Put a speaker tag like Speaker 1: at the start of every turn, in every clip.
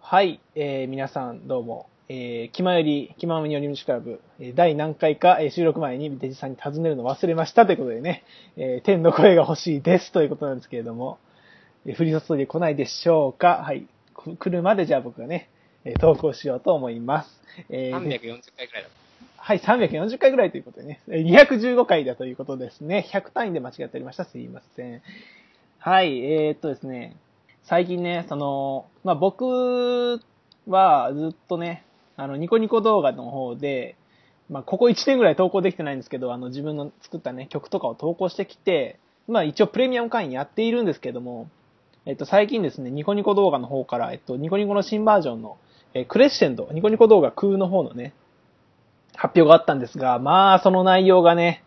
Speaker 1: はい、えー皆さんどうも、えー、気まより、気ままに寄り道クラブ、えー第何回か、えー収録前にデジさんに尋ねるの忘れましたということでね、えー天の声が欲しいですということなんですけれども、えー降り注いでこないでしょうかはい、く来るまでじゃあ僕がね、えー投稿しようと思います。えー
Speaker 2: 340回くらいだっ
Speaker 1: はい、340回ぐらいということでね、えー215回だということですね。100単位で間違っておりました。すいません。はい、えー、っとですね、最近ね、その、まあ、僕はずっとね、あの、ニコニコ動画の方で、まあ、ここ1年ぐらい投稿できてないんですけど、あの、自分の作ったね、曲とかを投稿してきて、まあ、一応プレミアム会員やっているんですけども、えっと、最近ですね、ニコニコ動画の方から、えっと、ニコニコの新バージョンの、えークレッシェンド、ニコニコ動画空の方のね、発表があったんですが、まあ、その内容がね、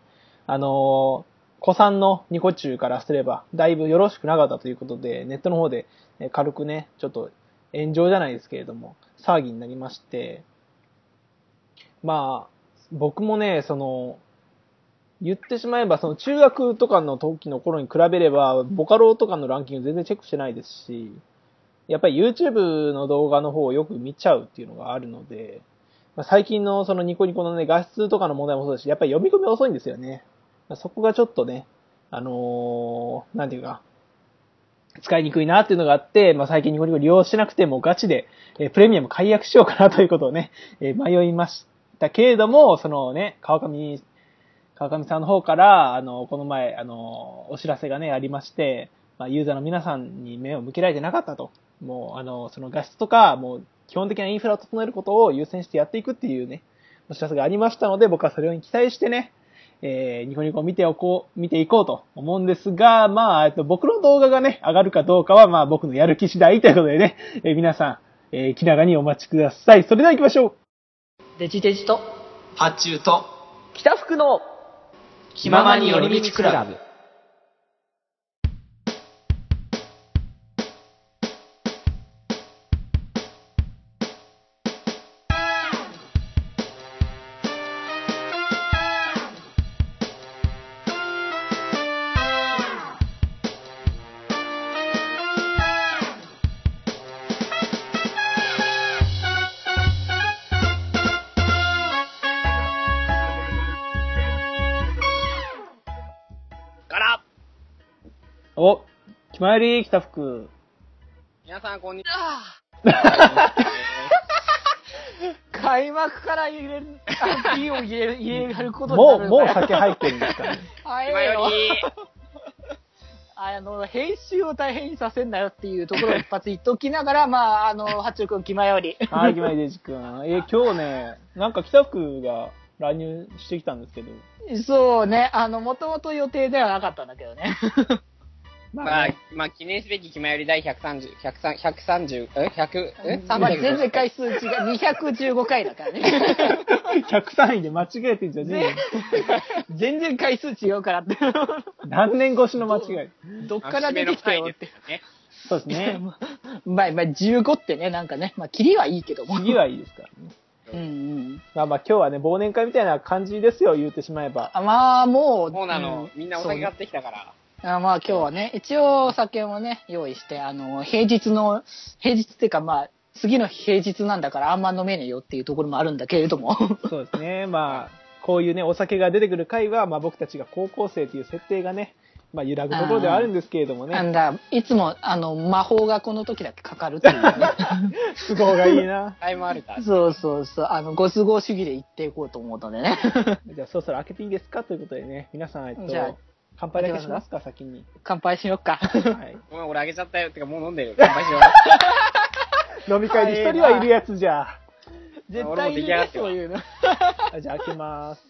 Speaker 1: あのー、子さんのニコ中からすれば、だいぶよろしくなかったということで、ネットの方で、え軽くね、ちょっと炎上じゃないですけれども、騒ぎになりまして、まあ、僕もね、その、言ってしまえば、その中学とかの時の頃に比べれば、ボカロとかのランキング全然チェックしてないですし、やっぱり YouTube の動画の方をよく見ちゃうっていうのがあるので、まあ、最近のそのニコニコのね、画質とかの問題もそうですし、やっぱり読み込み遅いんですよね。まあそこがちょっとね、あのーなんていうか、使いにくいなっていうのがあって、まあ、最近ニコニコ利用してなくて、もうガチで、えープレミアム解約しようかなということをね、えー迷いましたけれども、そのね、川上、川上さんの方から、あの、この前、あの、お知らせがね、ありまして、まあ、ユーザーの皆さんに目を向けられてなかったと。もう、あの、その画質とか、もう、基本的なインフラを整えることを優先してやっていくっていうね、お知らせがありましたので、僕はそれに期待してね、えーニコニコを見ておこう、見ていこうと思うんですが、まあ、えっと、僕の動画がね、上がるかどうかは、まあ、僕のやる気次第ということでね、えー皆さん、えー気長にお待ちください。それでは行きましょう
Speaker 3: デジデジと
Speaker 2: た。発注と、
Speaker 3: 北福の
Speaker 2: 気ままに寄り道クラブ。から、
Speaker 1: お、決まり、北福。
Speaker 2: 皆さんこんにちは。
Speaker 3: 開幕から入れる、ピンを入れる、入れる入れることにな
Speaker 1: もう、
Speaker 3: るんだ
Speaker 1: も
Speaker 3: よ
Speaker 1: う酒入ってるんですかね。
Speaker 3: 早
Speaker 2: 今
Speaker 3: いよ
Speaker 2: より、
Speaker 3: あの、編集を大変にさせんなよっていうところを一発言っときながら、まあ、あの、八中君気前より。
Speaker 1: はい、決まり、デジ君。えー今日ね、なんか北福が乱入してきたんですけど、
Speaker 3: そうね、あの、もともと予定ではなかったんだけどね。
Speaker 2: まあ、まあ、記念すべき気まより第130、130、130、え ?100、え ?300
Speaker 3: まあ、全然回数違う、215回だからね。
Speaker 1: 103位で間違えてんじゃね
Speaker 3: 全然回数違うからって。
Speaker 1: えよ。何年越しの間違い。
Speaker 3: どっから出てきたよって。
Speaker 2: ね。
Speaker 1: そうですね。
Speaker 3: まあ、まあ、15ってね、なんかね、まあ、キリはいいけども。
Speaker 1: 次はいいですからね。
Speaker 3: うんうん。
Speaker 1: まあまあ今日はね、忘年会みたいな感じですよ、言ってしまえば。
Speaker 3: あまあ、もう。
Speaker 2: そうなの。みんなお酒買
Speaker 3: が
Speaker 2: ってきたから。
Speaker 3: あまあ、今日はね、一応お酒もね、用意して、あの、平日の、平日っていうかまあ、次の平日なんだからあんま飲めねえよっていうところもあるんだけれども。
Speaker 1: そうですね。まあ、こういうね、お酒が出てくる回は、まあ僕たちが高校生という設定がね、まあ揺らぐところではあるんですけれども
Speaker 3: な
Speaker 1: ね、
Speaker 3: んだ、いつも、あの、魔法がこの時だけかかるっていうね。
Speaker 1: 都合がいいな。
Speaker 2: タイムあるから。
Speaker 3: そうそうそう、あの、ご都合主義で行っていこうと思うのでね。
Speaker 1: じゃあそろそろ開けていいですかということでね、皆さん、えっと
Speaker 3: じゃあ、
Speaker 1: 乾杯だけしますか、先 に。
Speaker 3: 乾杯しよっか。
Speaker 1: はい。
Speaker 2: ごめん、俺あげちゃったよ。てか、もう飲んでるよ。乾杯しよ
Speaker 1: 飲み会で一人はいるやつじゃあ。
Speaker 3: 絶対にね、そういうの。
Speaker 1: あじゃあ開けます。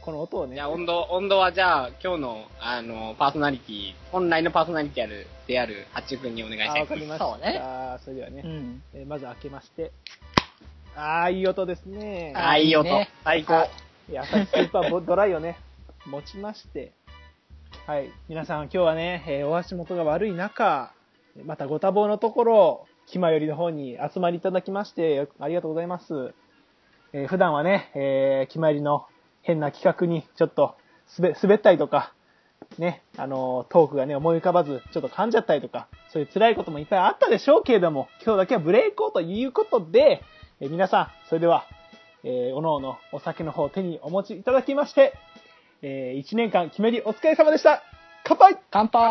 Speaker 1: この音を
Speaker 2: う。
Speaker 1: ね。
Speaker 2: じゃあ、温度、温度はじゃあ、今日の、あの、パーソナリティ、本来のパーソナリティある、である、八中君にお願いし
Speaker 1: あ、
Speaker 2: たい
Speaker 1: わか
Speaker 2: と思
Speaker 1: り
Speaker 2: い
Speaker 1: まし
Speaker 2: ま
Speaker 1: た。
Speaker 3: そうね
Speaker 1: それではね、
Speaker 3: うん。
Speaker 1: えーまず開けまして。ああ、いい音ですね。
Speaker 2: す。あ、いい音
Speaker 3: いいね。
Speaker 2: 最高。
Speaker 1: いや、さっきスーパーボドライをね、持ちまして、はい、皆さん今日はね、えーお足元が悪い中、またご多忙のところ、気まよりの方に集まりいただきまして、ありがとうございます。えー普段はね、えー、気まよりの変な企画にちょっと滑滑ったりとか、ね、あの、トークがね、思い浮かばず、ちょっと噛んじゃったりとか、そういう辛いこともいっぱいあったでしょうけれども、今日だけはブレイクをということで、えー皆さん、それでは、えー、おのおのお酒の方を手にお持ちいただきまして、え1年間決めりお疲れ様でした乾杯
Speaker 3: 乾杯
Speaker 2: 乾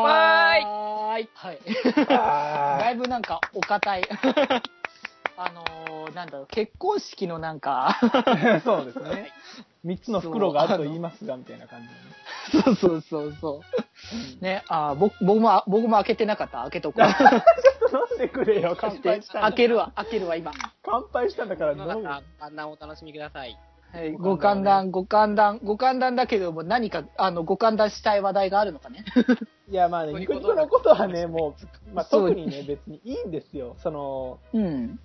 Speaker 3: はい。だ
Speaker 1: あ
Speaker 3: いぶなんかお 堅い。あのー、なんだろう、結婚式のなんか、
Speaker 1: ーそうですね。3つの袋があると言いますが、みたいな感じでね。
Speaker 3: そうそうそうそう。ね、あー僕僕も、僕も開けてなかった。開けとこう。
Speaker 1: ちょっと飲んでくれよ、 乾杯したんだ
Speaker 3: 開けるわ、開けるわ、今。
Speaker 1: 乾杯したんだから飲
Speaker 2: の
Speaker 1: む。
Speaker 2: 方、観覧をお楽しみください。
Speaker 3: はいご勘談、ご勘談、ご勘談だけども、何か、あの、ご勘談したい話題があるのかね。
Speaker 1: いや、まあね、ニコニコのことはね、もう、まあ
Speaker 3: そう
Speaker 1: 特にね、別にいいんですよ。その、
Speaker 3: うん。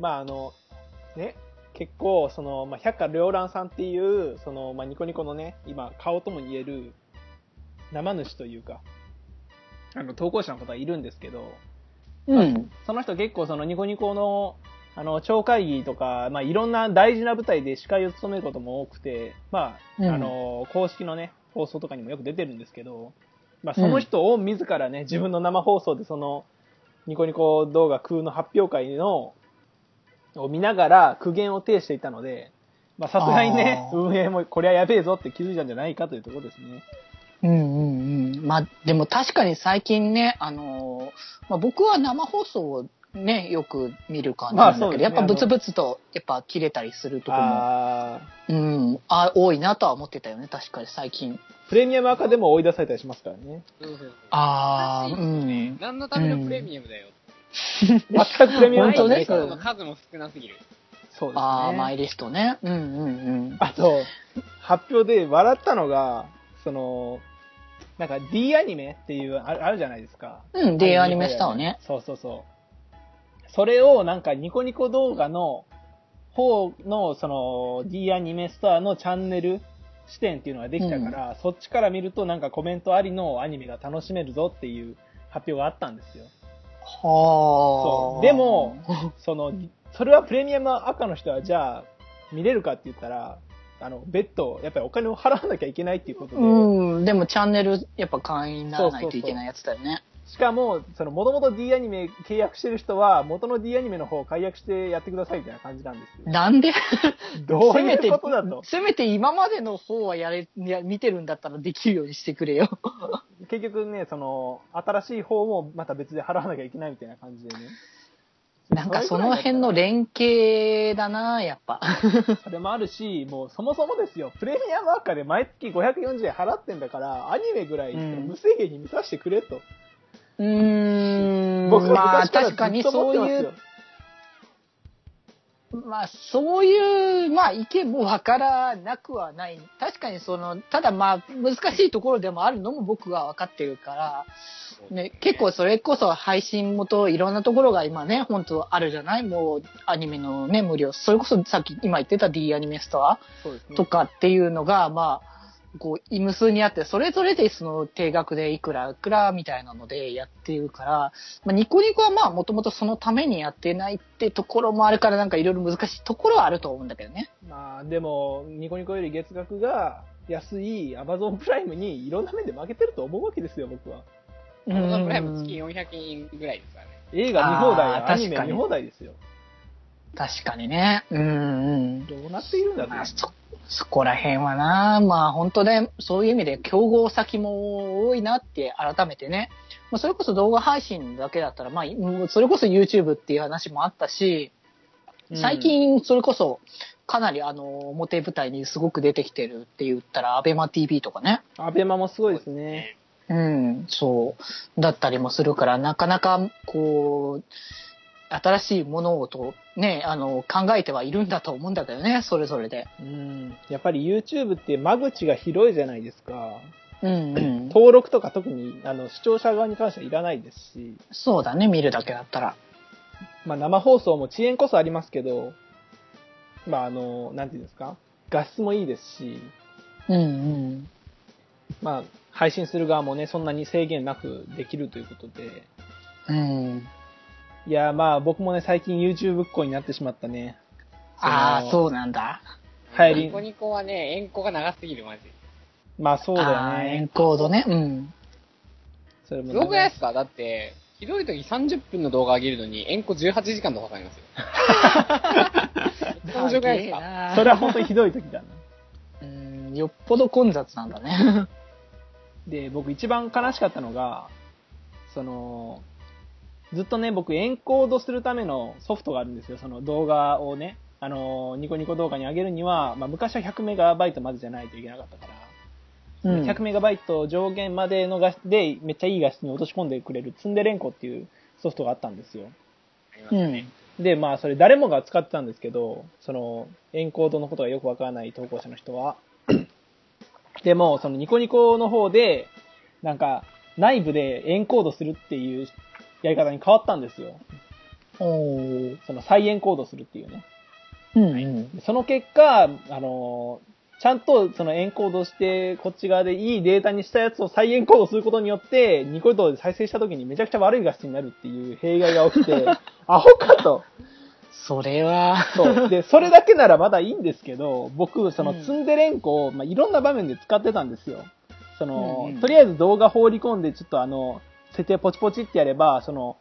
Speaker 1: まああの、ね、結構、その、まあ、百花繚乱さんっていう、その、まあニコニコのね、今、顔とも言える、生主というか、あの、投稿者の方がいるんですけど、
Speaker 3: うん。
Speaker 1: その人結構そのニコニコの、あの、超会議とか、まあ、いろんな大事な舞台で司会を務めることも多くて、まあ、
Speaker 3: うん
Speaker 1: あの、公式のね、放送とかにもよく出てるんですけど、まあ、その人を自らね、自分の生放送でその、ニコニコ動画空の発表会の、を見ながら苦言を呈していたので、まあ、さすがにね、
Speaker 3: あー
Speaker 1: 運営もこれはやべえぞって気づいたんじゃないかというところですね。
Speaker 3: うんうんうん。まあ、でも確かに最近ね、あのーまあ、僕は生放送をね、よく見る感じなんだけど、
Speaker 1: まあそうですね
Speaker 3: やっぱブツブツと、やっぱ切れたりするとこも、
Speaker 1: あ
Speaker 3: うん、あ、多いなとは思ってたよね、確かに最近。
Speaker 1: ープレミアム赤でも追い出されたりしますから ね。
Speaker 2: そうそうそう
Speaker 3: ああ、うん。
Speaker 2: 何のためのプレミアムだよ。
Speaker 1: 全くプレミアム赤
Speaker 3: 本当ね
Speaker 1: ないか
Speaker 2: そ
Speaker 1: ら
Speaker 2: うの数も少なすぎる。
Speaker 1: そうですね。
Speaker 3: ああ、マイリストね。うんうん
Speaker 1: あと、発表で笑ったのが、その、なんか D アニメっていうあるあるじゃないですか。
Speaker 3: うん。うん、で、アニメしたわね。。
Speaker 1: そうそうそう。それをなんかニコニコ動画の方のその D アニメストアのチャンネル視点っていうのができたから、そっちから見るとなんかコメントありのアニメが楽しめるぞっていう発表があったんですよ。
Speaker 3: は
Speaker 1: う
Speaker 3: あ。
Speaker 1: でも、その、それはプレミアム赤の人はじゃあ見れるかって言ったら、あの、別途、やっぱりお金を払わなきゃいけないっていうことで、
Speaker 3: うん、でもチャンネル、やっぱ会員にならないといけないやつだよね。
Speaker 1: しかも、その、もともと D アニメ契約してる人は、元の D アニメの方を解約してやってくださいみたいな感じなんですよ。
Speaker 3: なんで
Speaker 1: どう
Speaker 3: せ
Speaker 1: い
Speaker 3: め
Speaker 1: う
Speaker 3: て
Speaker 1: ことだと。
Speaker 3: せめて今までの方はやれ、や見てるんだったらできるようにしてくれよ。
Speaker 1: 結局ね、その、新しい方もまた別で払わなきゃいけないみたいな感じでね。
Speaker 3: なんかその辺の
Speaker 1: レ
Speaker 3: 連携だな、やっぱ。
Speaker 1: それもあるし、もうそもそもですよ、プレミアムアカで毎月540円払ってんだから、アニメぐらい
Speaker 3: うん
Speaker 1: 無制限に見させてくれと。
Speaker 3: うーん。
Speaker 1: 僕は
Speaker 3: まあ
Speaker 1: 昔からず
Speaker 3: 確か
Speaker 1: っ
Speaker 3: に
Speaker 1: と思っ
Speaker 3: そ
Speaker 1: て
Speaker 3: う
Speaker 1: ますよ。
Speaker 3: いう、まあそういう、まあ意見もわからなくはない。確かにその、ただまあ難しいところでもあるのも僕はわかってるから、ね、結構それこそ配信元いろんなところが今ね、本当あるじゃないもうアニメのね、無料。それこそさっき今言ってた D アニメストア
Speaker 1: そうですね
Speaker 3: とかっていうのが、まあ、こう、無数にあって、それぞれでその定額でいくらいくらみたいなのでやってるから、まあ、ニコニコはまあ、もともとそのためにやってないってところもあるから、なんかいろいろ難しいところはあると思うんだけどね。
Speaker 1: まあでも、ニコニコより月額が安い Amazon プライムにいろんな面で負けてると思うわけですよ、僕は。
Speaker 2: アマゾンプライム月400円ぐらいですからね。
Speaker 1: 映画見放題
Speaker 3: あ
Speaker 1: や
Speaker 3: ー
Speaker 1: アニメ
Speaker 3: 確か
Speaker 1: 見
Speaker 3: に
Speaker 1: 放題ですよ。
Speaker 3: 確かにね。うんうん。
Speaker 1: どうなっているんだと。
Speaker 3: まあ、そ、そこら辺はな、まあ本当ね、そういう意味で競合先も多いなって改めてね。まあそれこそ動画配信だけだったら、まあ、もうそれこそ YouTube っていう話もあったし、
Speaker 1: うん
Speaker 3: 最、近それこそかなりあの、表舞台にすごく出てきてるって言ったら、アベマ TV とかね。
Speaker 1: アベマもすごいですね。
Speaker 3: うん、そう。だったりもするから、なかなか、こう、新しいものをと、ね、あの、考えてはいるんだと思うんだけどね、それぞれで。
Speaker 1: うん。やっぱり YouTube って間口が広いじゃないですか。
Speaker 3: うんうん。
Speaker 1: 登録とか特にあの視聴者側に関してはいらないですし、
Speaker 3: そうだね、見るだけだったら。
Speaker 1: まあ生放送も遅延こそありますけど、まああの、なんていうんですか画質もいいですし、
Speaker 3: うんうん。
Speaker 1: まあ配信する側もね、そんなに制限なくできるということで、
Speaker 3: うん。
Speaker 1: いやーまあ僕もね、最近 YouTube っ子になってしまったね。そ
Speaker 3: ああ、
Speaker 1: の
Speaker 3: そうなんだ。
Speaker 1: 流行り
Speaker 2: ニコニコはね、円弧が長すぎる、マジ。
Speaker 1: まあそうだよ
Speaker 3: あーエン
Speaker 1: ね。
Speaker 3: コードね。うん。
Speaker 1: それも
Speaker 2: すごくない
Speaker 1: ね
Speaker 2: ですかだって、ひどい時30分の動画上げるのに、円弧18時間とかかかりますよ。面白くないですか
Speaker 3: か
Speaker 1: それは本当にひどい時だな。
Speaker 3: うん、よっぽど混雑なんだね。
Speaker 1: で、僕一番悲しかったのが、その、ずっとね、僕エンコードするためのソフトがあるんですよ。その動画をね、あの、ニコニコ動画に上げるには、まあ昔は100メガバイトまでじゃないといけなかったから、
Speaker 3: うん。
Speaker 1: 100メガバイト上限までの画質で、めっちゃいい画質に落とし込んでくれるツンデレンコっていうソフトがあったんですよ。
Speaker 2: あります
Speaker 3: う
Speaker 2: よ
Speaker 3: ん
Speaker 2: ね。。
Speaker 1: で、まあ、それ誰もが使ってたんですけど、その、エンコードのことがよくわからない投稿者の人は。でも、そのニコニコの方で、なんか、内部でエンコードするっていうやり方に変わったんですよ。
Speaker 3: おー
Speaker 1: その再エンコードするっていうね。
Speaker 3: うんうん。
Speaker 1: でその結果、あの、ちゃんとそのエンコードして、こっち側でいいデータにしたやつを再エンコードすることによって、ニコニコで再生した時にめちゃくちゃ悪い画質になるっていう弊害が起きて、 アホかと。
Speaker 3: それは、
Speaker 1: そう。で、それだけならまだいいんですけど、僕、その
Speaker 3: うん
Speaker 1: ツンデレンコを、まあ、いろんな場面で使ってたんですよ。その、
Speaker 3: うんうん
Speaker 1: とりあえず動画放り込んで、ちょっとあの、設定ポチポチってやれば、その、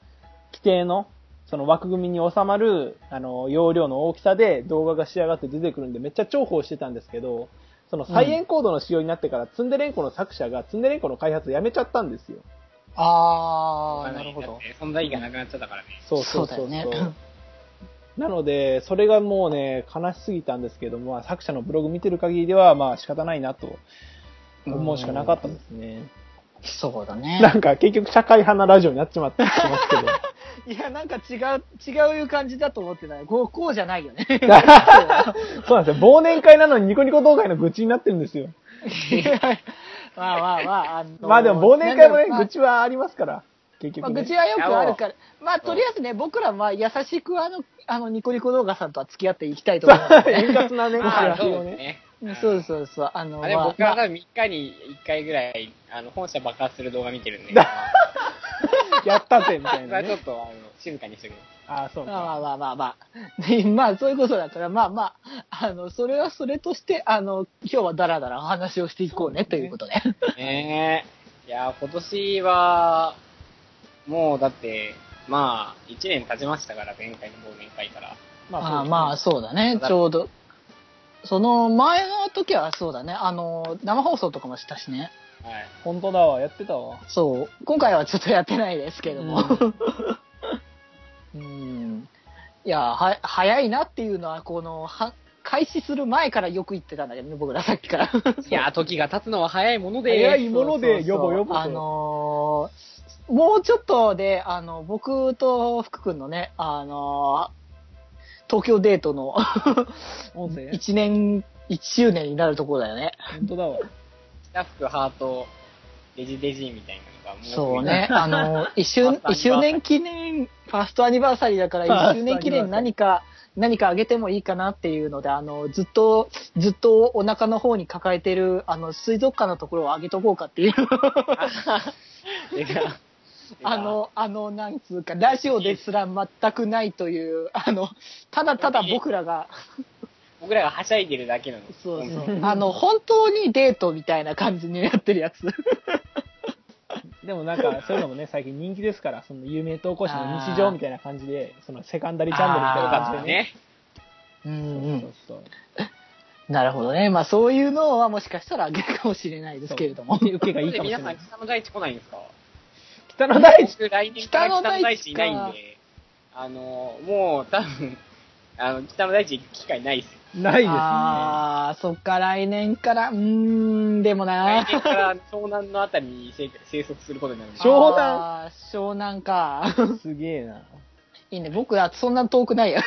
Speaker 1: 規定の、その枠組みに収まる、あの、容量の大きさで動画が仕上がって出てくるんで、めっちゃ重宝してたんですけど、その再エンコードの仕様になってから、ツンデレンコの作者がツンデレンコの開発をやめちゃったんですよ。
Speaker 3: あー、なるほ
Speaker 2: だっ
Speaker 3: ど。
Speaker 2: て存在意義がなくなっちゃったからね。
Speaker 1: そうそうそうそう
Speaker 3: そうだよね
Speaker 1: なので、それがもうね、悲しすぎたんですけども、まあ作者のブログ見てる限りでは、まあ仕方ないなと思うしかなかったですね。
Speaker 3: そうだ
Speaker 1: な
Speaker 3: ね。
Speaker 1: んか結局社会派なラジオになっちまってますけど。
Speaker 3: いや、なんか違う、違う感じだと思ってない。こう、こうじゃないよ ね。
Speaker 1: そうなんですよ。忘年会なのにニコニコ動画への愚痴になってるんですよ。
Speaker 3: まあまあまあ、あの
Speaker 1: まあでも忘年会もね
Speaker 3: なんだろうま、あ
Speaker 1: 愚痴はありますから、結
Speaker 3: ま
Speaker 1: 局、ね。
Speaker 3: あ、愚痴はよくあるから、まあ、とりあえずね、僕らはまあ優しくあの、あの、ニコニコ動画さんとは付き合っていきたいと思います、ね。
Speaker 1: 円滑なね、
Speaker 2: ま
Speaker 1: 愚痴
Speaker 2: あ
Speaker 1: らしい
Speaker 2: そう
Speaker 1: よ
Speaker 2: です
Speaker 1: ね。
Speaker 2: ね。
Speaker 3: うんそうそうそう。あの、
Speaker 2: あれ、
Speaker 3: まあ
Speaker 2: 僕は
Speaker 3: まあ
Speaker 2: 多分3日に1回ぐらい、あの、本社爆発する動画見てるんで、まあ
Speaker 1: やったぜ、みたい
Speaker 2: それは
Speaker 1: な
Speaker 2: ちょっ
Speaker 1: ね。
Speaker 2: と、あの、静かにしておきます。
Speaker 1: ああ、そうか。
Speaker 3: まあまあまあまあ。でまあ、そういうことだから、まあまあ、あの、それはそれとして、あの、今日はダラダラお話をしていこうね、ということで。
Speaker 2: ねえ。いや、今年は、もうだって、まあ、1年経ちましたから、前回の忘年会から。
Speaker 1: ま
Speaker 3: まあまあ、そうだね、ちょうど。その前の時はそうだね、あの、生放送とかもしたしね。
Speaker 2: はい。
Speaker 1: あ。本当だわ、やってたわ。
Speaker 3: そう。今回はちょっとやってないですけども。うん。いや、は、早いなっていうのは、この、は、開始する前からよく言ってたんだけどね、僕らさっきから。
Speaker 2: い や、時が経つのは早いもので、
Speaker 1: 早いもので、
Speaker 3: そ
Speaker 1: よ
Speaker 3: うそうそう
Speaker 1: ぼよぼと。
Speaker 3: あのーもうちょっとで、あの、僕と福君のね、あのー東京デートの
Speaker 1: 音 声
Speaker 3: 1年、1周年になるところだよね。
Speaker 1: 本当だわ。
Speaker 2: スタッフ、ハート、デジデジみたいなのが、も
Speaker 3: そうね。。あの、一周、
Speaker 2: ファー
Speaker 3: 一
Speaker 2: スト
Speaker 3: 周
Speaker 2: アニバーサリー
Speaker 3: 年記念、ファーストアニバーサリーだか
Speaker 1: ファースト
Speaker 3: ら、
Speaker 1: アニ
Speaker 3: 一周
Speaker 1: バーサリー
Speaker 3: 年記念何か、何かあげてもいいかなっていうので、あの、ずっと、ずっとお腹の方に抱えてる、あの、水族館のところをあげとこうかっていう、
Speaker 2: てか
Speaker 3: あ、の、あの、なんつうか、ラジオですら全くないという、あの、ただただ僕らが、
Speaker 2: 僕らがはしゃいでるだけなの。
Speaker 3: そうそ
Speaker 1: うん
Speaker 3: う、あの、本当にデートみたいな感じにやってるやつ。
Speaker 1: でもなんか、そういうのもね、最近人気ですから、その有名投稿者の日常みたいな感じで、そのセカンダリーチャンネルみたいな
Speaker 2: 感
Speaker 1: 感
Speaker 2: じ
Speaker 1: じで
Speaker 2: で
Speaker 1: ね。
Speaker 2: ね。
Speaker 3: うん
Speaker 1: そうそうそう
Speaker 3: なるほどね。まあそういうのはもしかしたらあげるかもしれないですけれども。
Speaker 1: そう受けがいいかもしれ
Speaker 2: 皆
Speaker 1: な
Speaker 2: さ
Speaker 1: い
Speaker 2: ん、。北の大地来ないんですか
Speaker 1: 北の大地
Speaker 2: 僕、来年から北
Speaker 3: 北
Speaker 2: の
Speaker 3: の
Speaker 2: 大
Speaker 3: 大
Speaker 2: 地
Speaker 3: 地
Speaker 2: い
Speaker 3: い
Speaker 2: な
Speaker 3: ないい
Speaker 2: ん
Speaker 3: ん
Speaker 2: で、あの、もう多分、あの、北の大地行く機会ないですよ。
Speaker 1: ないですね。
Speaker 3: ああ、そっか、来年から、うーん、でも
Speaker 2: 来
Speaker 3: な。
Speaker 2: 年から湘南のあたりに生生息することになるんで
Speaker 1: しょ湘南
Speaker 3: あー。湘南か。
Speaker 1: すげえな。
Speaker 3: いいね、僕はそんな遠くないよ。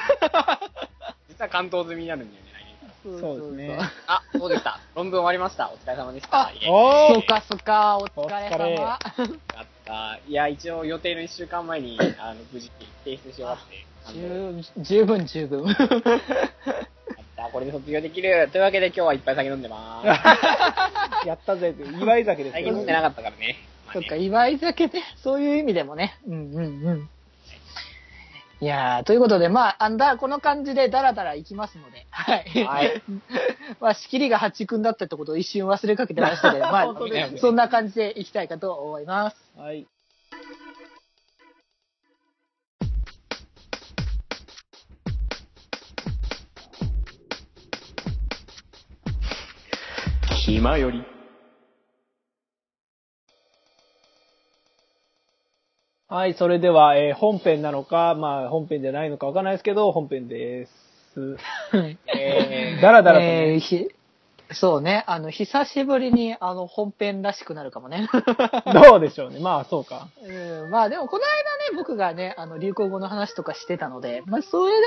Speaker 2: 実は関東済みになるんだよね、来年か
Speaker 1: そ
Speaker 2: ら。
Speaker 1: うですね。
Speaker 2: あ、そうで した。論文終わりました。お疲れ様でした。
Speaker 3: あ
Speaker 2: イェイよ
Speaker 1: お
Speaker 3: そ
Speaker 1: ー
Speaker 3: うか、そうか、お疲れ
Speaker 1: お
Speaker 3: 様。
Speaker 2: かった。いや、一応予定の1週間前 に、あの、無事提出し終わって、あの、
Speaker 3: 十十分、十分。
Speaker 2: やった。これで卒業できる。というわけで今日はいっぱい酒飲んでまーす。
Speaker 1: やったぜって、祝い酒です
Speaker 2: 最
Speaker 1: よ
Speaker 2: 近飲んでなかったから ね。まあ
Speaker 3: そっ
Speaker 2: ね
Speaker 3: か、祝い酒ね、そういう意味でもね。うんうんうん。いやーということで、まあ、あんだ、この感じでダラダラいきますので、はい。
Speaker 2: はい。
Speaker 3: まあ、仕切りが八君だったってことを一瞬忘れかけてましたけど、まあ
Speaker 1: 本当ですね、
Speaker 3: そんな感じでいきたいかと思います。
Speaker 1: はい。
Speaker 4: 暇より
Speaker 1: はい、それでは、えー本編なのか、まあ、本編じゃないのかわかんないですけど、本編 です。
Speaker 2: え
Speaker 1: だらだらとね、
Speaker 3: えーひそうね、あの、久しぶりに、あの、本編らしくなるかもね。
Speaker 1: どうでしょうね。まあ、そうか。
Speaker 3: うんまあでもこの間ね、僕がね、あの、流行語の話とかしてたので、まあそれで、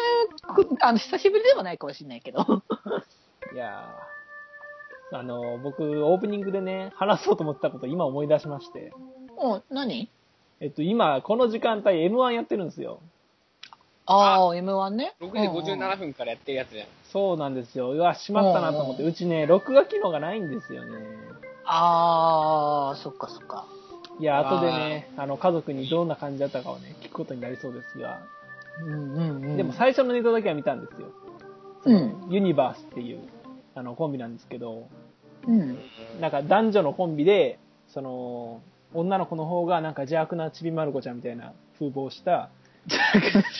Speaker 3: くあの、久しぶりではないかもしれないけど。
Speaker 1: いやーあの、僕、オープニングでね、話そうと思ってたこと今思い出しまして。
Speaker 3: もう何
Speaker 1: えっと、今、この時間帯 M1 やってるんですよ。
Speaker 3: ああ、M1 ね。
Speaker 2: ー、6時
Speaker 3: うんうん
Speaker 2: 57分からやってるやつじゃん。
Speaker 1: そうなんですよ。うわ、しまったなと思って、うちね、録画機能がないんですよね。
Speaker 3: ああ、そっかそっか。
Speaker 1: いや、後でね、あの、家族にどんな感じだったかをね、聞くことになりそうですが。
Speaker 3: うんうんうん。
Speaker 1: でも、最初のネタだけは見たんですよ。
Speaker 3: うん。
Speaker 1: ユニバースっていう、あの、コンビなんですけど、
Speaker 3: うん。
Speaker 1: なんか男女のコンビで、その、女の子の方がなんか邪悪なちびまる子ちゃんみたいな風貌をした、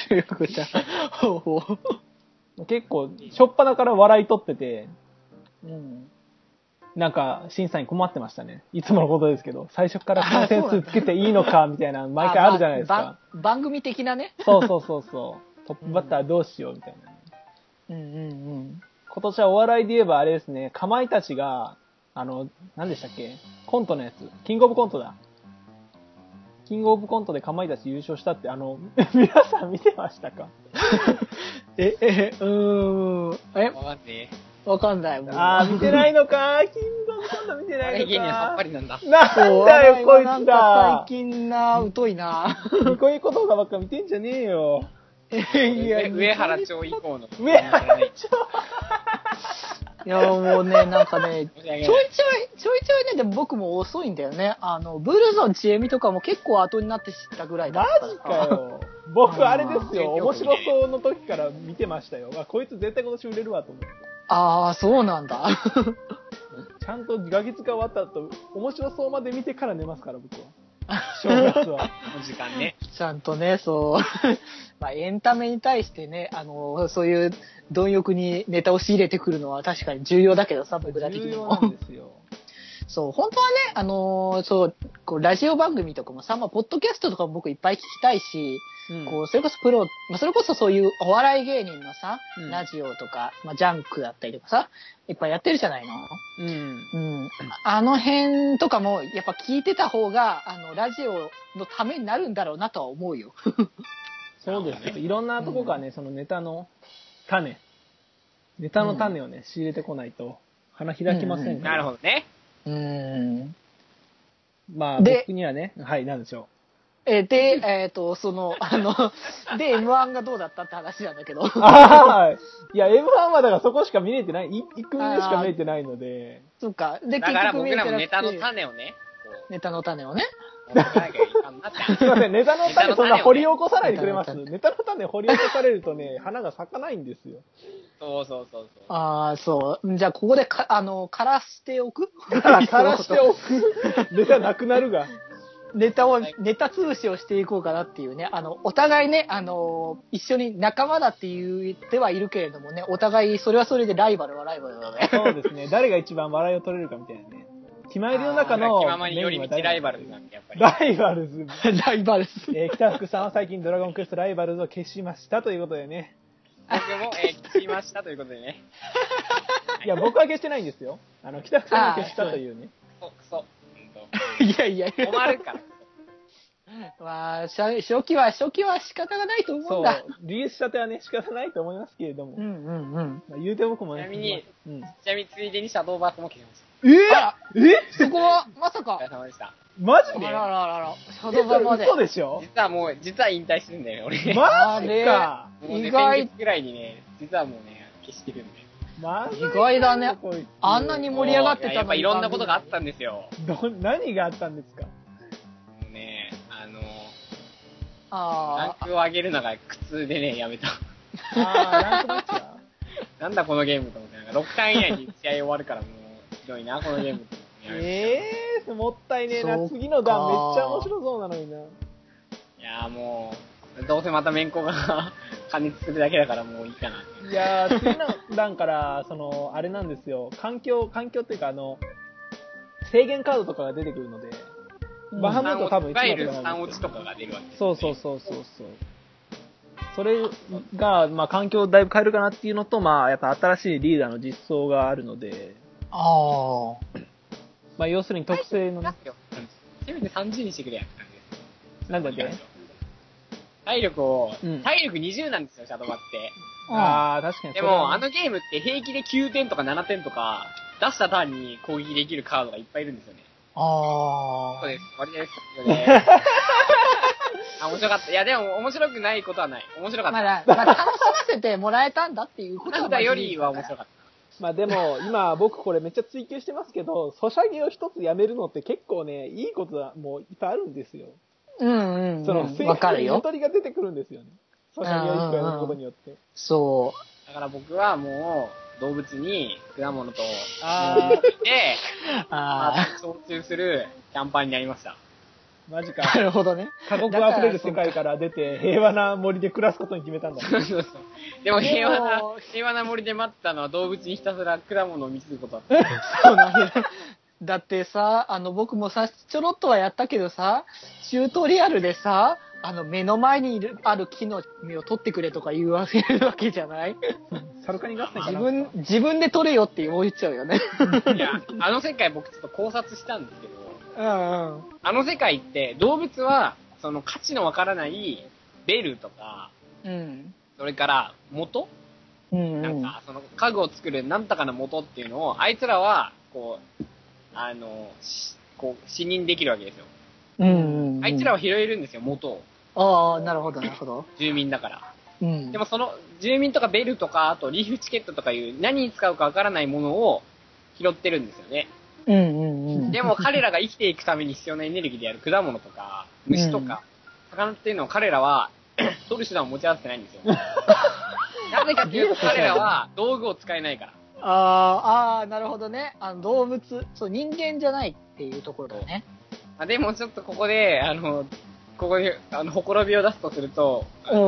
Speaker 3: 中国じゃん。ほうほ
Speaker 1: 結構、しょっぱなから笑い取ってて、
Speaker 3: う。うん。
Speaker 1: なんか、審査に困ってましたね。いつものことですけど、最初から観点数つけていいのか、みたいな、毎回あるじゃないです
Speaker 3: あま
Speaker 1: か
Speaker 3: あ。ばん番組的なね。
Speaker 1: そうそうそうそう。トップバッターどうしよう、みたいな。
Speaker 3: うんうんうん。
Speaker 1: 今年はお笑いで言えばあれですね、かまいたちが、あの、何でしたっけコントのやつ。キングオブコントだ。キングオブコントでかまいたち優勝したって、あの、 皆さん見てましたか
Speaker 3: え、え、うーん。え、
Speaker 2: わかんねえ。
Speaker 3: わかんない。もう
Speaker 1: あー、見てないのかキングオブコント見て
Speaker 2: あ
Speaker 1: ない
Speaker 2: れ
Speaker 1: の
Speaker 2: 芸人はさっぱ
Speaker 1: か
Speaker 2: りなんだ。
Speaker 1: なんだよ、こいつだ
Speaker 3: 最。近な、疎いな。
Speaker 1: ニコニコ動画ばっか見てんじゃねえよ。
Speaker 3: いや
Speaker 2: 上上原町以降の。
Speaker 1: 上原
Speaker 2: 町。
Speaker 3: いや、もうね、なんかね、
Speaker 2: 申し
Speaker 3: ち
Speaker 2: 訳
Speaker 3: ょい
Speaker 2: ない
Speaker 3: ちょい、ちょいちょいね、でも僕も遅いんだよね。あの、ブルゾンちえみとかも結構後になって知ったぐらいだ
Speaker 1: マ
Speaker 3: った
Speaker 1: ジか。よ。僕、あれですよ。
Speaker 2: あー
Speaker 1: 面白そうの時から見てましたよ。あ、こいつ絶対今年売れるわと思って。
Speaker 3: ああ、そうなんだ。
Speaker 1: ちゃんとガキ使終わった後、面白そうまで見てから寝ますから、僕は。正月 は。
Speaker 2: お時間ね。
Speaker 3: ちゃんとね、そう。 まあ、エンタメに対してね、あの、そういう貪欲にネタを仕入れてくるのは確かに重要だけどさ、僕ら的
Speaker 1: 重
Speaker 3: に
Speaker 1: 要
Speaker 3: も
Speaker 1: な。んですよ。
Speaker 3: そう、本当はね、あのそう、こう、ラジオ番組とかもさ、まあ、ポッドキャストとかも僕いっぱい聞きたいし、
Speaker 1: うん
Speaker 3: こう、それこそプロ、まあ、それこそそういうお笑い芸人のさ、
Speaker 1: うん
Speaker 3: ラジオとか、まあ、ジャンクだったりとかさ、いっぱいやってるじゃないの。
Speaker 1: うん。
Speaker 3: うん。あの辺とかも、やっぱ聞いてた方が、あの、ラジオのためになるんだろうなとは思うよ。
Speaker 1: そうですよ。いろんなとこからね、そのネタの種。ネタの種をね、仕入れてこないと、花開きませんか
Speaker 2: な
Speaker 1: ら。
Speaker 2: るほどね。
Speaker 3: うん。
Speaker 1: まあ、
Speaker 3: で
Speaker 1: 僕にはね、はい、なんでしょ
Speaker 3: えーで、えっ、と、その、あの、 で、M1 がどうだったって話なんだけど。
Speaker 1: う。ああいや、M1 はだからそこしか見れてない、い一組しか見れてないので、
Speaker 3: そっか。で、
Speaker 2: だから僕
Speaker 3: 見えて
Speaker 2: ら
Speaker 3: なく
Speaker 2: も
Speaker 3: て
Speaker 2: ネタの種をね、こ
Speaker 3: ネタの種をね。
Speaker 2: う、 持ってかなきゃいかんなって。
Speaker 1: すいません、ネタの種そんな掘り起こさないでくれます
Speaker 3: ネ
Speaker 1: ネタの種掘り起こされるとね、花が咲かないんです よ。
Speaker 2: そうそうそうそう。
Speaker 3: ああ、そう。じゃあ、ここでか、あの、枯らしておく
Speaker 1: 枯らしておく。ネタなくなるが。
Speaker 3: ネタを、ネタ潰しをしていこうかなっていうね。あの、お互いね、あの、一緒に仲間だって言ってはいるけれどもね、お互いそれはそれでライバルはライバルだね。
Speaker 1: そうですね。誰が一番笑いを取れるかみたいなね。決まりの中の。
Speaker 2: 気ままに寄り道ライバルズなんで、やっぱり。
Speaker 1: ライバルズ。
Speaker 3: ライバルっす。
Speaker 1: えー北福さんは最近ドラゴンクエストライバルズを消しましたということでね。
Speaker 2: 僕も、えー聞きましたということでね。
Speaker 1: いや、僕は消してないんですよ。あの、北福さんが消したというね。
Speaker 2: お、クソ。うん
Speaker 3: いやいやい
Speaker 2: と
Speaker 3: や。
Speaker 2: 困るから。
Speaker 3: まあ、しゃ初期は、初期は仕方がないと思う
Speaker 1: そ
Speaker 3: ん
Speaker 1: う
Speaker 3: だ。。
Speaker 1: リリースしたてはね、仕方ないと思いますけれども。
Speaker 3: んうんうん。
Speaker 1: まあ、言うて僕もね。
Speaker 2: ちなみに
Speaker 1: うん。え
Speaker 2: ちなみについでにシャドーバースも聞きまし
Speaker 3: あ
Speaker 1: え
Speaker 3: そこは、まさ
Speaker 2: た。お
Speaker 3: か
Speaker 2: 疲。れ様でした。
Speaker 1: マ
Speaker 3: あ
Speaker 1: ジで
Speaker 3: ららららら。シャ
Speaker 1: え
Speaker 3: ドーバーま
Speaker 1: そ
Speaker 3: で
Speaker 1: れ。嘘でしょ
Speaker 2: 実はもう、実は引退してるんだよね、俺。
Speaker 1: マジか。
Speaker 2: もうね、
Speaker 3: 意外
Speaker 2: 先月ぐらいにね、実はもうね、消してるんで。
Speaker 1: マジ
Speaker 3: 意外だね
Speaker 1: こいつ
Speaker 3: あんなに盛り上がってたのに
Speaker 2: やっぱいろんなことがあったんですよ。
Speaker 1: ど、何があったんですか
Speaker 2: もうね、あの、ラン
Speaker 3: あー
Speaker 2: クを上げるのが苦痛でね、やめた。
Speaker 1: あー、ランクマッチな。
Speaker 2: なんだこのゲームと思って、なんか6巻以内に試合終わるからもう、ひどいな、このゲームって思ってやめ た
Speaker 1: え えー、もったいねえ
Speaker 3: そ
Speaker 1: な。
Speaker 3: っか
Speaker 1: 次の段めっちゃ面白そうなのにな。
Speaker 2: いやーもう、どうせまた面子が 加熱するだけだからもういいかな。
Speaker 1: いやー、次の段から、その、あれなんですよ。環境、環境っていうか、あの、制限カードとかが出てくるので、バハムート多分
Speaker 2: いわゆる
Speaker 1: 一番だと
Speaker 2: 3
Speaker 1: 思うん
Speaker 2: 落
Speaker 1: で
Speaker 2: ち
Speaker 1: すよ
Speaker 2: とかが出るわけです
Speaker 1: そうそうそうそうそう。それが、まあ、環境をだいぶ変えるかなっていうのと、まあ、やっぱ新しいリーダーの実装があるので、
Speaker 3: ああ。
Speaker 1: まあ、要するに特性のね、
Speaker 2: うんせめて30にしてくれやって感じです。
Speaker 1: なんだっけ
Speaker 2: 体力を、
Speaker 1: うん
Speaker 2: 体力20なんですよ、シャドーバって。
Speaker 1: ああ、確かに
Speaker 2: で
Speaker 1: それは
Speaker 2: も、あ
Speaker 1: ね
Speaker 2: のゲームって平気で9点とか7点とか、出したターンに攻撃できるカードがいっぱいいるんですよね。
Speaker 3: ああ
Speaker 2: そうです。終わりです。以上です あ、面白かった。いや、でも、面白くないことはない。面白か
Speaker 3: ま
Speaker 2: っ
Speaker 3: あ
Speaker 2: た。
Speaker 3: だ、まあ、楽しませてもらえたんだっていうこ
Speaker 2: な
Speaker 3: と
Speaker 2: んだよりは面白かった。
Speaker 1: まあでも、今僕これめっちゃ追求してますけど、ソシャゲを一つやめるのって結構ね、いいことはもういっぱいあるんですよ。
Speaker 3: うんうん、うん。
Speaker 1: その、
Speaker 3: わかる
Speaker 1: ゆ
Speaker 3: よ。
Speaker 1: とりが出てくるんですよね。ソシャゲを一個やることによって。
Speaker 3: そ
Speaker 2: だから僕はもう、動物に果物と、
Speaker 1: あー、
Speaker 2: で、
Speaker 3: う。
Speaker 2: ま
Speaker 3: あ
Speaker 2: あ、操中するキャンパーになりました。
Speaker 1: マジ
Speaker 3: あ。な
Speaker 1: か。
Speaker 3: るほどね。
Speaker 1: 過酷あふれる世界から出て、平和な森で暮らすことに決めたんだ。
Speaker 2: そうそうそう。でも平和
Speaker 3: で
Speaker 2: な
Speaker 3: も、
Speaker 2: 平和な森で待ってたのは動物にひたすら果物を見つけることだった。
Speaker 3: そうなんだ。 だってさ、あの、僕もさ、ちょろっとはやったけどさ、チュートリアルでさ、あの、目の前にいる、ある木の実を取ってくれとか言わせるわけじゃない
Speaker 1: サルカニ合戦か
Speaker 3: 自
Speaker 1: な
Speaker 3: 分、自分で取れよって言っちゃうよね。
Speaker 2: いや、あの世界僕ちょっと考察したんですけど、
Speaker 3: うんうん。
Speaker 2: あの世界って動物は、その価値のわからないベルとか、
Speaker 3: うん。
Speaker 2: それから元
Speaker 3: うん、
Speaker 2: なんか、その家具を作るなんとかの元っていうのを、あいつらは、こう、あの、しこう、死認できるわけですよ。
Speaker 3: うん、うん。
Speaker 2: あいつらは拾えるんですよ、元を。
Speaker 3: ああ、なるほど、なるほど。
Speaker 2: 住民だから。
Speaker 3: うん。
Speaker 2: でもその、住民とかベルとか、あとリーフチケットとかいう、何に使うかわからないものを拾ってるんですよね。
Speaker 3: うんうんうん。
Speaker 2: でも彼らが生きていくために必要なエネルギーである 果物とか、虫とか、魚っていうのを彼らは、 取る手段を持ち合わせてないん ですよ。なぜかというと彼らは道具を使えないから。
Speaker 3: あーあー、なるほどね。あの動物、そう、人間じゃないっていうところだよね。
Speaker 2: あでもちょっとここで、あの、ここに、あの、ほころびを出すとすると、
Speaker 3: うん。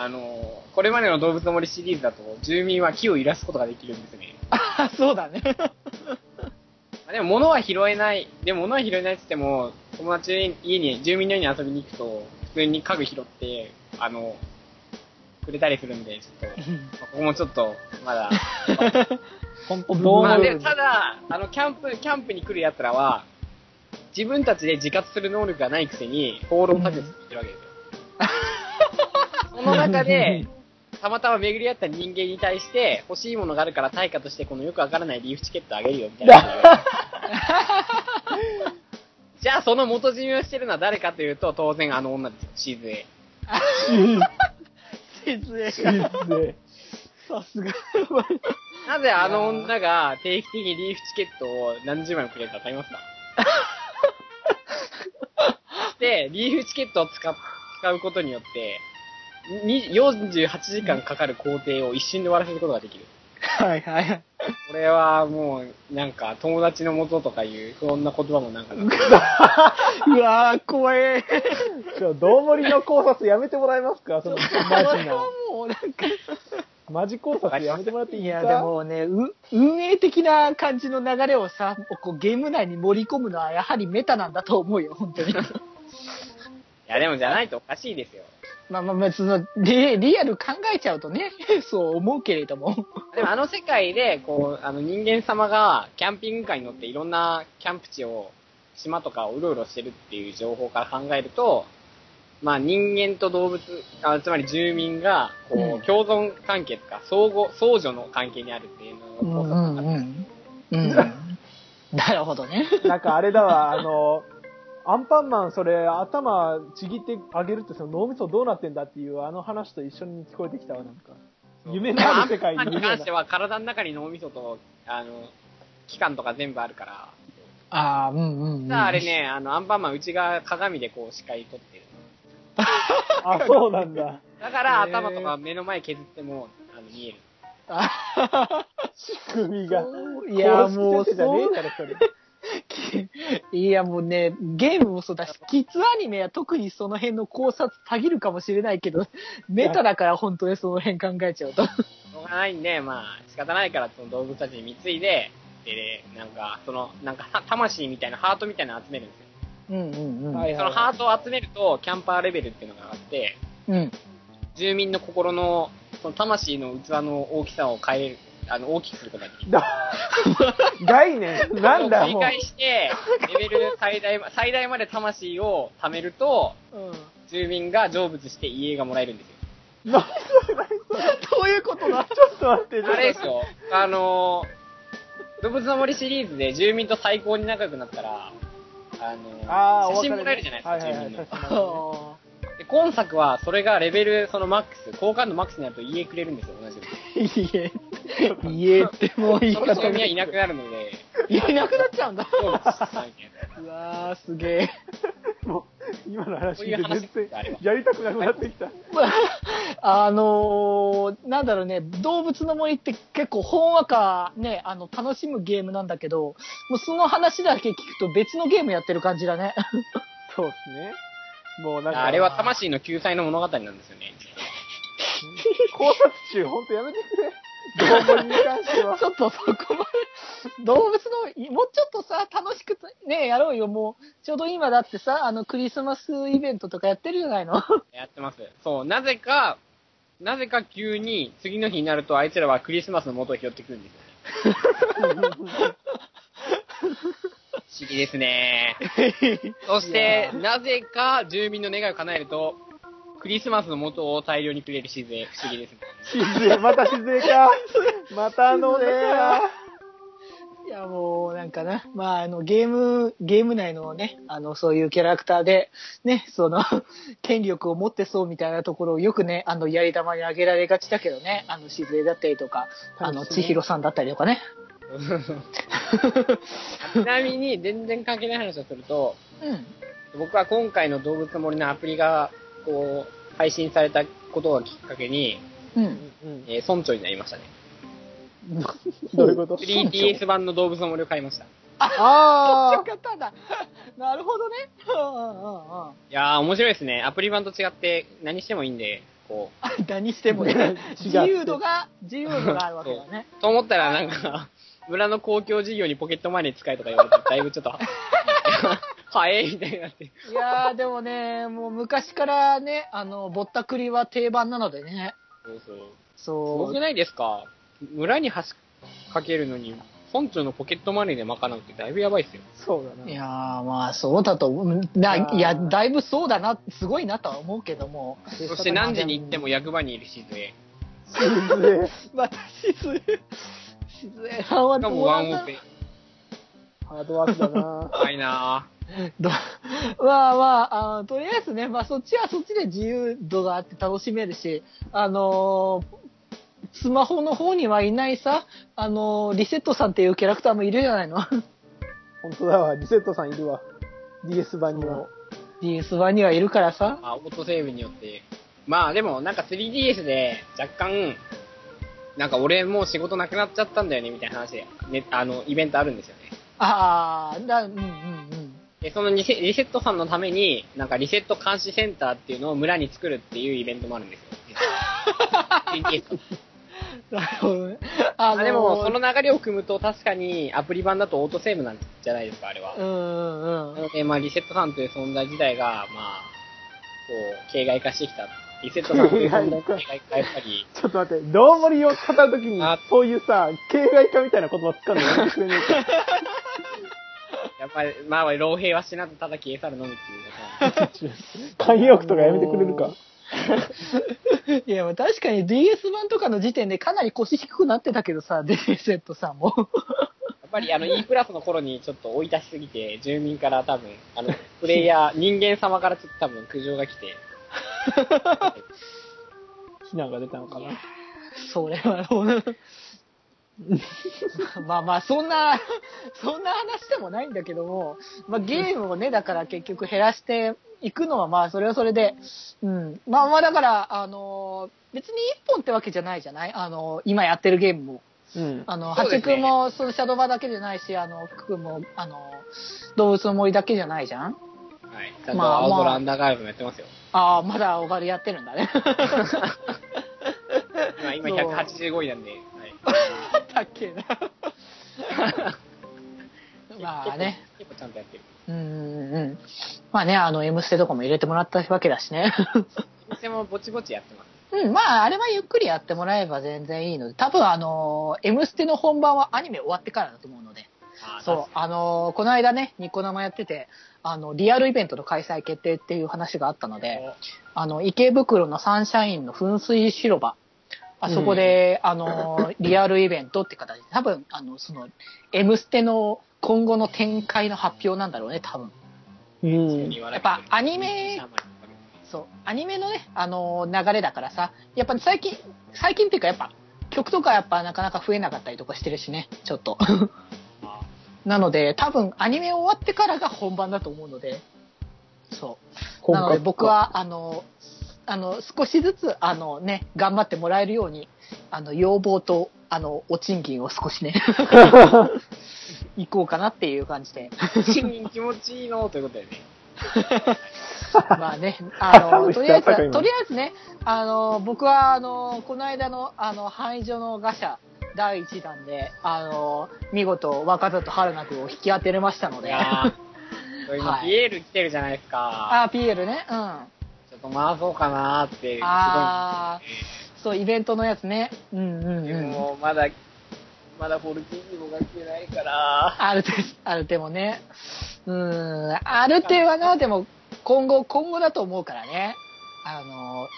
Speaker 2: あの、これまでの動物の森シリーズだと、住民は木を揺らすことができるんですね。
Speaker 3: あそうだね。
Speaker 2: まあでも物は拾えない。でも物は拾えないって言っても、友達の家に、住民の家に遊びに行くと、普通に家具拾って、あの、くれたりするんで、ちょっと、まあここもちょっと、まだ。
Speaker 1: 本当どう
Speaker 2: ま
Speaker 1: な
Speaker 2: あで
Speaker 1: る
Speaker 2: もただ、あの、キャンプ、キャンプに来る奴らは、自分たちで自活する能力がないくせに、放浪作業してるわけですよ。その中で、たまたま巡り合った人間に対して、欲しいものがあるから対価として、このよくわからないリーフチケットあげるよ、みたいなことを言われて。じゃあ、その元締めをしてるのは誰かというと、当然あの女ですよ、シーズエ。
Speaker 3: 説明が
Speaker 1: で
Speaker 3: さすが。
Speaker 2: なぜあの女が定期的にリーフチケットを何十枚もくれるかわかりますかで、リーフチケットを使っ使うことによって、に48時間かかる工程を一瞬で終わらせることができる。
Speaker 3: はいはい。
Speaker 2: これはもう、なんか、友達の元とかいう、そんな言葉もなんかな、
Speaker 3: うわー、怖え。
Speaker 1: ちょ、どうもりの考察やめてもらえますかその、マ
Speaker 3: これ
Speaker 1: ジ
Speaker 3: は
Speaker 1: な。
Speaker 3: もうなんか、
Speaker 1: マジ考察やめてもらっていい
Speaker 3: い
Speaker 1: です
Speaker 3: や、
Speaker 1: か
Speaker 3: でもね、う運営的な感じの流れをさ、こうゲーム内に盛り込むのはやはりメタなんだと思うよ、本当 に。
Speaker 2: いや、でもじゃないとおかしいですよ。
Speaker 3: まあまあまあ、その、リリアル考えちゃうとね、そう思うけれども。
Speaker 2: でもあの世界で、こう、あの人間様がキャンピングカーに乗っていろんなキャンプ地を、島とかをうろうろしてるっていう情報から考えると、まあ人間と動物、あつまり住民が、こ
Speaker 3: うん
Speaker 2: う、共存関係とか、相互、相助の関係にあるっていうのを、こう
Speaker 3: うん。うん。 なるほどね。
Speaker 1: なんかあれだわ、あの、アンパンマン、それ、頭ちぎってあげるって、その脳みそどうなってんだっていう、あの話と一緒に聞こえてきたわ、なんか。夢のある世界
Speaker 2: まあ
Speaker 1: に
Speaker 2: に
Speaker 1: 夢な
Speaker 2: 関しては体の中に脳みそと、あの、器官とか全部あるから、
Speaker 3: ああ、うんうん、うん。
Speaker 2: ただあれ。ね、あの、アンパンマンうちが鏡でこう視界撮ってる。
Speaker 1: あ、そうなんだ。
Speaker 2: だから
Speaker 3: へー
Speaker 2: 頭とか目の前削っても、あの、見える。
Speaker 1: 仕組みが。
Speaker 3: そう
Speaker 1: いや、もう、
Speaker 3: 公式先生じゃねえ
Speaker 1: から、そ れ。
Speaker 3: いや、もうね、ゲームもそうだし、キッズアニメは特にその辺の考察たぎるかもしれないけど、メタだから本当にその辺考えちゃうと。
Speaker 2: しょうがないんで、まあ、仕方ないから、その動物たちに貢いで、で、なんか、その、なんか、魂みたいな、ハートみたいなの集めるんですよ。
Speaker 3: うんうんうん。
Speaker 1: はい
Speaker 2: そのハートを集めると、キャンパーレベルっていうのがあって、
Speaker 3: うん。
Speaker 2: 住民の心の、その魂の器の大きさを変える、あの、大きくすることができる。
Speaker 1: だ概念、なんだ、も
Speaker 2: 繰り
Speaker 1: う。
Speaker 2: 返して、レベル最大ま、最大まで魂を貯めると、
Speaker 3: うん。
Speaker 2: 住民が成仏して家がもらえるんですよ。
Speaker 1: な
Speaker 3: どういうことだ
Speaker 1: ちょっと待って、ちょっと
Speaker 2: あ
Speaker 1: 待
Speaker 2: れ
Speaker 1: っ
Speaker 2: で
Speaker 1: て
Speaker 2: すよ、あのー、動物の森シリーズで住民と最高に仲良くなったら、あのー
Speaker 1: あー、
Speaker 2: 写真
Speaker 1: お別
Speaker 2: もらえるじゃないですか、
Speaker 1: はいはい
Speaker 2: 住民
Speaker 1: はい
Speaker 2: の。
Speaker 1: 確か
Speaker 3: あ
Speaker 2: で、今作はそれがレベル、そのマックス、好感度マックスになると家くれるんですよ、同じく。
Speaker 3: ーいえ、いえっても う言い
Speaker 2: その
Speaker 3: 方
Speaker 2: 住民
Speaker 3: が
Speaker 2: はいなくなるので、
Speaker 3: いなくなっちゃうんだ。
Speaker 2: どうもなんか
Speaker 3: うわー、すげえ。
Speaker 1: にもう、今の話
Speaker 2: そう
Speaker 1: 聞
Speaker 2: いう話
Speaker 1: いて全
Speaker 2: あれ
Speaker 1: 然
Speaker 2: は、
Speaker 1: やりたくなくなってきた。
Speaker 3: あのー、なんだろうね、動物の森って結構ほんわかね、あの、楽しむゲームなんだけど、もうその話だけ聞くと別のゲームやってる感じだね。
Speaker 1: そうですね。もうなんか、
Speaker 2: あれは魂の救済の物語なんですよね。
Speaker 1: 考察中、ほんとやめてくれ。どうもに関しては
Speaker 3: ち。ょっとそこまで、動物の森、もうちょっとさ、楽しくね、やろうよ、もう。ちょうど今だってさ、あの、クリスマスイベントとかやってるじゃないの。
Speaker 2: やってます。そう、なぜか、なぜか急に次の日になるとあいつらはクリスマスの元を拾ってくるんですよ。不思議ですね。そして、なぜか住民の願いを叶えると、クリスマスの元を大量にくれるしぜ、不思議ですね。
Speaker 1: しずえ、またしずえか。またあのね。
Speaker 3: いや、もう、なんかな、まあ、あの、ゲーム、ゲーム内のね、あの、そういうキャラクターで、ね、その、 権力を持ってそうみたいなところをよくね、あの、やり玉に挙げられがちだけどね、あの、しずえだったりとか、あの、千尋さんだったりとかね。
Speaker 2: ちなみに、全然関係ない話をすると、
Speaker 3: うん。
Speaker 2: 僕は今回の動物の森のアプリが、こう、配信されたことをきっかけに、
Speaker 3: うん。
Speaker 1: うん
Speaker 2: えー村長になりましたね。
Speaker 1: どういうこと
Speaker 2: 3DS 版の動物の森を買いました。い
Speaker 1: あ
Speaker 3: そういう 方だ。なるほどね。うんうんうん。
Speaker 2: やー、面白いですね。アプリ版と違って、何してもいいんで、こ
Speaker 3: あ何してもね、自由度が、自由度があるわけだね。
Speaker 2: う、と思ったらなんか、村の公共事業にポケットマネー使えとか言われて、だいぶ ちょっと、早いみたいになって。
Speaker 3: いやー、でもね、もう昔からね、あの、ぼったくりは定番なのでね。
Speaker 2: そうそう。す
Speaker 3: そう
Speaker 2: ごく。ないですか村に橋かけるのに、村長のポケットマネーで賄うってだいぶやばいっすよ。
Speaker 1: ー。そうだな。
Speaker 3: いやーまあそうだと思う
Speaker 1: いや
Speaker 3: な
Speaker 1: ー
Speaker 3: いやだいぶそうだなすごいなとは思うけども
Speaker 2: そして何時に行っても役場にいるしずえ。
Speaker 1: しずえ。
Speaker 3: 私ず静江さんは
Speaker 2: しかもワンオペ。
Speaker 1: ハードワークだな。
Speaker 2: 怖いな
Speaker 3: ど まあまああのとりあえずね、まあ、そっちはそっちで自由度があって楽しめるしあのースマホの方にはいないさ、あのーリセットさんっていうキャラクターもいるじゃないの。
Speaker 1: 本当だわ、リセットさんいるわ。DS 版には。
Speaker 3: DS1 にはいるからさ
Speaker 2: ぁ。。あ、オートセーブによって。まあでもなんか 3DS で若干、なんか俺もう仕事なくなっちゃったんだよねみたいな話で、ね、あの、イベントあるんですよね。
Speaker 3: ああ、だ、うんうんうん。
Speaker 2: で、そのリセリセットさんのために、なんかリセット監視センターっていうのを村に作るっていうイベントもあるんですよ。3DS の
Speaker 3: なるほどね。あ
Speaker 2: あでも、その流れを組むと確かにアプリ版だとオートセーブなんじゃないですか、あれは。
Speaker 3: うんうんうん
Speaker 2: な。ので、まあ、リセットさんという存在自体が、まあ、こう、形骸化してきた。リセットさんという存在の形骸化がやっぱり、
Speaker 1: ちょっと待って、どうもりを語るときに
Speaker 2: あ、
Speaker 1: そういうさ、形骸化みたいな言葉使うのやめてくれねえか。
Speaker 2: やっぱり、まあ、老兵は死なずただ消え去るのみっていうこ
Speaker 1: 慣用句とかやめてくれるか。
Speaker 3: いや、まあ確かに DS 版とかの時点でかなり腰低くなってたけどさ、 デセットさんも。
Speaker 2: と。やっぱり、あの、E プラスの頃にちょっと追い出しすぎて、住民から多分、あ の、プレイヤー、人間様からちょっと多分苦情が来て、
Speaker 1: 非難が出たのかな。
Speaker 3: それはもう、 まあまあ、そんな、そんな話でもないんだけども、まあゲームをね、だから結局減らしていくのはまあ、それはそれで、うん。まあまあ、だから、あのー、別に一本ってわけじゃないじゃないあのー、今やってるゲームも。
Speaker 1: うん。
Speaker 3: あの、
Speaker 2: そう
Speaker 3: ハ
Speaker 2: で
Speaker 3: チ
Speaker 2: すね
Speaker 3: 君も、そのシャドバだけじゃないし、あの、福君も、あの、動物の森だけじゃないじゃん
Speaker 2: はい。ちゃんと
Speaker 3: まあ
Speaker 2: 青空アンダーガールズもやってますよ。
Speaker 3: ああ、まだオガルやってるんだね。
Speaker 2: まあ、今
Speaker 3: そう
Speaker 2: 185位なんで、はい。
Speaker 3: だっけな。 まあね。
Speaker 2: 結構ちゃんとやってる。
Speaker 3: うんうんうん。まあね、あの、M ステとかも入れてもらったわけだしね。
Speaker 2: お店もぼちぼちやってます。
Speaker 3: うん、まあ、あれはゆっくりやってもらえば全然いいので、多分あの、M ステの本番はアニメ終わってからだと思うので。
Speaker 2: あー
Speaker 3: そう、あのーこの間ね、ニコ生やってて、あの、リアルイベントの開催決定っていう話があったので、あの、池袋のサンシャインの噴水広場、あそこで、あのーリアルイベントって形で、多分、あの、その、M ステの今後の展開の発表なんだろうね、多分。
Speaker 1: う
Speaker 2: 確か
Speaker 1: ん
Speaker 2: に。
Speaker 3: やっぱアニメそう、アニメのね、あのー流れだからさ、やっぱ最近、最近っていうかやっぱ、曲とかやっぱなかなか増えなかったりとかしてるしね、ちょっと。
Speaker 2: あ
Speaker 3: なので、多分アニメ終わってからが本番だと思うので、そう。なので僕。は、あの、あの、少しずつ、あのね、頑張ってもらえるように、あの、要望と、あの、お賃金を少しね、行こうかなっていう感じで。
Speaker 2: 賃金気持ちいいのということでね。
Speaker 3: まあね、 あの、とりあえず、
Speaker 1: あったかいな
Speaker 3: とりあえずね、あの、僕は、あの、この間の、あの、範囲上のガシャ、第1弾で、あの、見事、若里春菜くんを引き当てれましたの
Speaker 2: い
Speaker 3: で、
Speaker 2: や
Speaker 3: あ、
Speaker 2: ー今、ピエール来てるじゃないですか。
Speaker 3: あ、PL ね、うん。
Speaker 2: ちょっと回そうかなーって、すごい。
Speaker 3: あーそう、イベントのやつね。うんうん
Speaker 2: で
Speaker 3: うん。
Speaker 2: も、まだ、まだフォルティーニもが来てないから。
Speaker 3: アルテ、アルテもね。うん、アルテはな、でも、今後、今後だと思うからね。あの、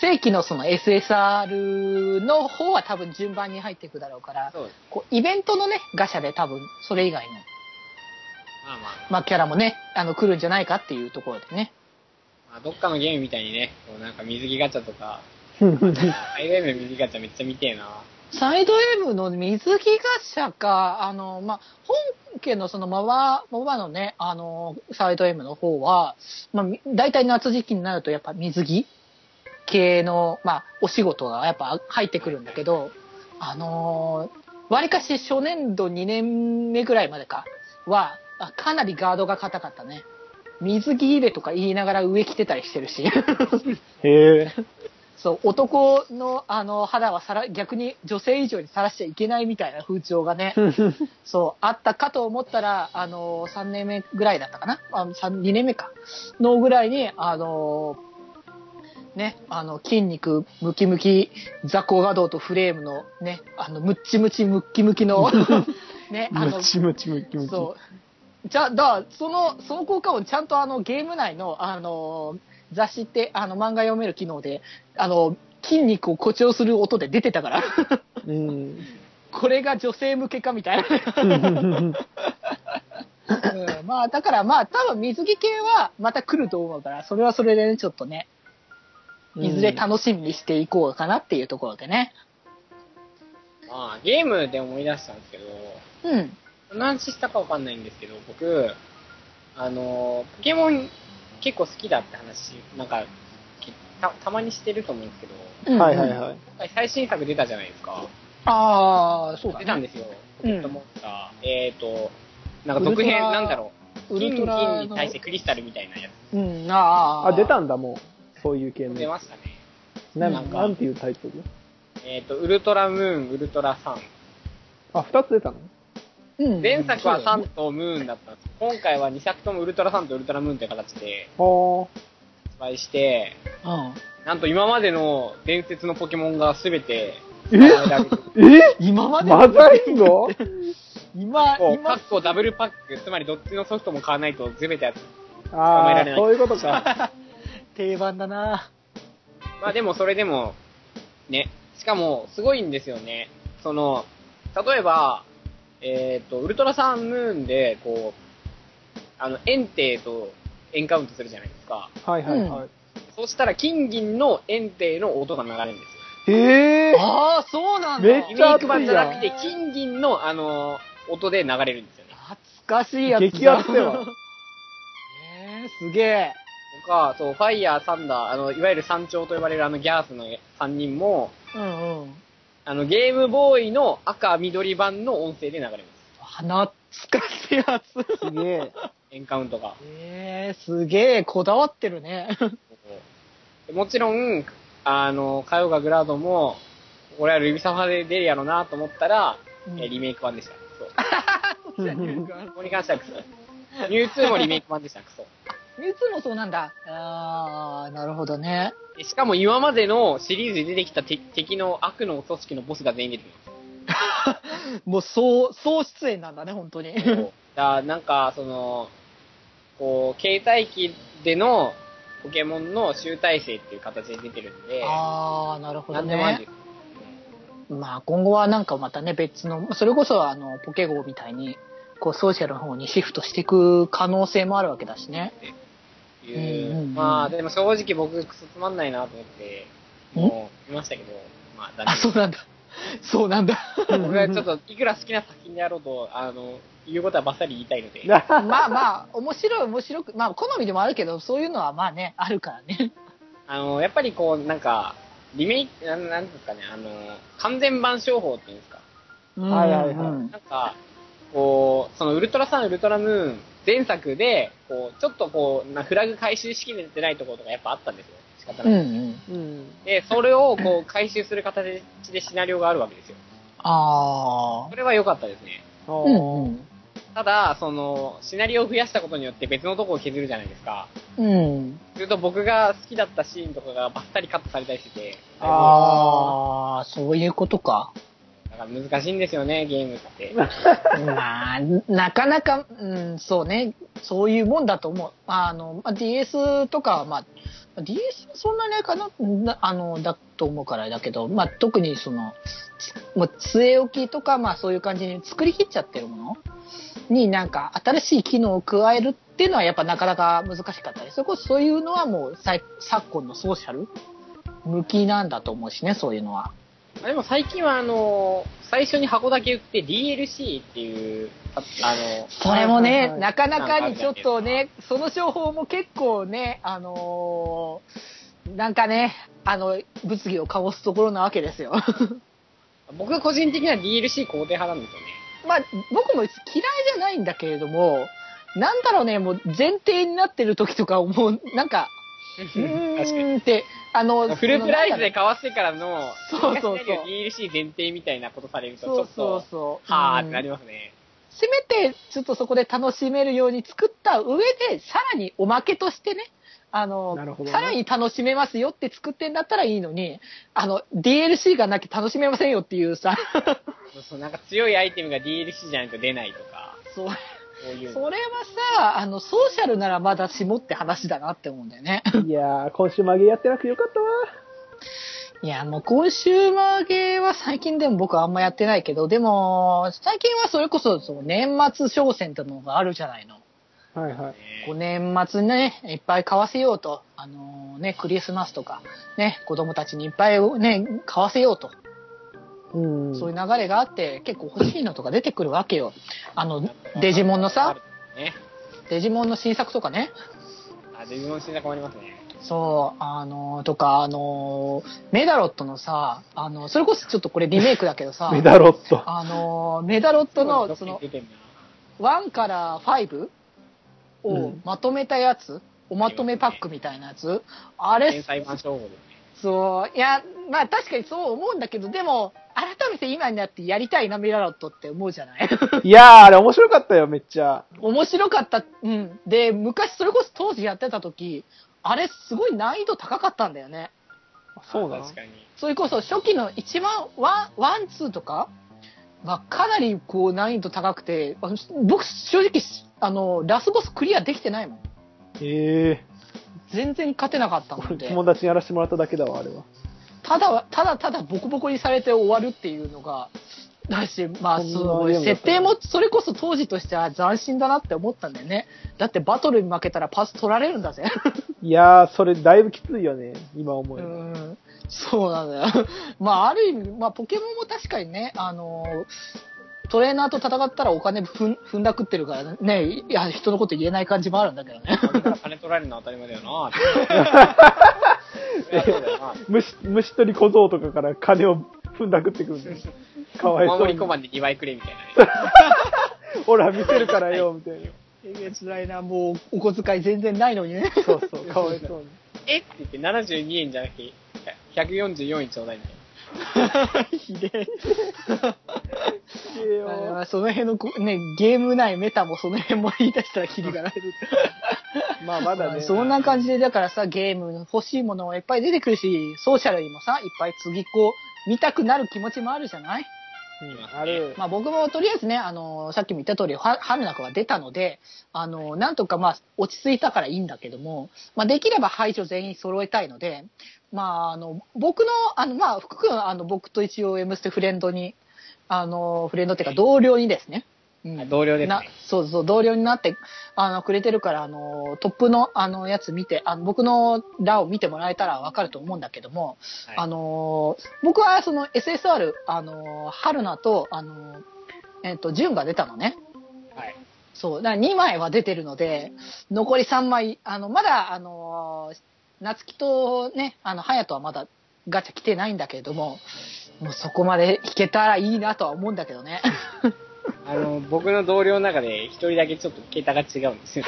Speaker 3: 正規のその SSR の方は多分順番に入っていくだろうから、
Speaker 2: そうです。
Speaker 3: こうイベントのね、ガシャで多分、それ以外の、
Speaker 2: まあまあ。
Speaker 3: まあ、キャラもね、あの、来るんじゃないかっていうところでね。
Speaker 2: まあ、どっかのゲームみたいにね、こうなんか水着ガチャとか、
Speaker 1: うん
Speaker 2: ハイウェイの水着ガチャめっちゃ見てえな。
Speaker 3: サイド M の水着ガシャか、あの、まあ、本家のそのマワ、マワのね、あの、サイド M の方は、まあ、み大体夏時期になるとやっぱ水着系の、まあ、お仕事がやっぱ入ってくるんだけど、あのー、割かし初年度2年目ぐらいまでかは、あかなりガードが硬かったね。水着入れとか言いながら上着てたりしてるし。
Speaker 1: へえ。
Speaker 3: そう、男のあの肌はさら逆に女性以上にさらしちゃいけないみたいな風潮がね、そう、あったかと思ったら、あの、3年目ぐらいだったかなあ3 ?2 年目か。のぐらいに、あの、ね、あの、筋肉、ムキムキ、雑魚画像とフレームのね、あの、ムッチムチ、ムッキム キの、ね、あの
Speaker 1: ム、チムチムキムキ。
Speaker 3: そう。じゃあ、だからその、その効果音ちゃんとあの、ゲーム内の、あの、雑誌って、あの、漫画読める機能で、あの、筋肉を誇張する音で出てたから、
Speaker 1: うん。
Speaker 3: これが女性向けかみたいな。うん、まあ、だからまあ、多分水着系はまた来ると思うから、それはそれでね、ちょっとね、いずれ楽しみにしていこうかなっていうところでね。
Speaker 2: まあ、ゲームで思い出したんですけど、
Speaker 3: うん。
Speaker 2: 何ししたかわかんないんですけど、僕、あの、ポケモン結構好きだって話、なんか、きたたまにしてると思うんですけど、
Speaker 3: うん
Speaker 1: はいはいはい。
Speaker 2: 最新作出たじゃないですか。
Speaker 3: ああ、そうだ
Speaker 2: 出た
Speaker 3: ね。
Speaker 2: んですよ。ポケットモンスター。えっ、ー、と、なんか続編、
Speaker 3: ウルトラ
Speaker 2: なんだろう。
Speaker 3: ウルトラの
Speaker 2: 金銀に対してクリスタルみたいなや
Speaker 3: うん、ああ。
Speaker 1: あ、出たんだ、もう。そういう系
Speaker 2: つ
Speaker 1: の
Speaker 2: 出。ましたね。
Speaker 1: な
Speaker 3: なん
Speaker 1: ん
Speaker 2: か
Speaker 1: なんていうタイトル
Speaker 2: えっ、と、ウルトラムーン、ウルトラサン。
Speaker 1: あ、二つ出たの
Speaker 3: うん。
Speaker 2: 前作は
Speaker 3: 三
Speaker 2: 3とムーンだったんです今回は2作ともウルトラサンとウルトラムーンという形で
Speaker 1: は
Speaker 2: 発売して、
Speaker 3: うん。
Speaker 2: なんと今までの伝説のポケモンが全て
Speaker 1: え
Speaker 2: 使われ てる
Speaker 1: え
Speaker 3: 今までの
Speaker 1: マザインゴ
Speaker 3: 今、
Speaker 2: こう、
Speaker 3: 今
Speaker 2: かっ、こダブルパック、つまりどっちのソフトも買わないと全てやつ。めら
Speaker 1: あ
Speaker 2: れな
Speaker 1: あ、
Speaker 2: い
Speaker 1: そういうことか。
Speaker 3: 定番だな
Speaker 2: まあでもそれでも、ね、しかもすごいんですよね。その、例えば、えっ、と、ウルトラサンムーンで、こう、あの、エンテイとエンカウントするじゃないですか。
Speaker 1: はいはいはい。
Speaker 2: そうしたら金銀のエンテイの音が流れるんですよ。
Speaker 1: ええー、
Speaker 3: ああ、そうなんだ。
Speaker 1: めっち
Speaker 2: ギミ
Speaker 1: ゃ
Speaker 2: ッ
Speaker 1: 熱
Speaker 2: ク
Speaker 1: い
Speaker 2: 版じゃなく
Speaker 1: や
Speaker 2: て、金銀の、あのー音で流れるんですよね。
Speaker 3: 懐かしいやつだ。
Speaker 1: 激アツだわ
Speaker 3: えー、すげえ。
Speaker 2: とか、そう、ファイヤー、サンダー、あの、いわゆる山頂と呼ばれるあのギャースの3人も、
Speaker 3: うんうん。
Speaker 2: あの、ゲームボーイの赤、緑版の音声で流れます。
Speaker 3: 懐かしいやつ。
Speaker 1: すげえ。
Speaker 2: エンカウントが。
Speaker 3: えー、すげえ、こだわってるね。
Speaker 2: もちろん、あの、カヨガグラードも、俺はルビサファで出るやろなと思ったら、えリメイク版でした。そう。ここに関してはクソ。ニューツーもリメイク版 でした、クソ。
Speaker 3: いつもそうなんだ。ああ、なるほどね。
Speaker 2: でしかも今までのシリーズに出てきた敵敵の悪の組織のボスが全員出てきます。
Speaker 3: もう、そう、そう出演なんだね、本当に。
Speaker 2: だからなんか、その、こう、携帯機でのポケモンの集大成っていう形で出てるんで、
Speaker 3: ああ、なるほど
Speaker 2: なんでもあり
Speaker 3: ね
Speaker 2: で。す。
Speaker 3: まあ、今後はなんかまたね、別の、それこそ、あの、ポケゴーみたいに、こう、ソーシャルの方にシフトしていく可能性もあるわけだしね。
Speaker 2: いう、
Speaker 3: うんうんうん
Speaker 2: まあ、でも正直僕、クソつまんないなと思って、もう、見ましたけど、まあ、
Speaker 3: あ、そうなんだ。そうなんだ。
Speaker 2: 僕はちょっと、いくら好きな作品であろうと、あの、言うことはばっさり言いたいので、
Speaker 3: まあまあ、面白い面白く、まあ好みでもあるけど、そういうのはまあね、あるからね。
Speaker 2: あの、やっぱりこう、なんか、リメイク、なんなんですかね、あの、完全版商法っていうんですか。
Speaker 1: はいはいはい
Speaker 3: うん
Speaker 2: なんか、こう、そのウルトラサン、ウルトラムーン、前作で、こう、ちょっとこう、なフラグ回収しきれてないところとかやっぱあったんですよ。仕方
Speaker 3: う
Speaker 2: なんい。
Speaker 3: うん。
Speaker 1: うん。
Speaker 2: で、それをこう、回収する形でシナリオがあるわけですよ。
Speaker 3: あ
Speaker 2: それは良かったですね。
Speaker 1: あ
Speaker 3: あ。
Speaker 1: ー
Speaker 3: うんうん。
Speaker 2: ただ、その、シナリオを増やしたことによって別のとこを削るじゃないですか。
Speaker 3: うん。
Speaker 2: すると僕が好きだったシーンとかがばったりカットされたりしてて、
Speaker 3: ああ、そういうことか。
Speaker 2: だから難しいんですよね、ゲーム って。
Speaker 3: まあ、なかなか、うん、そうね、そういうもんだと思う。あの、まあ、DS とかは、まあ、DS はそんなにあれかな、なあの、だと思うからあれだけど、まあ、特にその、つもう、据え置きとか、まあ、そういう感じに作り切っちゃってるものになんか、新しい機能を加えるっていうのは、やっぱなかなか難しかったり、それこそそういうのはもう、さい昨今のソーシャル向きなんだと思うしね、そういうのは。
Speaker 2: あでも最近はあの、最初に箱だけ売って DLC っていう、ああの、
Speaker 3: それも
Speaker 1: はいは
Speaker 3: ね
Speaker 1: いは、い
Speaker 3: なかなかにちょっとね、その情報も結構ね、あのーなんかね、あの、物議を醸すところなわけですよ。
Speaker 2: 僕個人的には DLC 肯定派なんですよね。
Speaker 3: まあ、僕も嫌いじゃないんだけれども、なんだろうね、もう前提になってる時とか思う、なんか、うーんって、あの、
Speaker 2: フルプライ
Speaker 3: そ
Speaker 2: ズ
Speaker 3: の
Speaker 2: で買わせてからの、
Speaker 3: そうそうそう
Speaker 2: DLC 限定みたいなことされると、ち
Speaker 3: そ
Speaker 2: ょ
Speaker 3: う
Speaker 2: っ
Speaker 3: そう
Speaker 2: と、
Speaker 3: そう。
Speaker 2: はーっ
Speaker 3: う
Speaker 2: て
Speaker 3: ん
Speaker 2: なりますね。
Speaker 3: せめて、ちょっとそこで楽しめるように作った上で、さらにおまけとしてね、あの、
Speaker 1: なるほどね
Speaker 3: さらに楽しめますよって作ってんだったらいいのに、あの、DLC がなきゃ楽しめませんよっていうさ、
Speaker 2: そうそうなんか強いアイテムが DLC じゃないと出ないとか、
Speaker 3: そう、
Speaker 2: そういう。
Speaker 3: それはさ、あの、ソーシャルならまだしもって話だなって思うんだよね。
Speaker 1: いやー、今週曲げやってなくてよかったわ。
Speaker 3: いや、もう今週マゲーは最近でも僕はあんまやってないけど、でも、最近はそれこそ、その年末商戦ってのがあるじゃないの。
Speaker 1: はいはい。
Speaker 2: ね
Speaker 3: こう年末にね、いっぱい買わせようと、あのね、クリスマスとか、ね、子供たちにいっぱいね、買わせようと、
Speaker 1: うん。
Speaker 3: そういう流れがあって、結構欲しいのとか出てくるわけよ。あの、デジモンのさ、、
Speaker 2: ね、
Speaker 3: デジモンの新作とかね、
Speaker 2: あデジモン死んだ困りますね。
Speaker 3: そう、あのとか、あのメダロットのさ、あの、それこそちょっとこれリメイクだけどさ、
Speaker 1: メダロット。
Speaker 3: あのメダロットの、その、
Speaker 2: 出てんな
Speaker 3: 1から5
Speaker 1: う
Speaker 3: を
Speaker 1: ん
Speaker 3: まとめたやつ、おまとめパックみたいなやつ、あれ
Speaker 2: 天才版商法ですね。
Speaker 3: そう、いや、まあ確かにそう思うんだけど、でも、改めて今になってやりたいな、メダロットって思うじゃない
Speaker 1: いやー、あれ面白かったよ、めっちゃ。
Speaker 3: 面白かった。うん。で、昔、それこそ当時やってた時、あれすごい難易度高かったんだよね。
Speaker 1: そうな
Speaker 2: あ
Speaker 1: の
Speaker 2: 確かに。
Speaker 3: それこそ初期の一番ワン、ワン、ツーとかがかなりこう難易度高くて、あの僕正直、あの、ラスボスクリアできてないもん。
Speaker 1: ええ
Speaker 3: 全然勝てなかった
Speaker 1: ー。
Speaker 3: も んで。
Speaker 1: 友達にやらせてもらっただけだわ、あれは。
Speaker 3: ただ、ただただボコボコにされて終わるっていうのが、だし、まあ、
Speaker 1: そん
Speaker 3: す
Speaker 1: な
Speaker 3: ごい
Speaker 1: ゲームだった
Speaker 3: 設定も、それこそ当時としては斬新だなって思ったんだよね。だってバトルに負けたらパス取られるんだぜ。
Speaker 1: いやー、それだいぶきついよね、今思
Speaker 3: う
Speaker 1: えば。
Speaker 3: ん。そうなんだよ。 まあ、ある意味、まあ、ポケモンも確かにね、あのートレーナーと戦ったらお金ふん踏んだくってるからね、いや、人のこと言えない感じもあるんだけどね。
Speaker 2: だから金取られるのは当たり前だよな。いやそうだよな。
Speaker 1: 虫、虫取り小僧とかから金を踏んだくってくるんだよ。かわい
Speaker 2: お
Speaker 1: そう
Speaker 2: 守
Speaker 1: に
Speaker 2: り。小判で2倍くれみたいなね。
Speaker 1: ほら、見せるからよ、みたいな。
Speaker 3: えげつないな、もう、お小遣い全然ないのにね。
Speaker 1: そうそう、 かわいそうに。
Speaker 2: えって言って72円じゃなくて、144円ちょうだいみたいな。
Speaker 3: ひでえ。
Speaker 1: すげえよ
Speaker 3: あーその辺のこ、ね、ゲーム内メタもその辺も言い出したらキリがない。
Speaker 1: まあ、まだね。
Speaker 3: そんな感じで、だからさ、ゲーム欲しいものもいっぱい出てくるし、ソーシャルにもさ、いっぱい次こう、見たくなる気持ちもあるじゃない
Speaker 1: うんある。
Speaker 3: まあ僕もとりあえずね、あのーさっきも言った通り、は春菜子が出たので、あのーなんとかまあ落ち着いたからいいんだけども、まあできれば排除全員揃えたいので、まああの、僕の、あの、まあ福君はあの僕と一応 M ステフレンドに、あのーフレンドっていうか同僚にですね。うん
Speaker 2: あ同僚ですね
Speaker 3: なそうそう、同僚になって、あの、くれてるから、あの、トップの、あの、やつ見て、あの、僕のらを見てもらえたらわかると思うんだけども、
Speaker 2: はい
Speaker 3: あのー僕はその SSR、あのー春菜と、あのーえっ、と、純が出たのね。
Speaker 2: はい。
Speaker 3: そう。だから2枚は出てるので、残り3枚、あの、まだ、あのー夏希とね、あの、隼人はまだガチャ来てないんだけれども、もうそこまで引けたらいいなとは思うんだけどね。
Speaker 2: あの、僕の同僚の中で一人だけちょっと桁が違うん ですよ。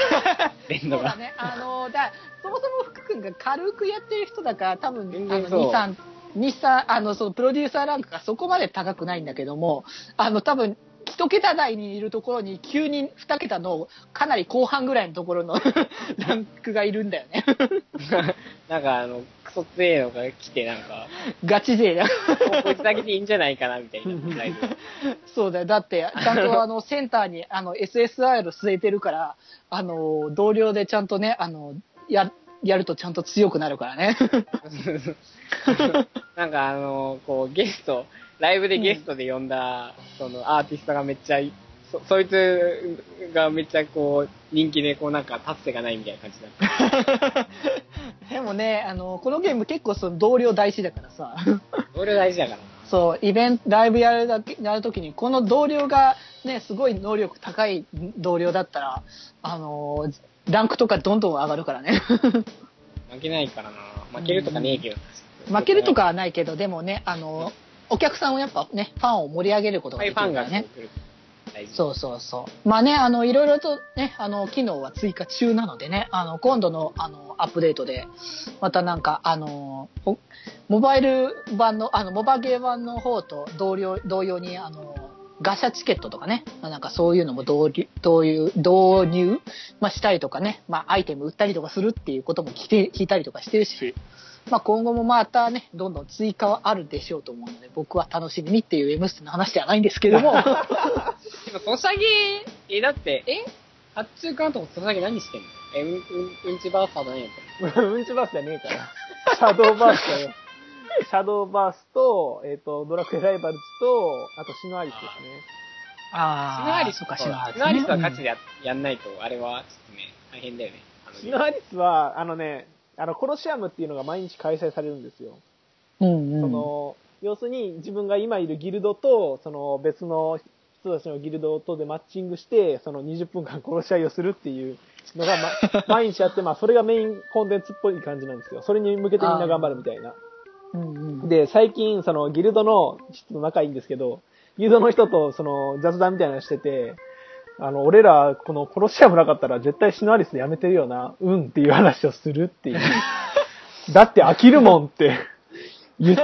Speaker 2: レンド
Speaker 3: そうだ
Speaker 2: が。
Speaker 3: ね。あのーだそもそも福君が軽くやってる人だから、多分、
Speaker 2: 全
Speaker 3: あ
Speaker 2: 然
Speaker 3: の、
Speaker 2: そう
Speaker 3: 2、3、日産、あの、そのプロデューサーランクがそこまで高くないんだけども、あの、多分、一桁台にいるところに、急に二桁の、かなり後半ぐらいのところの ランクがいるんだよね。
Speaker 2: なんかあの、クソ強いのが来て、なんか、
Speaker 3: ガチ勢だ。
Speaker 2: もうこいつだけでいいんじゃないかな、みたいな。だいぶ
Speaker 3: そうだよ。だって、ちゃんとあの、センターに、あの、SSR 据えてるから、あの、同僚でちゃんとね、あの、や、やるとちゃんと強くなるからね。
Speaker 2: なんかあの、こう、ゲスト、ライブでゲストで呼んだ、そのアーティストがめっちゃ、そ、そいつがめっちゃこう、人気でこうなんか達成がないみたいな感じだった。
Speaker 3: でもね、あの、このゲーム結構その同僚大事だからさ、
Speaker 2: それ大事だから。
Speaker 3: そう、イベント、ライブやるだけ、やるときに、この同僚がね、すごい能力高い同僚だったら、あの、ランクとかどんどん上がるからね。
Speaker 2: 負けないからな。負けるとかねえけど。
Speaker 3: 負けるとかはないけど、でもね、あの、お客さんをやっぱね、ファンを盛り上げること
Speaker 2: いっ
Speaker 3: が
Speaker 2: ぱ
Speaker 3: で
Speaker 2: い
Speaker 3: き
Speaker 2: ファン
Speaker 3: るか
Speaker 2: が
Speaker 3: ら
Speaker 2: こう来
Speaker 3: ね。
Speaker 2: る。大事。
Speaker 3: そうそうそう。まあね、あの、いろいろとね、あの、機能は追加中なのでね、あの、今度の、あの、アップデートで、またなんか、あの、ほモバイル版の、あの、モバゲー版の方と同僚、同様に、あの、ガシャチケットとかね、まあなんかそういうのも導入、導入、導入、まあ、したりとかね、まあ、アイテム売ったりとかするっていうことも聞いて聞いたりとかしてるし、まあ、今後もまたね、どんどん追加はあるでしょうと思うので、僕は楽しみにっていう M ステの話ではないんですけども、
Speaker 2: でも、ソシャゲ、え、だって、え発注監督、ソシャゲ何してんのえ、うん、うん、うんちバーサーじゃないやつ。
Speaker 1: うんちバースじゃねえから。シャドーバースだ よ。シャドーバースと、えっ、と、ドラクエライバルズと、あとシノアリスですね。
Speaker 3: あ
Speaker 2: シノアリス
Speaker 3: そうか、シノアリス、ね。
Speaker 2: シノアリスは勝ちでや,、ん、ないと、あれは、ちょっとね、大変だよね。あの
Speaker 1: シノアリスは、あのね、あの、コロシアムっていうのが毎日開催されるんですよ。
Speaker 3: うんうん。
Speaker 1: その、要するに自分が今いるギルドと、その別の人たちのギルドとでマッチングして、その20分間殺し合いをするっていうのが、 ま、毎日やって、まあそれがメインコンテンツっぽい感じなんですよ。それに向けてみんな頑張るみたいな。
Speaker 3: うんうん、
Speaker 1: で、最近、そのギルドの人と仲いいんですけど、ギルドの人とその雑談みたいなのしてて、あの、俺ら、この殺し屋もなかったら絶対シノアリスやめてるよな、うんっていう話をするっていう。だって飽きるもんって言う、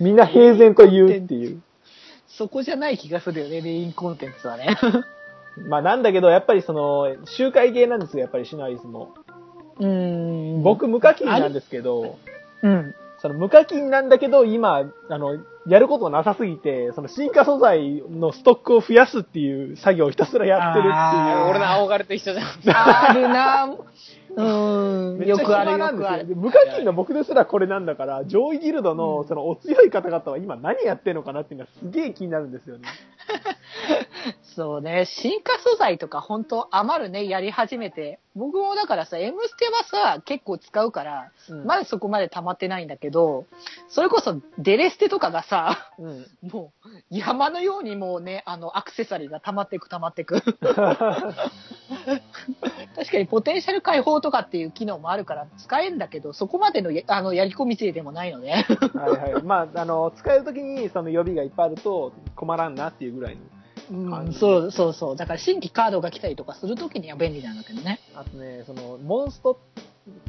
Speaker 1: みんな平然と言うっていう。
Speaker 3: そこじゃない気がするよね、メインコンテンツはね。
Speaker 1: まあなんだけど、やっぱりその、集会系なんですよ、やっぱりシノアリスも。
Speaker 3: うん
Speaker 1: 僕、無課金なんですけど、
Speaker 3: うん。
Speaker 1: その無課金なんだけど、今、あの、やることなさすぎて、その進化素材のストックを増やすっていう作業をひたすらやってるっていう。
Speaker 3: あー
Speaker 2: 俺の青ガルと一緒じゃん。
Speaker 3: あるな うーん。
Speaker 1: めっ
Speaker 3: よ
Speaker 1: ちゃ
Speaker 3: くあ
Speaker 1: 暇
Speaker 3: る
Speaker 1: な
Speaker 3: よ
Speaker 1: んで
Speaker 3: く
Speaker 1: す
Speaker 3: あ
Speaker 1: よ。
Speaker 3: る。
Speaker 1: で無課金の僕ですらこれなんだから、上位ギルドのそのお強い方々は今何やってんのかなっていうのはすげえ気になるんですよね。
Speaker 3: そうね、進化素材とか本当余るね、やり始めて。僕もだからさ、M ステはさ、結構使うから、
Speaker 1: うん
Speaker 3: まだそこまで溜まってないんだけど、それこそデレステとかがさ、
Speaker 1: うん。
Speaker 3: もう山のようにもうね、あの、アクセサリーが溜まってく溜まってく。確かにポテンシャル解放とかっていう機能もあるから使えんだけど、そこまでのやあのやり込み勢でもないのね。
Speaker 1: はいはい。まあ、あの、使えるときにその予備がいっぱいあると困らんなっていうぐらいの。
Speaker 3: うん、 そうそうそう。だから新規カードが来たりとかするときには便利なんだけどね。
Speaker 1: あとね、その、モンスト、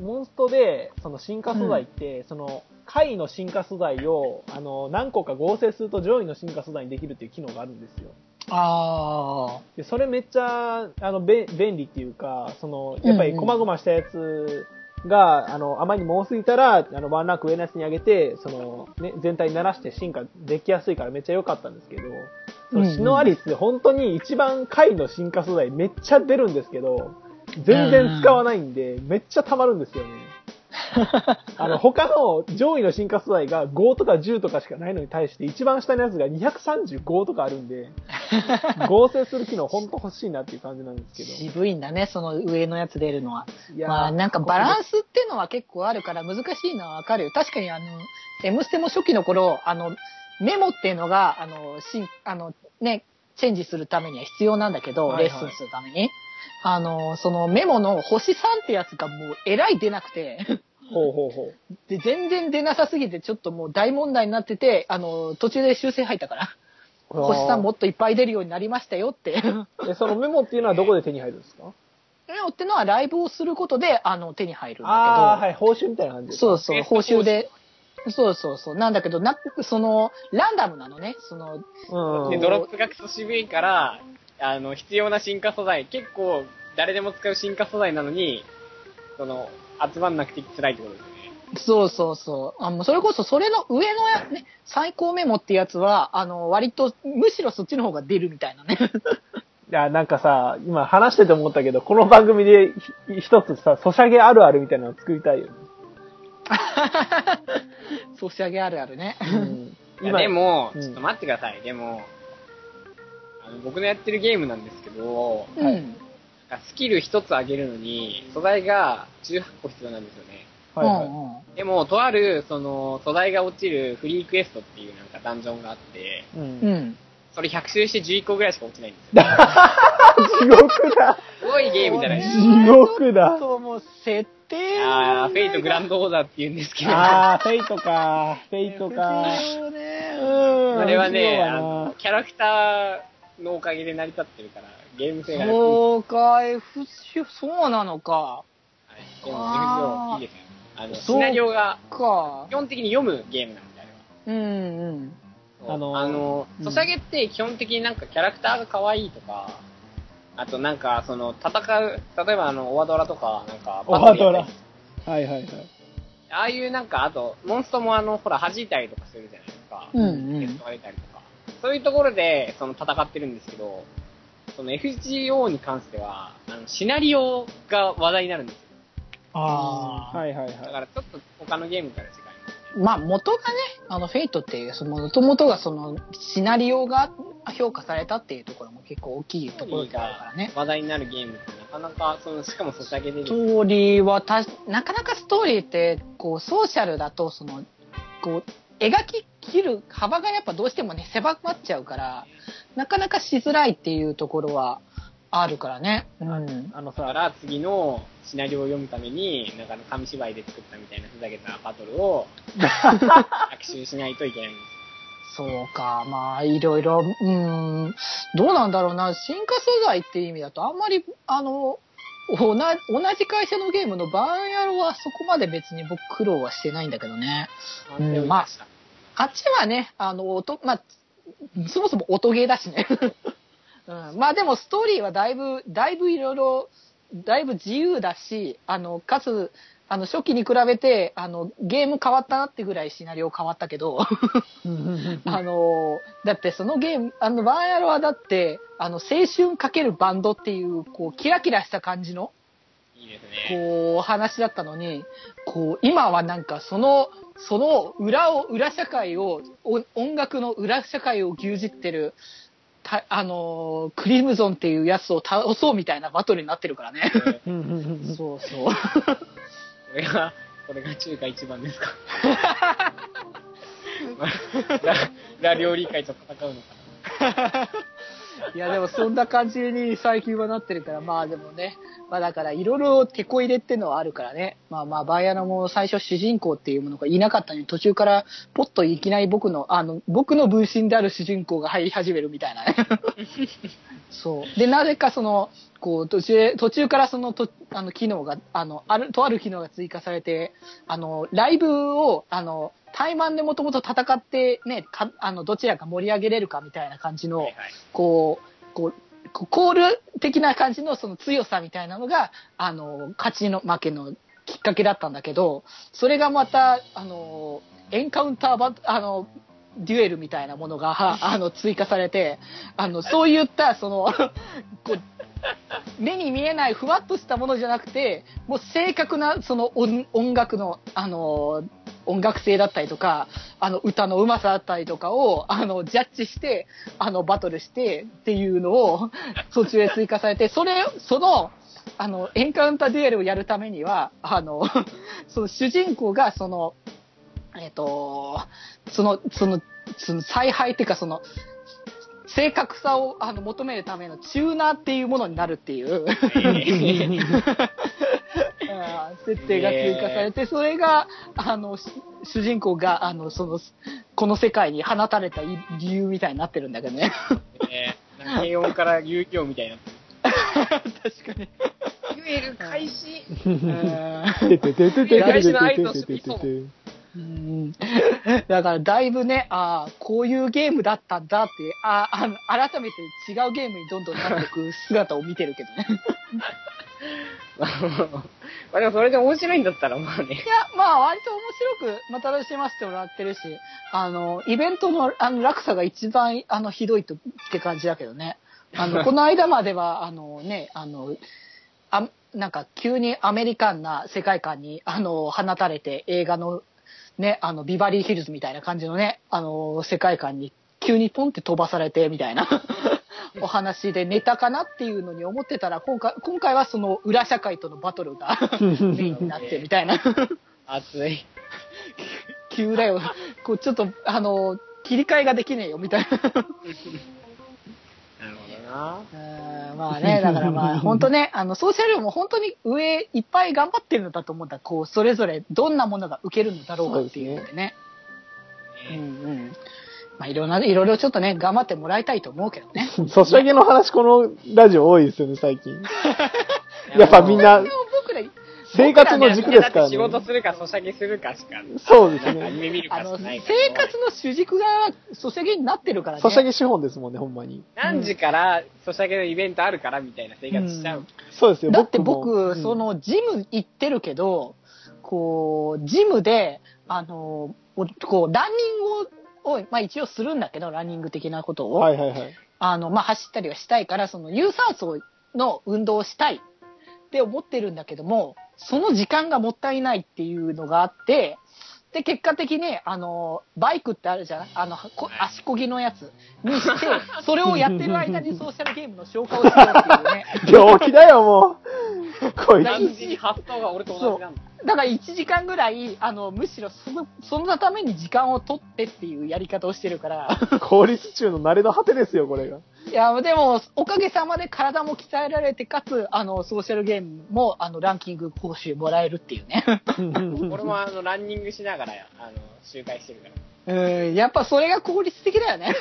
Speaker 1: モンストで、その進化素材って、その、下位の進化素材を、あの、何個か合成すると上位の進化素材にできるっていう機能があるんですよ。
Speaker 3: あ
Speaker 1: で、それめっちゃ、あの、べ便利っていうか、その、やっぱり細々したやつが、あの、あまりにも多すぎたら、あの、ワンランク上のやつに上げて、その、ね、全体に慣らして進化できやすいからめっちゃ良かったんですけど、そ
Speaker 3: うんう
Speaker 1: の
Speaker 3: ん
Speaker 1: シノアリス、本当に一番下位の進化素材めっちゃ出るんですけど、全然使わないんで、めっちゃ溜まるんですよね。あの、他の上位の進化素材が5とか10とかしかないのに対して、一番下のやつが235とかあるん で、合成する機能ほんと欲しいなっていう感じなんです
Speaker 3: あ、
Speaker 1: けど。
Speaker 3: 渋いんだね、その上のやつ出るのは。
Speaker 1: いやー
Speaker 3: まあなんかバランスってのは結構あるから難しいのはわかるよ。確かにあの、M ステも初期の頃、あの、メモっていうのが、あの、し、あの、ね、チェンジするためには必要なんだけど、
Speaker 1: はいはい
Speaker 3: レッスンするために。あの、そのメモの星3ってやつがもうえらい出なくて、
Speaker 1: ほうほうほう。
Speaker 3: で、全然出なさすぎてちょっともう大問題になってて、あの、途中で修正入ったから、星3もっといっぱい出るようになりましたよって。
Speaker 1: え、そのメモっていうのはどこで手に入るんですか
Speaker 3: メモってのはライブをすることで、あの、手に入るんだけど。
Speaker 1: ああ、はい、報酬みたいな感じです。
Speaker 3: そうそう、
Speaker 2: え
Speaker 3: 報酬で。そうそうそう。なんだけど、な、その、ランダムなのね。その、
Speaker 1: うん。
Speaker 2: で、ドロップがクソ渋いから、あの、必要な進化素材、結構、誰でも使う進化素材なのに、その、集まんなくて辛いってことですよね。
Speaker 3: そうそうそう。あもうそれこそ、それの上のや、ね、最高メモってやつは、あの、割と、むしろそっちの方が出るみたいな ね。
Speaker 1: いや、なんかさ、今話してて思ったけど、この番組でひ一つさ、ソシャゲあるあるみたいなの作りたいよね。
Speaker 3: ソシャゲあるあるね。
Speaker 1: うん
Speaker 2: いやで、も、
Speaker 1: うん
Speaker 2: ちょっと待ってください。でも、あの僕のやってるゲームなんですけど、
Speaker 1: はい
Speaker 3: うん。
Speaker 2: スキル一つ上げるのに、素材が18個必要なんですよね。
Speaker 1: はいは
Speaker 3: う
Speaker 1: い。
Speaker 3: んうん
Speaker 2: でも、とある、その、素材が落ちるフリークエストっていうなんかダンジョンがあって、
Speaker 1: う。
Speaker 3: うんん。
Speaker 2: それ100周して11個ぐらいしか落ちないんですよ。
Speaker 1: 地獄だ
Speaker 2: すごいゲームじゃないですか。
Speaker 1: 地獄だ
Speaker 3: そう、もう、設定
Speaker 2: あーフェイトグラ
Speaker 3: ン
Speaker 2: ンドオーダーって言うんですけど、あ
Speaker 1: ああ、フェイトか。フェイトか。
Speaker 3: ね。
Speaker 1: うん。
Speaker 2: れ
Speaker 1: 面白
Speaker 2: は
Speaker 1: い
Speaker 2: ね、
Speaker 1: わ
Speaker 2: あ
Speaker 1: な
Speaker 2: の、キャラクターのおかげで成り立ってるから、ゲーム性がある。はい
Speaker 3: そうか、F そうなのか。
Speaker 2: でも、
Speaker 3: あー
Speaker 2: F0 いいですよ。あ
Speaker 1: そ
Speaker 2: の、
Speaker 1: う
Speaker 2: シナリオが、
Speaker 3: か
Speaker 2: 基。本的に読むゲームなんで、あれは。
Speaker 3: うんうん。
Speaker 2: そう
Speaker 1: あ
Speaker 2: あ
Speaker 1: のー
Speaker 2: の、ソシャゲって基本的になんかキャラクターが可愛いとか、あとなんか、その、戦う、例えばあの、オワドラとか、なんか、
Speaker 1: オハド
Speaker 2: バトルや
Speaker 1: ラ
Speaker 2: ったり。
Speaker 1: はいはいはい。
Speaker 2: ああいうなんか、あと、モンストもあの、ほら、弾いたりとかするじゃないですか。
Speaker 3: うんうん
Speaker 2: テストが出たりとか。そういうところで、その、戦ってるんですけど、その FGO に関しては、あの、シナリオが話題になるんですよ。
Speaker 3: ああ。
Speaker 1: はいはい
Speaker 2: だ
Speaker 1: は
Speaker 2: か
Speaker 1: い。
Speaker 2: らちょっと他のゲームから違います。
Speaker 3: まあ元がね、あのフェイトっていう、その元々がそのシナリオが評価されたっていうところも結構大きいところであるからね。
Speaker 2: 話題になるゲームってなかなか、その、しかもソシャゲでです
Speaker 3: スト
Speaker 2: ね
Speaker 3: ーリーはたし、なかなかストーリーって、こうソーシャルだと、その、こう、描き切る幅がやっぱどうしてもね、狭まっちゃうから、なかなかしづらいっていうところはあるからね。うん。
Speaker 1: あの
Speaker 2: だか
Speaker 1: さ、
Speaker 2: ら次のシナリオを読むために、なんかあの紙芝居で作ったみたいなふざけたバトルを、握手しないといけないんで
Speaker 3: そうか、まあ、いろいろ、うーん、どうなんだろうな、進化素材っていう意味だと、あんまり、あの、同じ同じ会社のゲームのバーンヤロはそこまで別に僕苦労はしてないんだけどね。
Speaker 2: す。判定を生かした。
Speaker 3: あっちはね、あの、音、まあ、そもそも音ゲーだしね。 うん、まあでもストーリーはだいぶ、だいぶいろいろ、だいぶ自由だし、あの、かつ、あの、初期に比べて、あの、ゲーム変わったなってぐらいシナリオ変わったけど、あのーだってそのゲーム、あの、バーンヤロはだって、あの、青春かけるバンドっていう、こう、キラキラした感じの、
Speaker 2: いいいですね。
Speaker 3: こう、話だったのに、こう、今はなんかその、その裏を、裏社会を、お音楽の裏社会を牛耳ってる、たあのークリムゾンっていうやつを倒そうみたいなバトルになってるからね。
Speaker 2: こ
Speaker 1: うんうんうんうん
Speaker 3: そうそう。
Speaker 2: れが、これが中華一番ですか。まあララ料理会と戦うのか
Speaker 3: いや、でもそんな感じに最近はなってるから、まあでもね、まあだからいろいろ手こ入れってのはあるからね。まあまあ、バイアナも最初主人公っていうものがいなかったのに、途中からポッといきなり僕の、あの、僕の分身である主人公が入り始めるみたいなね。そう。で、なぜかその、こう、途中、途中からその、とあの、機能が、あの、ある、とある機能が追加されて、あの、ライブを、あの、対マンでもともと戦ってね、か、あの、どちらか盛り上げれるかみたいな感じ
Speaker 2: な。
Speaker 3: の、
Speaker 2: はいはい
Speaker 3: こう、こう、こうコール的な感じのその強さみたいなのが、あの、勝ちの負けのきっかけだったんだけど、それがまた、あの、エンカウンターバト、あの、デュエルみたいなものが、 あの、追加されて、あの、そういった、その、こう、目に見えないふわっとしたものじゃなくて、もう正確な、その音音楽の、あの、音楽性だったりとか、あの、歌のうまさだったりとかを、あの、ジャッジして、あの、バトルしてっていうのを、 途中で追加されて、それ、その、あの、エンカウンターデュエルをやるためには、あの、 その主人公が、その、えっ、と、その、その、その采配っていうか、その、正確さをあの求めるためのチューナーっていうものになるっていう。あー 設定が追加されて、それが、あの、し主人公が、あの、その、この世界に放たれたい理由みたいになってるんだけどね。
Speaker 2: えーなんか軽音から遊戯王みたいな。
Speaker 3: 確かに。
Speaker 2: デュエル開始
Speaker 1: ててててててててててて
Speaker 2: 外資の愛とスピソン
Speaker 3: うんだから、だいぶね、ああ、こういうゲームだったんだって、ああの、改めて違うゲームにどんどんなっていく姿を見てるけどね。
Speaker 2: まあでもそれで面白いんだったらまあね
Speaker 3: い。や、まあ、割と面白く、また楽しませてもらってるし、あの、イベントの、あの、落差が一番、あの、ひどいと、って感じだけどね。あの、この間までは、あのね、あの、あ、なんか、急にアメリカンな世界観に、あの、放たれて、映画の、ね、あの、ビバリーヒルズみたいな感じのね、あの、世界観に、急にポンって飛ばされて、みたいな。お話でネタかなっていうのに思ってたら、今回、今回はその裏社会とのバトルがメインになってみたいな。
Speaker 2: 熱い。
Speaker 3: 急だよ。こう、ちょっと、あの、切り替えができねえよ、みたいな。
Speaker 2: なるほどな。
Speaker 3: うーんまあね、だからまあ、本当ね、あの、ソーシャルも本当に上いっぱい頑張ってるのだと思うんだ。こう、それぞれどんなものが受けるのだろうかっていうのでね。う
Speaker 2: ね
Speaker 3: んうん。まあ、いろんな、いろいろちょっとね、頑張ってもらいたいと思うけどね。
Speaker 1: ソシャゲの話このラジオ多いですよね、最近。やっぱみんな
Speaker 3: でも、僕ら、
Speaker 1: 生活の軸ですか
Speaker 2: だ
Speaker 1: ら
Speaker 2: って仕事
Speaker 1: ね。
Speaker 2: するか、ソシャゲするかしか、
Speaker 1: そうです
Speaker 2: なんかアニ
Speaker 1: ね。
Speaker 2: メ見るか
Speaker 3: あ
Speaker 2: し
Speaker 3: の、
Speaker 2: かな
Speaker 3: 生
Speaker 2: い
Speaker 3: 活
Speaker 2: から。
Speaker 3: の主軸が、ソシャゲになってるからね。
Speaker 1: ソシャゲ資本ですもんね、ほんまに。
Speaker 2: 何時からソシャゲのイベントあるからみたいな生活しちゃう。
Speaker 1: そうですよ。
Speaker 3: だって
Speaker 1: もう
Speaker 3: 僕、
Speaker 1: ん
Speaker 3: その、ジム行ってるけど、こう、ジムで、あの、おこう、ランニングを、をまあ一応するんだけど、ランニング的なことを。
Speaker 1: はいはいはい。
Speaker 3: あの、まあ走ったりはしたいから、その、有酸素の運動をしたいって思ってるんだけども、その時間がもったいないっていうのがあって、で、結果的に、あの、バイクってあるじゃんあの、こ足こぎのやつ にして、それをやってる間にソーシャルゲームの消化をしようっていうね。
Speaker 1: 病気だよ、もう。 こいつ。
Speaker 2: 何時に発想が俺と同じなんだ。
Speaker 3: だから1時間ぐらい、あの、むしろその、そのために時間を取ってっていうやり方をしてる から。
Speaker 1: 効率中の慣れの果てですよ、これが。
Speaker 3: いや、でも、おかげさまで体も鍛えられて、かつ、あの、ソーシャルゲームも、あの、ランキング報酬もらえるっていうね。
Speaker 2: 俺もあの、ランニングしながら、あの、周回してるから。
Speaker 3: うん、やっぱそれが効率的だよね。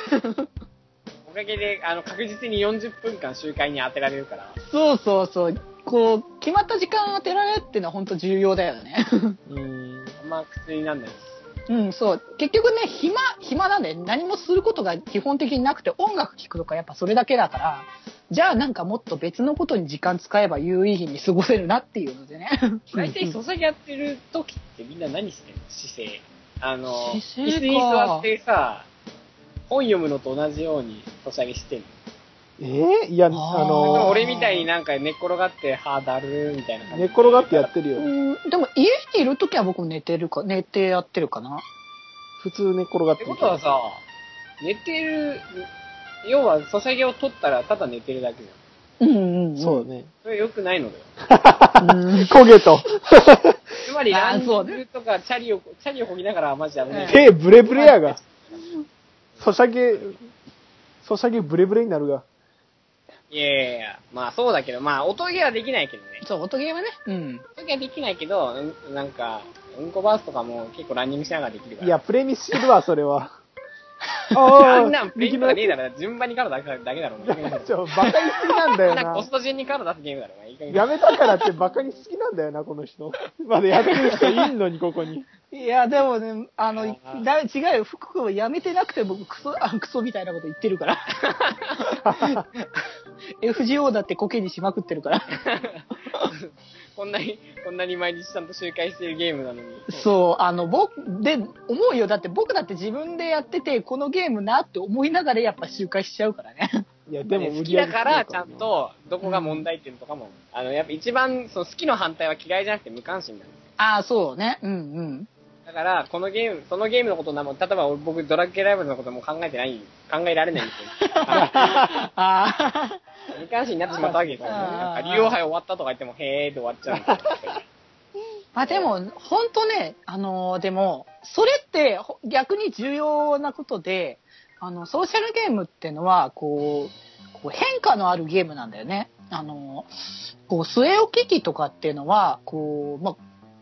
Speaker 2: おかげで、あの、確実に40分間周回に当てられるから。
Speaker 3: そうそうそう。こう、決まった時間当てられるっていうのは本当重要だよね。
Speaker 1: うん。
Speaker 2: あんま苦痛になんないし。
Speaker 3: うん、そう。結局ね、暇、暇なんで何もすることが基本的になくて、音楽聴くとかやっぱそれだけだから、じゃあなんかもっと別のことに時間使えば有意義に過ごせるなっていうのでね。
Speaker 2: 大体、ソシャゲやってる時ってみんな何してんの姿勢。あの、
Speaker 3: 姿勢か
Speaker 2: 椅子に座ってさ、本読むのと同じようにソシャゲしてんの。
Speaker 1: えーいや、あ
Speaker 3: ー
Speaker 2: だから
Speaker 1: の、
Speaker 2: 俺みたいになんか寝っ転がって、はあ、だるーみたいな感じ。
Speaker 1: 寝っ転がってやってるよ。
Speaker 3: うん、でも家にいるときは僕も寝てるか、寝てやってるかな。
Speaker 1: 普通寝っ転がっ
Speaker 2: ってて
Speaker 1: る
Speaker 2: ことはさ、寝てる、要は、ソシャゲを取ったら、ただ寝てるだけじゃん。
Speaker 3: うんうん、うん。
Speaker 1: そうだね。
Speaker 2: それ良くないのだよ。
Speaker 3: うん。
Speaker 1: 焦げと。
Speaker 2: つまり、
Speaker 3: あー
Speaker 2: ランニ
Speaker 3: そう
Speaker 2: ン
Speaker 3: ね
Speaker 2: グとか、チャリを、チャリをこぎながら、マジで危ない。
Speaker 1: 手ブレブレやが。ソシャゲ、ソシャゲブレブレになるが。
Speaker 2: いやいやいや、まあそうだけど、まあ音ゲーはできないけどね。
Speaker 3: そう、音ゲーはね。うん。
Speaker 2: 音ゲーはできないけど、うんなんか、うんこバースとかも結構ランニングしながらできるから。
Speaker 1: いや、プレミスしてるわ、それは。
Speaker 2: あ
Speaker 1: あ
Speaker 2: んなんプレイとかねえ
Speaker 1: だ
Speaker 2: だろ、順番にカード出すだけだろ、お前
Speaker 1: ちょ、バカに好きなんだよ
Speaker 2: なんかコ
Speaker 1: な
Speaker 2: ス。ト順にカード出すゲームだろ、お前いい加減
Speaker 1: やめたからってバカに好きなんだよな、この人。まだやってる人いんのに、ここに。
Speaker 3: いや、でもね、あの、
Speaker 2: あー
Speaker 3: だ違うよ。福君はやめてなくて僕、クソ、あクソみたいなこと言ってるから。FGO だってコケにしまくってるから。
Speaker 2: こんなに、 こんなに毎日ちゃんと周回してるゲームなのに。
Speaker 3: そう、あの、僕、で、思うよ。だって僕だって自分でやってて、このゲームなって思いながらやっぱ周回しちゃうからね。
Speaker 1: いや、でも
Speaker 2: ね
Speaker 1: 売
Speaker 2: 好
Speaker 1: り
Speaker 2: き
Speaker 1: 上
Speaker 2: だ
Speaker 1: げ
Speaker 2: から、ちゃんと、どこが問題点とかも、あの、やっぱ一番、その好きの反対は嫌いじゃなくて無関心なんですよ。
Speaker 3: ああ、そうね。うん
Speaker 2: だから、このゲーム、そのゲームのことなも、例えば俺僕、ドラッグライブのことも考えてない、考えられないん ですよ。
Speaker 3: うん。ああ
Speaker 2: 無関心になってしまったわけですよ。
Speaker 3: あ
Speaker 2: な
Speaker 3: ー
Speaker 2: んか、竜王杯終わったとか言っても、へーって終わっちゃうんですよ。
Speaker 3: ー。 まあでも、ほんとね、あのーでも、それってほ逆に重要なことで、あの、ソーシャルゲームってのは、こう、こう変化のあるゲームなんだよね。あのーこう、据え置き機とかっていうのは、こう、まあ、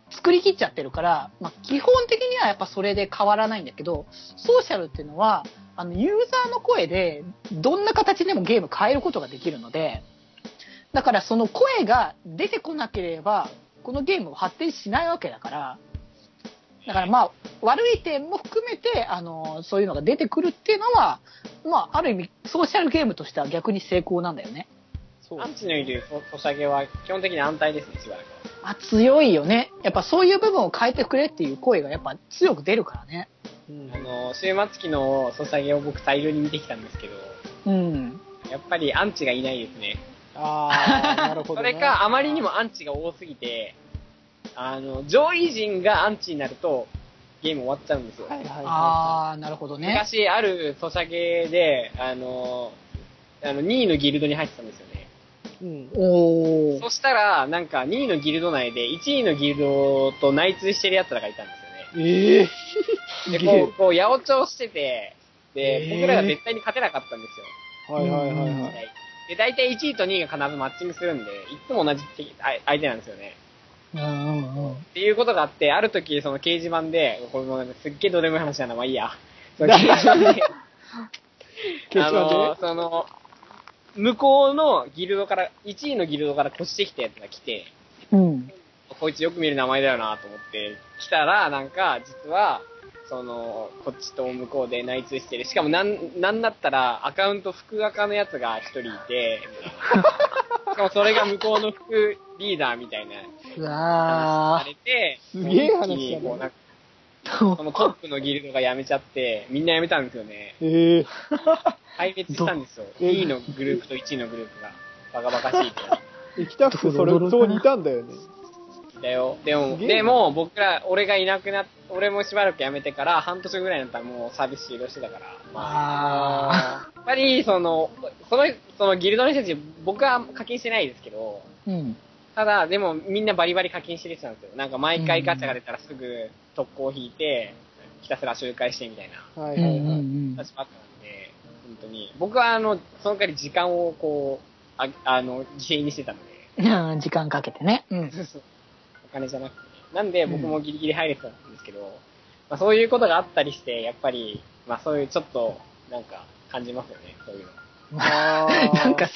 Speaker 3: 作り切っちゃってるから、まあ、基本的にはやっぱそれで変わらないんだけど、ソーシャルっていうのは、あの、ユーザーの声で、どんな形でもゲーム変えることができるので、だからその声が出てこなければ、このゲームは発展しないわけだから、だからまあ、悪い点も含めて、あの、そういうのが出てくるっていうのは、まあ、ある意味、ソーシャルゲームとしては逆に成功なんだよね。
Speaker 1: そう
Speaker 2: アンチのいるソシャゲは、基本的に安泰ですね、しばらくは。
Speaker 3: あ、強いよね。やっぱそういう部分を変えてくれっていう声がやっぱ強く出るからね。
Speaker 1: うん
Speaker 2: あの、週末期のソシャゲを僕、大量に見てきたんですけど、
Speaker 3: うん。
Speaker 2: やっぱりアンチがいないですね。
Speaker 1: あー、なるほ
Speaker 2: そ
Speaker 1: ど、
Speaker 2: れ
Speaker 1: ね。
Speaker 2: か、あまりにもアンチが多すぎて、あの、上位陣がアンチになると、ゲーム終わっちゃうんですよ。
Speaker 1: はいはいはい、は
Speaker 3: あー、なるほどね。
Speaker 2: 昔、あるソシャゲで、あの、あの、2位のギルドに入ってたんですよね。
Speaker 1: い。うん。
Speaker 3: おー。
Speaker 2: そしたら、なんか、2位のギルド内で、1位のギルドと内通してる奴らがいたんです
Speaker 1: ええ
Speaker 2: よね。で、
Speaker 1: すげえ
Speaker 2: こう、こう、八百長してて、で、
Speaker 1: えー
Speaker 2: 僕らが絶対に勝てなかったんですよ。
Speaker 1: はいはいはい は。
Speaker 2: はいいで、大体1位と2位が必ずマッチングするんで、いつも同じ敵あ相手なんですよね。
Speaker 3: うんうんうん。
Speaker 2: っていうことがあって、ある時、その掲示板で、これもうすっげえどうでもいい話なんだ、ま あいいや。その掲示板で、
Speaker 1: 決
Speaker 2: あ
Speaker 1: 勝
Speaker 2: の、
Speaker 1: で
Speaker 2: その、向こうのギルドから、1位のギルドから越してきたやつが来て、
Speaker 3: うん。
Speaker 2: こいつよく見る名前だよなと思って、来たら、なんか、実は、その、こっちと向こうで内通してる。しかも、なん、なんだったら、アカウント副赤のやつが一人い て、しかもそれが向こうの副リーダーみたいな話
Speaker 3: うわ
Speaker 2: されて、
Speaker 1: すげえ話だね
Speaker 2: 一気にこうなんか
Speaker 3: ー。
Speaker 2: そのトップのギルドが辞めちゃって、みんな辞めたんですよね。
Speaker 1: ええ
Speaker 2: 壊滅したんですよ。
Speaker 1: どえ
Speaker 2: 2位のグループと1位のグループが。バカバカしいから。
Speaker 1: え、北福それ、そう似たんだよね。
Speaker 2: だよ。でも、
Speaker 1: すげえな
Speaker 2: でも僕ら、俺がいなくなっ、俺もしばらく辞めてから、半年ぐらいになったらもうサービス終了してたから。まあ、
Speaker 3: あ
Speaker 2: やっぱり、その、その、そのギルドの人たち、僕は課金してないですけど、
Speaker 3: ー。うん。
Speaker 2: ただ、でもみんなバリバリ課金してる人なんですよ。なんか毎回ガチャが出たらすぐ特攻引いて、ひたすら周回してみたいな。
Speaker 1: は
Speaker 3: う
Speaker 1: い
Speaker 3: んう
Speaker 1: は
Speaker 3: ん
Speaker 1: いはい。
Speaker 3: うん。
Speaker 2: 私ばっかなんで、本当に。僕は、あの、その代わり時間を、こう、ああの、犠牲にしてたので、
Speaker 3: うん時間かけてね。うん。
Speaker 2: お金じゃなくて。なんで、僕もギリギリ入れてたんですけど、まあ、そういうことがあったりして、やっぱり、まあ、そういうちょっと、なんか、感じますよね、そういうの。
Speaker 1: あー
Speaker 3: なんか、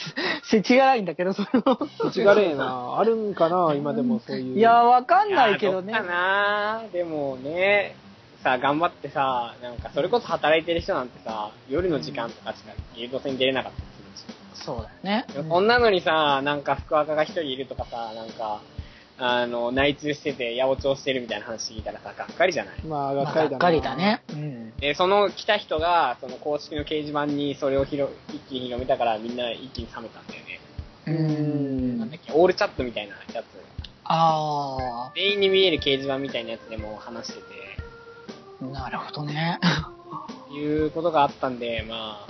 Speaker 3: せちがらいんだけど、それも。
Speaker 1: 土地がれえ な。あるんかな、今でもそういう。
Speaker 3: いや、わかん
Speaker 2: い
Speaker 3: ないけどね
Speaker 2: やー。っかなーでもね、さあ、頑張ってさ、なんか、それこそ働いてる人なんてさ、夜の時間とかしか、ギルド戦に出れなかったりするし
Speaker 3: そうだよね。
Speaker 2: そんなのにさ、なんか福岡が一人いるとかさ、なんか、あの、内通してて、八百長してるみたいな話聞いたらさ、がっかりじゃない。
Speaker 1: まあ、が
Speaker 3: ま
Speaker 1: っかり
Speaker 3: あが
Speaker 1: だな。
Speaker 3: っかりだ。ね。
Speaker 1: うん。
Speaker 2: で、その来た人が、その公式の掲示板にそれを広一気に広めたから、みんな一気に冷めたんだよね。
Speaker 1: う
Speaker 3: うん
Speaker 2: なん
Speaker 1: ん
Speaker 2: だっけ、オールチャットみたいなやつ。
Speaker 3: あ
Speaker 2: 全員に見える掲示板みたいなやつでも話してて、
Speaker 3: あ、なるほどね。
Speaker 2: いうことがあったんで、ま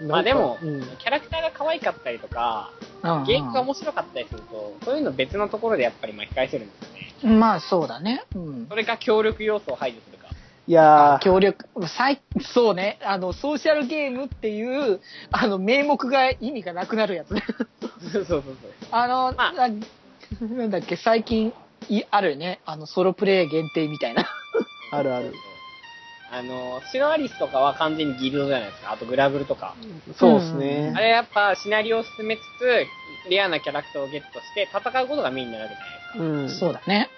Speaker 2: あ、
Speaker 1: なんか
Speaker 2: まあでも、
Speaker 1: うん
Speaker 2: キャラクターが可愛かったりとか、
Speaker 3: うんうん
Speaker 2: ゲームが面白かったりすると、そういうの別のところでやっぱり巻き返せるんですよね。
Speaker 3: まあそうだね。うん
Speaker 2: そ。れか協力要素を排除するか。
Speaker 1: いやー、
Speaker 3: 協力、最、そうね、あの、ソーシャルゲームっていう、あの、名目が意味がなくなるやつね。
Speaker 2: そうそうそう。
Speaker 3: あの、
Speaker 2: まあ
Speaker 3: ななんだっけ、最近、いあるよね。あの、ソロプレイ限定みたいな。
Speaker 1: あるある。
Speaker 2: あの、シノアリスとかは完全にギルドじゃないですか。あとグラブルとか。
Speaker 1: そうです
Speaker 3: うん
Speaker 2: あ
Speaker 1: ね。
Speaker 2: れやっぱシナリオを進めつつ、レアなキャラクターをゲットして戦うことがメインになるわけじゃないですか。
Speaker 1: うん。
Speaker 3: そうだね。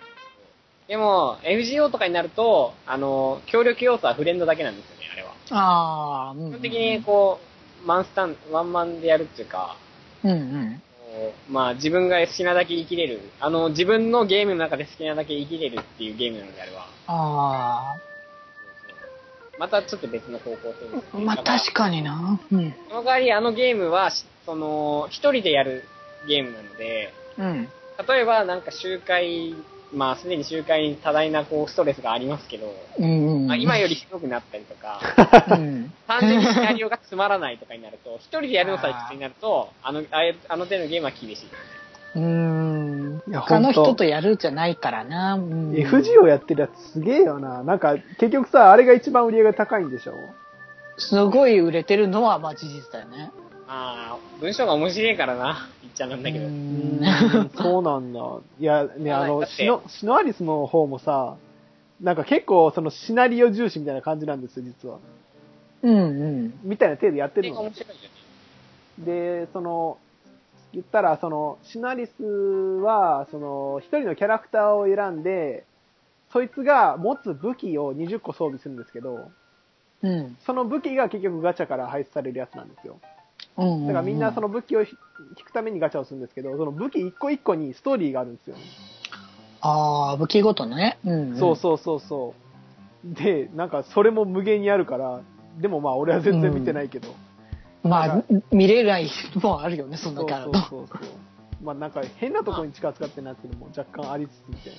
Speaker 2: でも、FGO とかになると、あの、協力要素はフレンドだけなんですよね、あれは。
Speaker 3: ああ、うん。
Speaker 2: 基本的にこう、マンスタン、ワンマンでやるっていうか、
Speaker 3: うんうん。
Speaker 2: こうまあ自分が好きなだけ生きれる。あの、自分のゲームの中で好きなだけ生きれるっていうゲームなのであれば。
Speaker 3: あ
Speaker 2: またちょっと別の方向性です
Speaker 3: あ、
Speaker 2: ね
Speaker 3: まあ
Speaker 2: だから
Speaker 3: 確かにな。うん。
Speaker 2: その代わりあのゲームは、しその、一人でやるゲームなので、
Speaker 3: うん。
Speaker 2: 例えばなんか集会、まあすでに集会に多大なこうストレスがありますけど、
Speaker 3: うん、
Speaker 2: まあ、今よ
Speaker 3: り、
Speaker 2: りひどくなったりとか、
Speaker 3: うん、
Speaker 2: 単純にシナリオがつまらないとかになると、一人でやるのさえきついになると、あの、あれあの手のゲームは厳しい。
Speaker 3: うん。
Speaker 1: いや
Speaker 3: 他の
Speaker 1: ほ
Speaker 3: 人
Speaker 1: んと
Speaker 3: とやるじゃないからな。うん、
Speaker 1: FG をやってるやつすげえよな。なんか、結局さ、あれが一番売り上げ高いんでしょ
Speaker 3: すごい売れてるのはまあ事実だよね。
Speaker 2: まあ、文章が面白いからな、言っちゃなんだけど。
Speaker 3: う
Speaker 1: うんん、そうなんだ。いや、ね、あの、
Speaker 2: だって
Speaker 1: シノ、シノアリスの方もさ、なんか結構そのシナリオ重視みたいな感じなんですよ、実は。
Speaker 3: うんうん。
Speaker 1: みたいな程度やってる
Speaker 2: 映画
Speaker 1: の
Speaker 2: 面。白いよね。
Speaker 1: で、その、言ったら、その、シナリスは、その、一人のキャラクターを選んで、そいつが持つ武器を20個装備するんですけど、
Speaker 3: うん。
Speaker 1: その武器が結局ガチャから排出されるやつなんですよ。
Speaker 3: うん。
Speaker 1: だからみんなその
Speaker 3: の、
Speaker 1: 武器をひ引くためにガチャをするんですけど、その武器一個一個にストーリーがあるんですよ。
Speaker 3: ああ、武器ごとのね。うん、
Speaker 1: そうそうそうそう。で、なんかそれも無限にあるから、でもまあ俺は全然見てないけど。
Speaker 3: うん。まあ、見れないもあるよね、そん
Speaker 1: そ
Speaker 3: な
Speaker 1: う
Speaker 3: キャ
Speaker 1: そ
Speaker 3: ラ
Speaker 1: う
Speaker 3: と。
Speaker 1: そうそう。まあなんか変なとこに力使ってるなっていうのも若干ありつつみたい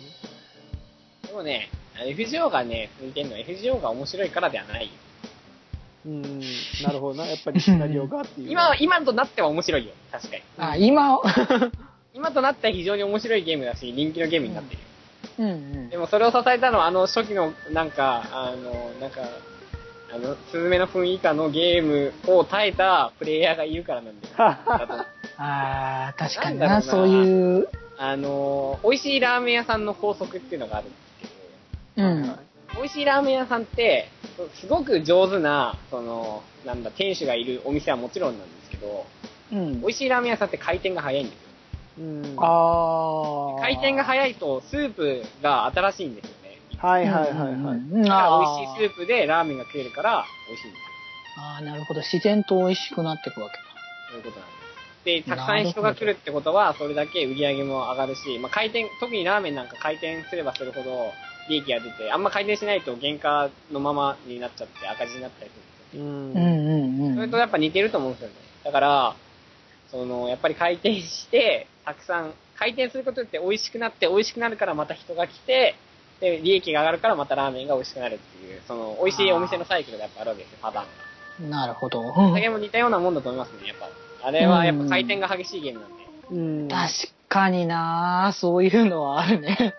Speaker 2: でもね、FGO がね、続いてんのは FGO が面白いからではないよ。
Speaker 1: な。うん、なるほどな。やっぱりシナリオがっていう。
Speaker 2: 今、今となっては面白いよ。確かに。
Speaker 3: あ今を。
Speaker 2: 今となっては非常に面白いゲームだし、人気のゲームになってるよ。
Speaker 3: うんうん
Speaker 2: で。もそれを支えたのは、あの初期の、なんか、あの、なんか、あの、スズメの雰囲気のゲームを耐えたプレイヤーがいるからなんだよ。だ と
Speaker 3: ああ、確かにな、
Speaker 2: なんだろ
Speaker 3: そうう
Speaker 2: な
Speaker 3: いう。
Speaker 2: あの、美味しいラーメン屋さんの法則っていうのがあるんですけど、
Speaker 3: うん。
Speaker 2: 美味しいラーメン屋さんって、すごく上手な、その、なんだ、店主がいるお店はもちろんなんですけど、
Speaker 3: うん
Speaker 2: 美。味しいラーメン屋さんって回転が早いんですよ。
Speaker 1: うん。は
Speaker 3: ああ。
Speaker 2: 回転が早いと、スープが新しいんですよね。
Speaker 1: いはいはいはい。
Speaker 3: うん、
Speaker 2: だか
Speaker 3: あ
Speaker 2: ら
Speaker 3: あ
Speaker 2: 美味しいスープでラーメンが食えるから、美味しいんですよ。
Speaker 3: ああ、なるほど。自然と美味しくなってくわけだ。
Speaker 2: そういうことなんです。で、たくさん人が来るってことは、それだけ売り上げも上がるし、まあ、回転、特にラーメンなんか回転すればするほど利益が出て、あんま回転しないと原価のままになっちゃって赤字になったりするんですよ。
Speaker 1: うん
Speaker 3: うんうんうん。
Speaker 2: それとやっぱ似てると思うんですよね。だから、その、やっぱり回転して、たくさん、回転することによって美味しくなって、美味しくなるからまた人が来て、で、利益が上がるからまたラーメンが美味しくなるっていう、その、美味しいお店のサイクルがやっぱあるわけですよ、パターンが。
Speaker 3: なるほど。
Speaker 2: お酒も似たようなもんだと思いますね、やっぱ。あれはやっぱ回転が激しいゲームなんで。
Speaker 1: うん。
Speaker 3: 確かになそういうのはあるね。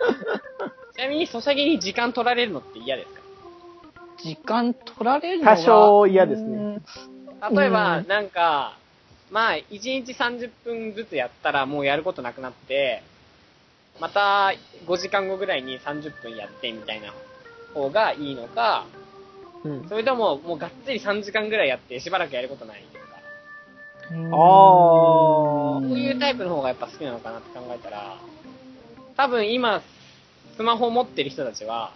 Speaker 2: ちなみに、ソシャゲに時間取られるのって嫌です
Speaker 3: 時間取られるのは
Speaker 1: 多少嫌ですね
Speaker 3: うん
Speaker 2: か例えば、
Speaker 3: うん
Speaker 2: なんか、まあ、1日30分ずつやったらもうやることなくなって、また5時間後ぐらいに30分やってみたいな方がいいのか、
Speaker 1: うん
Speaker 2: それとももうがっつり3時間ぐらいやってしばらくやることないとか、
Speaker 1: あー
Speaker 2: そういうタイプの方がやっぱ好きなのかなって考えたら、多分今、スマホ持ってる人たちは、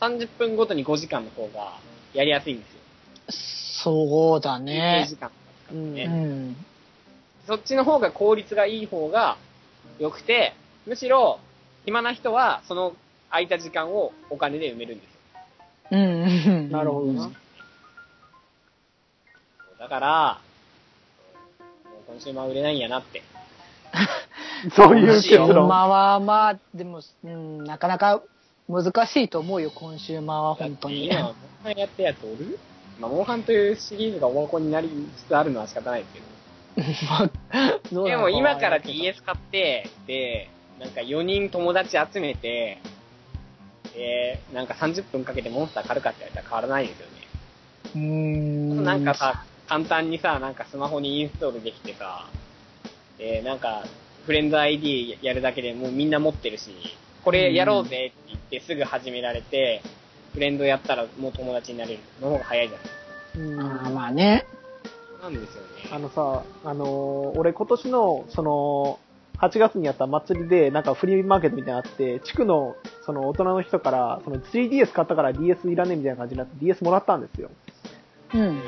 Speaker 2: 30分ごとに5時間の方がやりやすいんですよ。
Speaker 3: そうだ
Speaker 2: 1
Speaker 3: ね。
Speaker 2: 時間。
Speaker 1: うん
Speaker 3: うん。
Speaker 2: そっちの方が効率がいい方が良くて、むしろ、暇な人は、その空いた時間をお金で埋めるんですよ。
Speaker 3: うんうん。
Speaker 1: なるほどな。
Speaker 2: だから、もう今週も売れないんやなって。
Speaker 1: そういう結論。
Speaker 3: まあまあまあ、でも、うん、なかなか難しいと思うよ、コンシューマーは本当に。
Speaker 2: だって今、モンハンやってるやつおるまあ、モンハンというシリーズがオワコンになりつつあるのは仕方ないですけど。
Speaker 3: どう
Speaker 2: で
Speaker 3: なの
Speaker 2: も今から
Speaker 3: わんないけ
Speaker 2: DS 買って、で、なんか4人友達集めて、で、なんか30分かけてモンスター狩るかって言われたら変わらないですよね。
Speaker 1: うーん。
Speaker 2: なんかさ、簡単にさ、なんかスマホにインストールできてさ、で、なんか、フレンド ID やるだけでもうみんな持ってるし、これやろうぜって言ってすぐ始められて、フレンドやったらもう友達になれるの方が早いじゃないです
Speaker 1: うん
Speaker 3: ど。ああまあね。
Speaker 2: か。なんですよね。
Speaker 1: あのさ、あのー俺今年の、その、8月にやった祭りで、なんかフリーマーケットみたいなのあって、地区の、その大人の人から、その 3DS 買ったから DS いらねえみたいな感じになって DS もらったんですよ。
Speaker 3: うん。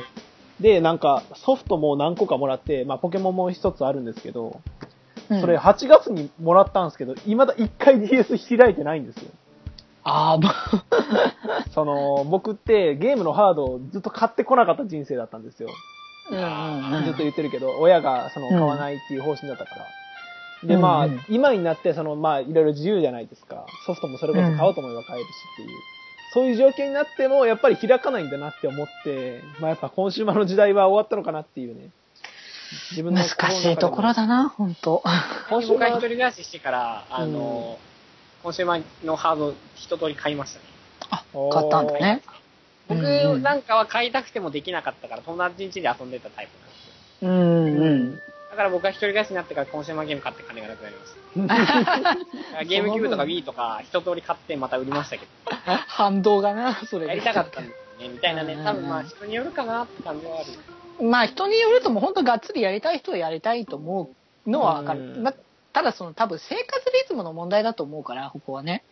Speaker 1: で、なんかソフトも何個かもらって、まあポケモンも一つあるんですけど、
Speaker 3: うん
Speaker 1: それ、8月にもらったんですけど、未だ1回 DS 開いてないんですよ。
Speaker 3: ああ、まあ、
Speaker 1: その、僕ってゲームのハードをずっと買ってこなかった人生だったんですよ。
Speaker 3: うんうん
Speaker 1: ず
Speaker 3: う
Speaker 1: っと
Speaker 3: ん。
Speaker 1: 言ってるけど、親がその
Speaker 3: うん
Speaker 1: 買わないっていう方針だったから。で、まあ、
Speaker 3: うんうん
Speaker 1: 今になって、その、まあ、いろいろ自由じゃないですか。ソフトもそれこそ買おうと思えば買えるしっていう。そういう状況になっても、やっぱり開かないんだなって思って、まあ、やっぱコンシューマーの時代は終わったのかなっていうね。自分の
Speaker 3: 難しいところだな、本当。
Speaker 1: コンシュー
Speaker 2: 僕
Speaker 1: マ
Speaker 2: は一人
Speaker 1: ー、
Speaker 2: 暮らししてから、あの、今週前のハード一通り買いましたね。
Speaker 3: 買ったんだね。
Speaker 2: 僕
Speaker 3: うんうん
Speaker 2: なんかは買いたくてもできなかったから、友達ん家で遊んでたタイプなんですよ。
Speaker 3: うんうん。
Speaker 2: だから僕は一人暮らしになってから今週のゲーム買って金がなくなりました。 ゲームキューブとか Wii とか一通り買ってまた売りましたけ
Speaker 3: 反動がな、そ
Speaker 2: ど、
Speaker 3: れで
Speaker 2: やりたかったんですよね、みたいなね
Speaker 3: う。ん
Speaker 2: 多分まあ人によるかなって感じはある。
Speaker 3: まあ人によるとも本当がっつりやりたい人はやりたいと思うのはわかる。
Speaker 1: うん
Speaker 3: まあただその多分生活リズムの問題だと思うから、ここはね。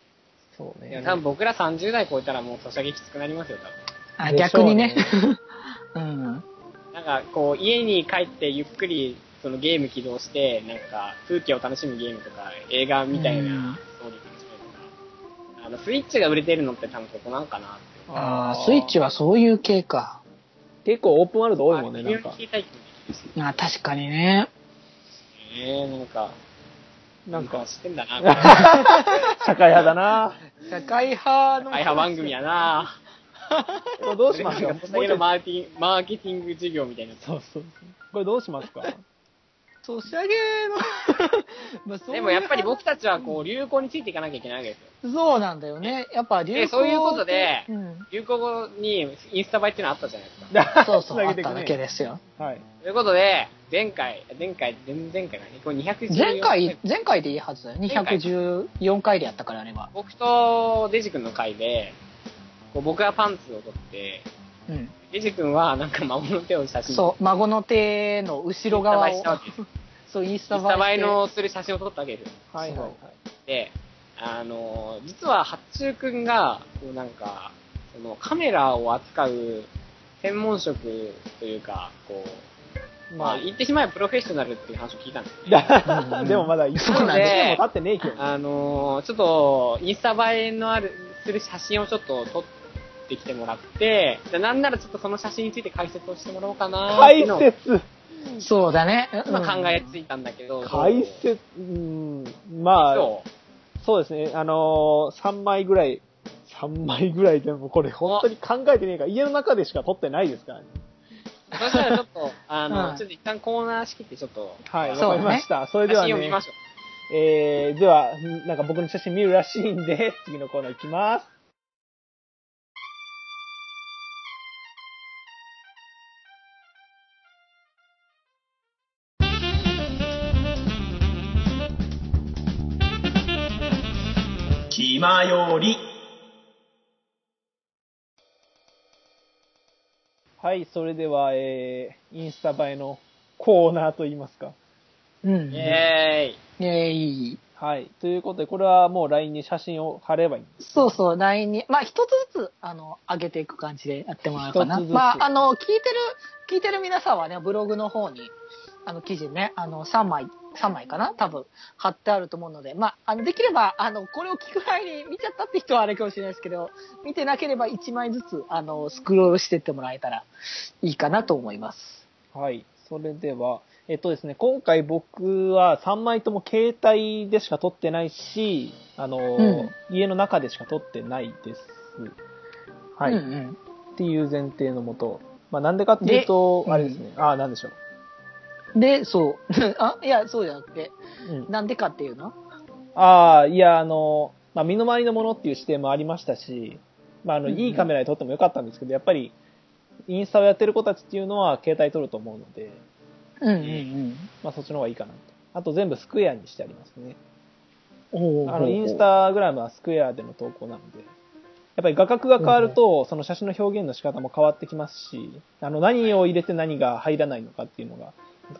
Speaker 1: そう
Speaker 2: い
Speaker 1: ね
Speaker 2: や、。多分僕ら30代超えたらもうソシャゲきつくなりますよ、
Speaker 1: で
Speaker 3: あ
Speaker 1: しょう
Speaker 3: 逆にね。 うん。
Speaker 2: 多分。なんかこう家に帰ってゆっくりそのゲーム起動して、なんか風景を楽しむゲームとか映画みたいなストーリー楽しむとか、あのスイッチが売れてるのって多分そこなんかなって。
Speaker 3: ああ、スイッチ
Speaker 1: は。
Speaker 3: はそういう系か。
Speaker 1: 結構オープンワールド多いもんね、
Speaker 2: まあ
Speaker 1: な
Speaker 2: 微
Speaker 1: ん
Speaker 2: 妙
Speaker 1: か
Speaker 2: に。携帯機もできるし
Speaker 3: まあ確かにね。
Speaker 2: ねなんか、
Speaker 1: な
Speaker 2: なんん
Speaker 1: か
Speaker 2: か、して んだな、これ。
Speaker 1: 社会派だな
Speaker 3: 社会派の。
Speaker 2: 大派番組やな
Speaker 1: これどうしますか
Speaker 2: なんかソシャゲのマーケティング、マーケティング事業みたいな。
Speaker 1: そうそうそう。これどうしますか
Speaker 3: ソシャゲのまあそういう。
Speaker 2: でもやっぱり僕たちはこう、流行についていかなきゃいけないわけですよ。
Speaker 3: そうなんだよね。やっぱ流行
Speaker 2: でそういうことで
Speaker 3: うん。
Speaker 2: 流行語にインスタ映えっていうのあったじゃないで すか。
Speaker 3: そうそう、あ
Speaker 1: 繋げ
Speaker 3: っ
Speaker 1: ていく
Speaker 3: た
Speaker 1: ね
Speaker 3: だけですよ。
Speaker 1: はい。
Speaker 2: ということで、前回、前回、前前回かね、これ214
Speaker 3: 前回、前回でいいはずだよ。214回でやったから、あれは。
Speaker 2: 僕とデジ君の回で、こう僕はパンツを取って、
Speaker 3: うん。
Speaker 2: デジ君はなんか孫の手を写真
Speaker 3: そう、孫の手の後ろ側
Speaker 2: インスタ映え
Speaker 3: を
Speaker 2: した、わけです。イン
Speaker 3: そう、インス
Speaker 2: ス
Speaker 3: タ映えして。
Speaker 2: タ映えのする写真を撮ったわけですよ。
Speaker 1: はいはいはい。
Speaker 2: で、あの、実は八中くんが、こうなんか、そのカメラを扱う専門職というか、こう、まあ言ってしまえばプロフェッショナルっていう話を聞いたんですね。
Speaker 3: うんうん
Speaker 1: でもまだ一
Speaker 3: そうなんだ
Speaker 1: 一年も経ってねえけど。
Speaker 2: あの、ちょっと、インスタ映えのある、する写真をちょっと撮ってきてもらって、じゃあなんならちょっとその写真について解説をしてもらおうかなって
Speaker 1: 解
Speaker 2: いうのを
Speaker 1: 説。
Speaker 3: そうだね。
Speaker 2: 今考えつ
Speaker 3: い
Speaker 2: いたんだけど、
Speaker 1: 解説、うん、まあ、
Speaker 2: そう
Speaker 1: そうですね、あのー、3枚ぐらい、3枚ぐらいでもこれ本当に考えてねえから、家の中でしか撮ってないですからね。
Speaker 2: そしたらちょっと、あの、
Speaker 3: うん
Speaker 2: ちょっと一旦コーナー仕切ってちょっと、
Speaker 1: はい、
Speaker 2: あ
Speaker 1: わ
Speaker 2: の
Speaker 1: かりました。それで
Speaker 2: 写
Speaker 1: は
Speaker 2: 真を見
Speaker 1: ね
Speaker 2: ま、しょう。
Speaker 1: えー、では、んなんか僕の写真見るらしいんで、次のコーナー行きます。
Speaker 4: 気まより。
Speaker 1: はい、それでは、えー、インスタ映えのコーナーといいますか。
Speaker 3: うん。
Speaker 2: イ
Speaker 3: え
Speaker 2: ェーイ。
Speaker 3: えいい。
Speaker 1: はい。ということで、これはもう LINE に写真を貼ればいいんです。
Speaker 3: そうそう、LINE に、まあ、一つずつ、あの、上げていく感じでやってもらうかな。
Speaker 1: 一つずつ
Speaker 3: まあ、あの、聞いてる、聞いてる皆さんはね、ブログの方に、あの、記事ね、あの、3枚3枚かな多分、貼ってあると思うので、まあ、あの、できれば、あの、これを聞く前に見ちゃったって人はあれかもしれないですけど、見てなければ1枚ずつ、あの、スクロールしてってもらえたらいいかなと思います。
Speaker 1: はい。それでは、えっとですね、今回僕は3枚とも携帯でしか撮ってないし、あの、
Speaker 3: ん
Speaker 1: 家の中でしか撮ってないです。はい。
Speaker 3: うんうん。
Speaker 1: っていう前提のもと。まあ、なんでかっていうと、
Speaker 3: で
Speaker 1: あれですね。ああ、なんでしょう。
Speaker 3: で、そう。 あ、いや、そうじゃなくて、
Speaker 1: うん。
Speaker 3: なんでかっていうの
Speaker 1: ああ、いや、あの、まあ、身の回りのものっていう視点もありましたし、まあ、あの、
Speaker 3: うんうん
Speaker 1: いいカメラで撮ってもよかったんですけど、やっぱり、インスタをやってる子たちっていうのは携帯撮ると思うので、
Speaker 3: うんうん
Speaker 1: まあ、そっちの方がいいかなと。あと全部スクエアにしてありますね。
Speaker 3: うん。
Speaker 1: あの、インスタグラムはスクエアでの投稿なので、やっぱり画角が変わると、その写真の表現の仕方も変わってきますし、あの、何を入れて何が入らないのかっていうのが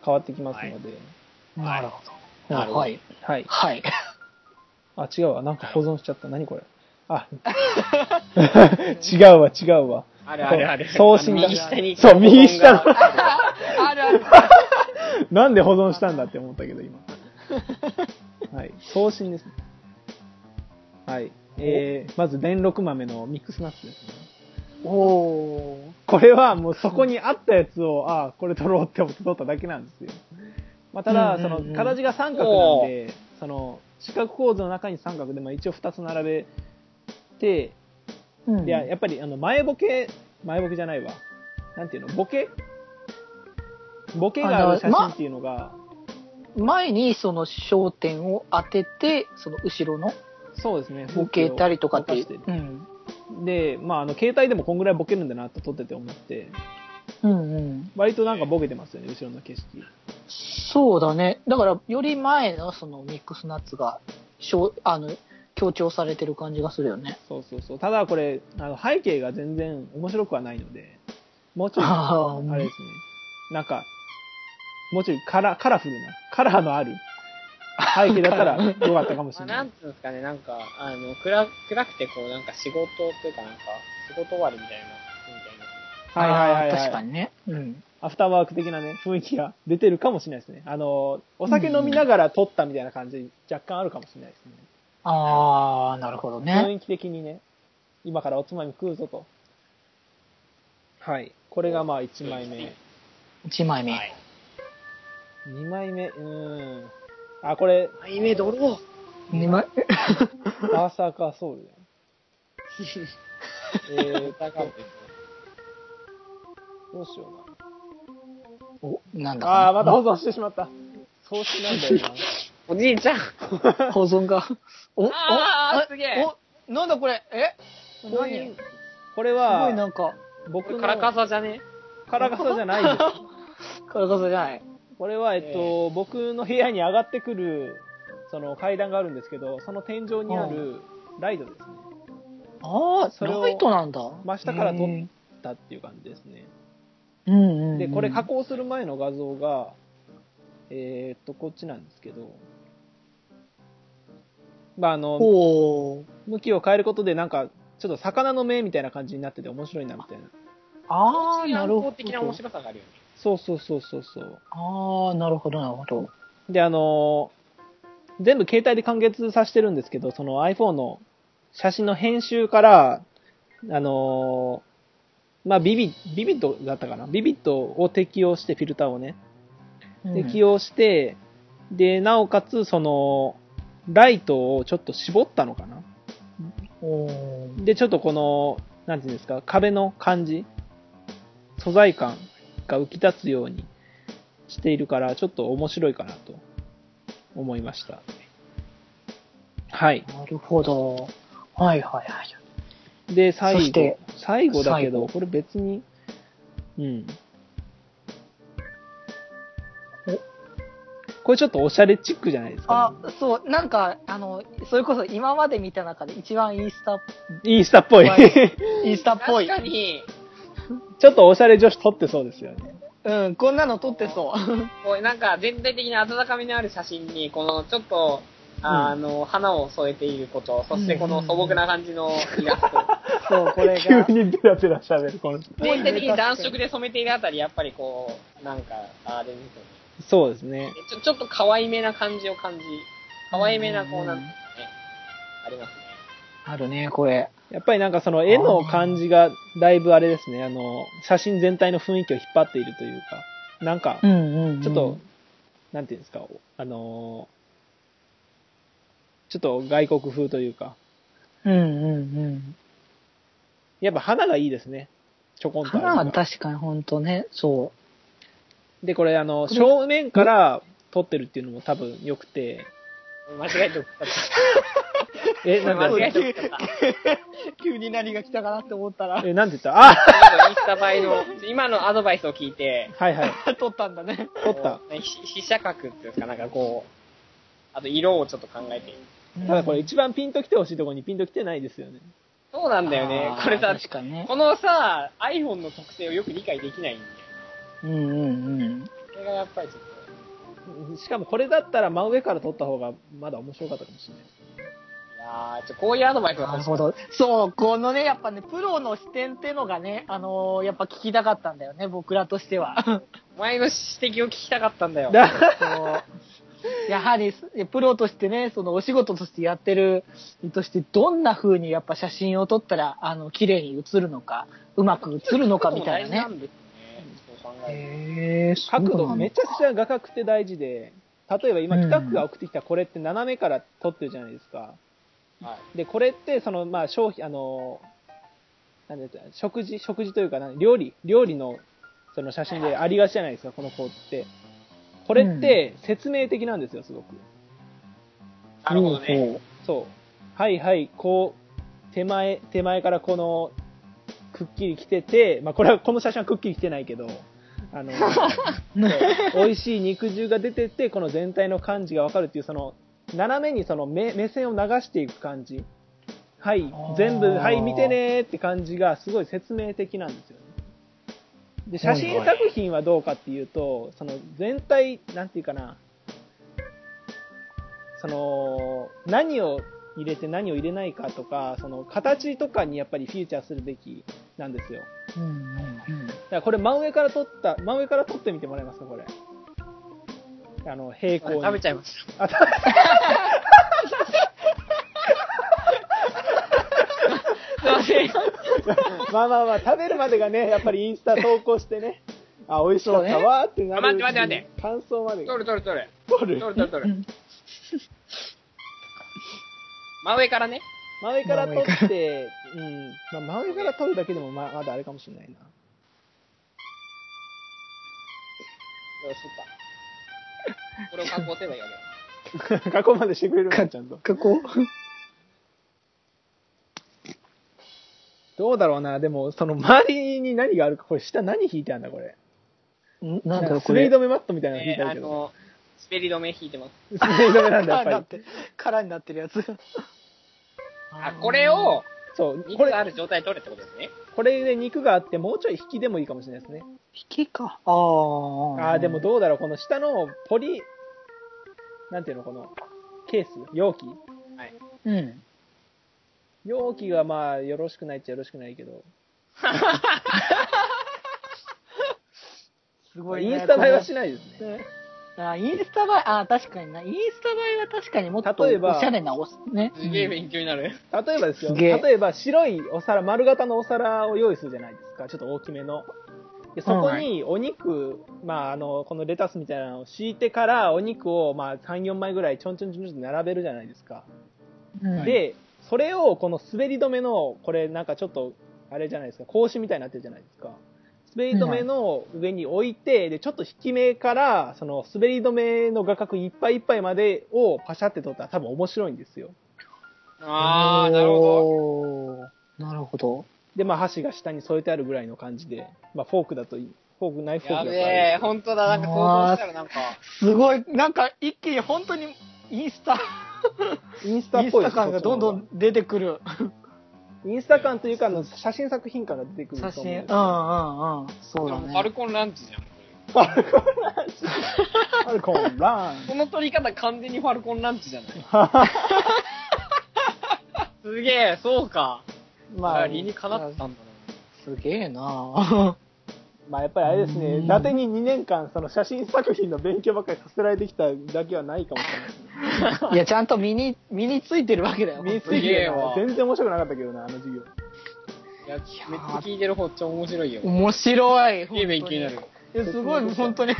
Speaker 1: 変わってきますので、
Speaker 3: なるほど。
Speaker 2: なるほど
Speaker 3: はい。
Speaker 1: はい。
Speaker 3: はい。
Speaker 1: あ、違うわ。なんか保存しちゃった。何これ。 あ、違うわ、違うわ。
Speaker 2: あるあるある。
Speaker 1: 送信が
Speaker 2: あの右下に。
Speaker 1: そう右下の
Speaker 2: ボタンがある
Speaker 3: あるある。
Speaker 1: なんで保存したんだって思ったけど、 今。はい。送信ですね。はい。えー、まず、電録豆のミックスナッツですね。
Speaker 3: おー。
Speaker 1: これはもうそこにあったやつを、ああ、これ取ろうって思って取っただけなんですよ。まあ、ただ、
Speaker 3: うん
Speaker 1: そ
Speaker 3: うんうん
Speaker 1: の、形が三角なんで、その、四角構造の中に三角で、まあ一応二つ並べて、
Speaker 3: うん
Speaker 1: いや、やっぱり、あの、前ボケ、前ボケじゃないわ。なんていうの、ボケボケがある写真っていうのが、
Speaker 3: 前にその焦点を当てて、その後ろの
Speaker 1: そうですね。
Speaker 3: ボケたりとかっていう
Speaker 1: 動。か
Speaker 3: うん。
Speaker 1: してで、まあ、あの、携帯でもこんぐらいボケるんだなと撮ってて思って、
Speaker 3: うんうん。
Speaker 1: 割となんかボケてますよね、後ろの景色。
Speaker 3: そうだね。だから、より前のそのミックスナッツが、しょうあの、強調されてる感じがするよね。
Speaker 1: そうそうそう。ただこれ、あの背景が全然面白くはないので、もうちょい、あ
Speaker 3: ああ、
Speaker 1: れですね。なんか、もうちょいカラカラフルな、カラーのある背景だったらよかったかもし
Speaker 2: まあ
Speaker 1: れ
Speaker 2: な
Speaker 1: なんい。
Speaker 2: つうんですかね、なんか、あの、暗暗くて、こう、なんか仕事というか、なんか、仕事終わりみたいな、みたいな。
Speaker 1: はいはいはい、
Speaker 3: あー確
Speaker 1: は
Speaker 3: か
Speaker 1: い。
Speaker 3: にね。うん。
Speaker 1: アフターワーク的なね、雰囲気が出てるかもしれないですね。あの、お酒飲みながら撮ったみたいな感じ、若干あるかもしれないですね。
Speaker 3: ああ、なるほどね。
Speaker 1: 雰囲気的にね、今からおつまみ食うぞと。はい。これがまあ1枚目。
Speaker 3: 1枚目。
Speaker 2: はい。
Speaker 1: 2枚目、うーん。あ、これ、
Speaker 2: アイメドロー。
Speaker 3: 二枚
Speaker 1: バーサーカーソウルだよ。えー、
Speaker 2: 高尾
Speaker 1: どうしよう
Speaker 3: お、なんだか
Speaker 1: な。
Speaker 3: な
Speaker 1: あー、また保存してしまった。そうしなんだよな。
Speaker 2: おじいちゃん。
Speaker 3: 保存が。お、お、
Speaker 2: あー
Speaker 3: え
Speaker 2: すげえ
Speaker 3: お、なんだこれえす
Speaker 1: こ
Speaker 3: ご
Speaker 1: う
Speaker 3: い
Speaker 1: い
Speaker 3: ね
Speaker 1: うこれ
Speaker 3: すごい
Speaker 1: は、
Speaker 3: なんか、
Speaker 2: こ
Speaker 1: 僕
Speaker 2: れ
Speaker 1: の
Speaker 2: カラカサじゃね
Speaker 1: カラカサじゃない です。
Speaker 3: カラカサじゃない。
Speaker 1: これは、えっと、僕の部屋に上がってくる、その階段があるんですけど、その天井にあるライトですね。
Speaker 3: あ
Speaker 1: そ
Speaker 3: あ、
Speaker 1: れを
Speaker 3: ライトなんだ。
Speaker 1: 真下から撮っ
Speaker 3: うん
Speaker 1: だっていう感じですね。
Speaker 3: うんうん。
Speaker 1: で、これ加工する前の画像が、えーっと、こっちなんですけど、まあ、あの、
Speaker 3: おー
Speaker 1: 向きを変えることでなんか、ちょっと魚の目みたいな感じになってて面白いなみたいな。
Speaker 3: ああ、なるほ
Speaker 2: 人的な面
Speaker 3: ど。
Speaker 2: 白さがあるよね。
Speaker 1: そうそうそうそうそう。
Speaker 3: ああ、なるほど、なるほど。
Speaker 1: で、あのー全部携帯で完結させてるんですけど、その iPhone の写真の編集から、あのーまあ、ビビ、ビビットだったかなビビットを適用して、フィルターをね、適用して、で、なおかつ、その、ライトをちょっと絞ったのかな
Speaker 3: うんおー
Speaker 1: で、ちょっとこの、なんていうんですか、壁の感じ、素材感が浮き立つようにしているから、ちょっと面白いかなと思いました。はい。
Speaker 3: なるほど。はいはいはい。
Speaker 1: で、最
Speaker 3: そ
Speaker 1: 後
Speaker 3: して。
Speaker 1: 最後だけ
Speaker 3: 最
Speaker 1: ど、
Speaker 3: 後
Speaker 1: これ別に、うん。これちょっとオシャレチックじゃないです
Speaker 3: あ
Speaker 1: か、、
Speaker 3: そう、なんか、あの、それこそ今まで見た中で一番イースタ
Speaker 1: インスタっぽい。
Speaker 3: はいイースタっぽ
Speaker 2: 確
Speaker 3: い。
Speaker 2: かに、
Speaker 1: ちょっとオシャレ女子撮ってそうですよね。
Speaker 3: うん、こんなの撮ってそう。
Speaker 2: こうなんか全体的に温かみのある写真に、このちょっと、あの、花を添えていること、そしてこの素朴な感じのイ ラスト。
Speaker 3: そう、こ れが
Speaker 1: 急。にペラペラ喋る、この人。
Speaker 2: 全体的に暖色で染めているあたり、やっぱりこう、なんか、あれですよね。
Speaker 1: そうですね。
Speaker 2: ちょちょっと可愛めな感じを感じ、可愛めなこうなんですね、ありますね。
Speaker 3: あるね、これ。
Speaker 1: やっぱりなんかその絵の感じがだいぶあれですね、あの、写真全体の雰囲気を引っ張っているというか、なんか、
Speaker 3: んうん、
Speaker 1: ちょっと、なんていうんですか、あのーちょっと外国風というか、
Speaker 3: うんうんうん。
Speaker 1: やっぱ花がいいですね。ちょこんとあるのが
Speaker 3: 花は確かに本当ね、そ
Speaker 1: で、これあの、
Speaker 3: これ
Speaker 1: 正面から撮ってるっていうのも多分良くて、
Speaker 2: 間違えて送った。
Speaker 1: え、なんだ
Speaker 2: 間違え
Speaker 1: え、
Speaker 2: て送った。
Speaker 3: う。急に何が来たかなって思ったら、
Speaker 1: なんて言ったあ
Speaker 2: 今のインスタ映えの、今のアドバイスを聞いて、
Speaker 1: はいはい。
Speaker 3: 撮ったんだね。
Speaker 1: 撮った。
Speaker 2: こう。ひ被写角っていうんですか、なんかこう、あと色をちょっと考えて。
Speaker 1: ただこれ一番ピンと来てほしいところにピンと来てないですよね。
Speaker 2: そうなんだよね
Speaker 3: あ。ー
Speaker 2: これさ、
Speaker 3: 確かにね。
Speaker 2: このさ、iPhone の特性をよく理解できないんだよ。
Speaker 3: うんうんうん。
Speaker 2: これがやっぱりちょっ
Speaker 1: しかもこれだったら真上から撮った方がまだ面白かったかもしれない。
Speaker 2: と、いやーちょこういうアドバイスが
Speaker 3: な
Speaker 2: 欲
Speaker 3: る
Speaker 2: しい
Speaker 3: ほど。そう、このね、やっぱね、プロの視点ってのがね、あのーやっぱ聞きたかったんだよね、僕らとしては。
Speaker 2: お前の指摘を聞きたかったんだよ。
Speaker 1: だ
Speaker 3: そう やはり、プロとしてね、そのお仕事としてやってる身として、どんな風にやっぱ写真を撮ったら、あの、綺麗に写るのか、うまく写るのかみたいな
Speaker 2: そう
Speaker 3: ね。
Speaker 2: んですね。そう考える
Speaker 3: へー
Speaker 1: 角度め
Speaker 3: ね
Speaker 1: ちゃくちゃ画角って大事で、例えば今
Speaker 3: うん
Speaker 1: 企画が送ってきたこれって斜めから撮ってるじゃないですか。
Speaker 2: とはい。
Speaker 1: で、これってそのまあ商品、あの、なんて言ったら食事、食事というか何料理、料理のその写真でありがちじゃないですか、この子って。これって説明的なんですよ、すごく。
Speaker 2: なるほどね。
Speaker 1: そう。はいはい、こう、手前、手前からこの、くっきり来てて、まあこれは、この写真はくっきり来てないけど、あ の、そう美味しい肉汁が出てて、この全体の感じがわかるっていう、その、斜めにその目目線を流していく感じ。はい
Speaker 3: あー、
Speaker 1: 全部、はい、見てねーって感じが、すごい説明的なんですよね。で、写真
Speaker 3: はいは
Speaker 1: 作品はどうかっていうと、その全体、なんていうかな、その、何を入れて何を入れないかとか、その形とかにやっぱりフィーチャーするべきなんですよ。
Speaker 3: うんうんうん
Speaker 1: だからこれ真上から撮った、真上から撮ってみてもらえますか、これ。あの、平行に。
Speaker 2: 食べちゃいま した。
Speaker 1: あ食べ
Speaker 2: すいません。
Speaker 1: まあまあまあ、食べるまでがね、やっぱりインスタ投稿してね、あ、美味しかったわーってなる。
Speaker 2: あ待って待って待
Speaker 1: て。感想まで
Speaker 2: 取る取る取る。
Speaker 1: 撮る
Speaker 2: 取る取る取
Speaker 3: う
Speaker 2: る。
Speaker 3: ん。
Speaker 2: 真上からね。
Speaker 1: 真上から撮って、うん、まあ、真上から撮るだけでもままだあれかもしれないな。
Speaker 2: よし、撮った。これを加工すればいいわけよ。
Speaker 1: 加工までしてくれるかちゃんと。
Speaker 3: かこ
Speaker 1: どうだろうな、でも、その周りに何があるか、これ下何引いてあるんだ、これ。
Speaker 3: うんなんだろう、こ
Speaker 1: 滑り
Speaker 3: れ。
Speaker 1: 止めマットみたいなの引い
Speaker 2: え
Speaker 1: て
Speaker 2: ー
Speaker 1: あ
Speaker 2: あ
Speaker 1: るけど。
Speaker 2: の、滑り止め引いてます。
Speaker 1: 滑り止めなんだ、やっぱ
Speaker 3: 空になっ
Speaker 1: り。
Speaker 3: て、空になってるやつ。
Speaker 2: あ、これ、を、
Speaker 1: そう、
Speaker 2: 肉
Speaker 1: これ
Speaker 2: があ、る状態で取れってことですね。
Speaker 1: これで肉があって、もうちょい引きでもいいかもしれないですね。
Speaker 3: 引きか。ああ。
Speaker 1: ああ、でも、どうだろう、この下のポリ、なんていうの、この、ケース、容器。
Speaker 3: うん。
Speaker 1: 容器がまあ、よろしくないっちゃよろしくないけど。
Speaker 3: すごい
Speaker 1: イ
Speaker 3: ね。
Speaker 1: ンスタ映えはしないですね。
Speaker 3: あインスタ映え、あ確かにな。インスタ映えは確かにもっと
Speaker 1: 例えば
Speaker 3: おしゃれなお、ね。
Speaker 2: すげえ勉強になる。
Speaker 1: 例えばですよ。
Speaker 3: すげえ
Speaker 1: 例えば白いお皿、丸型のお皿を用意するじゃないですか。ちょっと大きめの。でそこにお肉、まあ、あの、このレタスみたいなのを敷いてから、お肉をまあ、3、4枚ぐらいちょんちょんちょんちょんと並べるじゃないですか。
Speaker 3: うん、
Speaker 1: で、それをこの滑り止めの、これなんかちょっと、あれじゃないですか、格子みたいになってるじゃないですか。滑り止めの上に置いて、で、ちょっと引き目から、その滑り止めの画角いっぱいいっぱいまでをパシャって撮ったら多分面白いんですよ。
Speaker 2: あー、なるほ
Speaker 3: ど。なるほど。
Speaker 1: で、まあ箸が下に添えてあるぐらいの感じで、まあフォークだといい、フォーク、ナイフ
Speaker 2: ど。
Speaker 1: フォー
Speaker 2: や
Speaker 1: クだ
Speaker 2: べ
Speaker 1: とあれ
Speaker 2: え、ほんとだ、なんか想像したらなんか、
Speaker 3: すごい、なんか一気に本当にインスタ、
Speaker 1: インスタ
Speaker 3: イン
Speaker 1: っぽ
Speaker 3: ス
Speaker 1: いで
Speaker 3: タ
Speaker 1: す
Speaker 3: 感がどんど。
Speaker 1: こっ
Speaker 3: ん出てく
Speaker 1: ちの
Speaker 3: る
Speaker 1: 方がインスタ感というか、あの、写真作品感が出てくると
Speaker 3: 写
Speaker 1: 思うん
Speaker 3: 真。うんうん
Speaker 1: で
Speaker 3: うん
Speaker 1: すよ。。
Speaker 3: そうだ
Speaker 2: でもファル
Speaker 3: ね。
Speaker 2: コンランチじゃん。
Speaker 1: ファルコンランチ。ファルコンランチ
Speaker 2: この撮り方完全にファルコンランチじゃないすげえ、そうか。
Speaker 1: ま
Speaker 2: ま
Speaker 1: あ
Speaker 2: あ、理にかなってたんだ
Speaker 3: すげえな
Speaker 1: まあやっぱりあれですね、
Speaker 3: うん
Speaker 1: 伊達に2年間、その写真作品の勉強ばっかりさせられてきただけはないかもし れないですね。
Speaker 3: いや、ちゃんと身に、身についてるわけだよ。
Speaker 1: 身につ
Speaker 2: す
Speaker 1: いて
Speaker 2: げえ
Speaker 1: る
Speaker 2: わ
Speaker 1: な全然面白くなかったけどな、あの授業。
Speaker 2: いや、めっちゃ聞いてる方、超面白いよ。
Speaker 3: 面白い。
Speaker 2: いい勉強になる。
Speaker 3: いやすごい、本当に、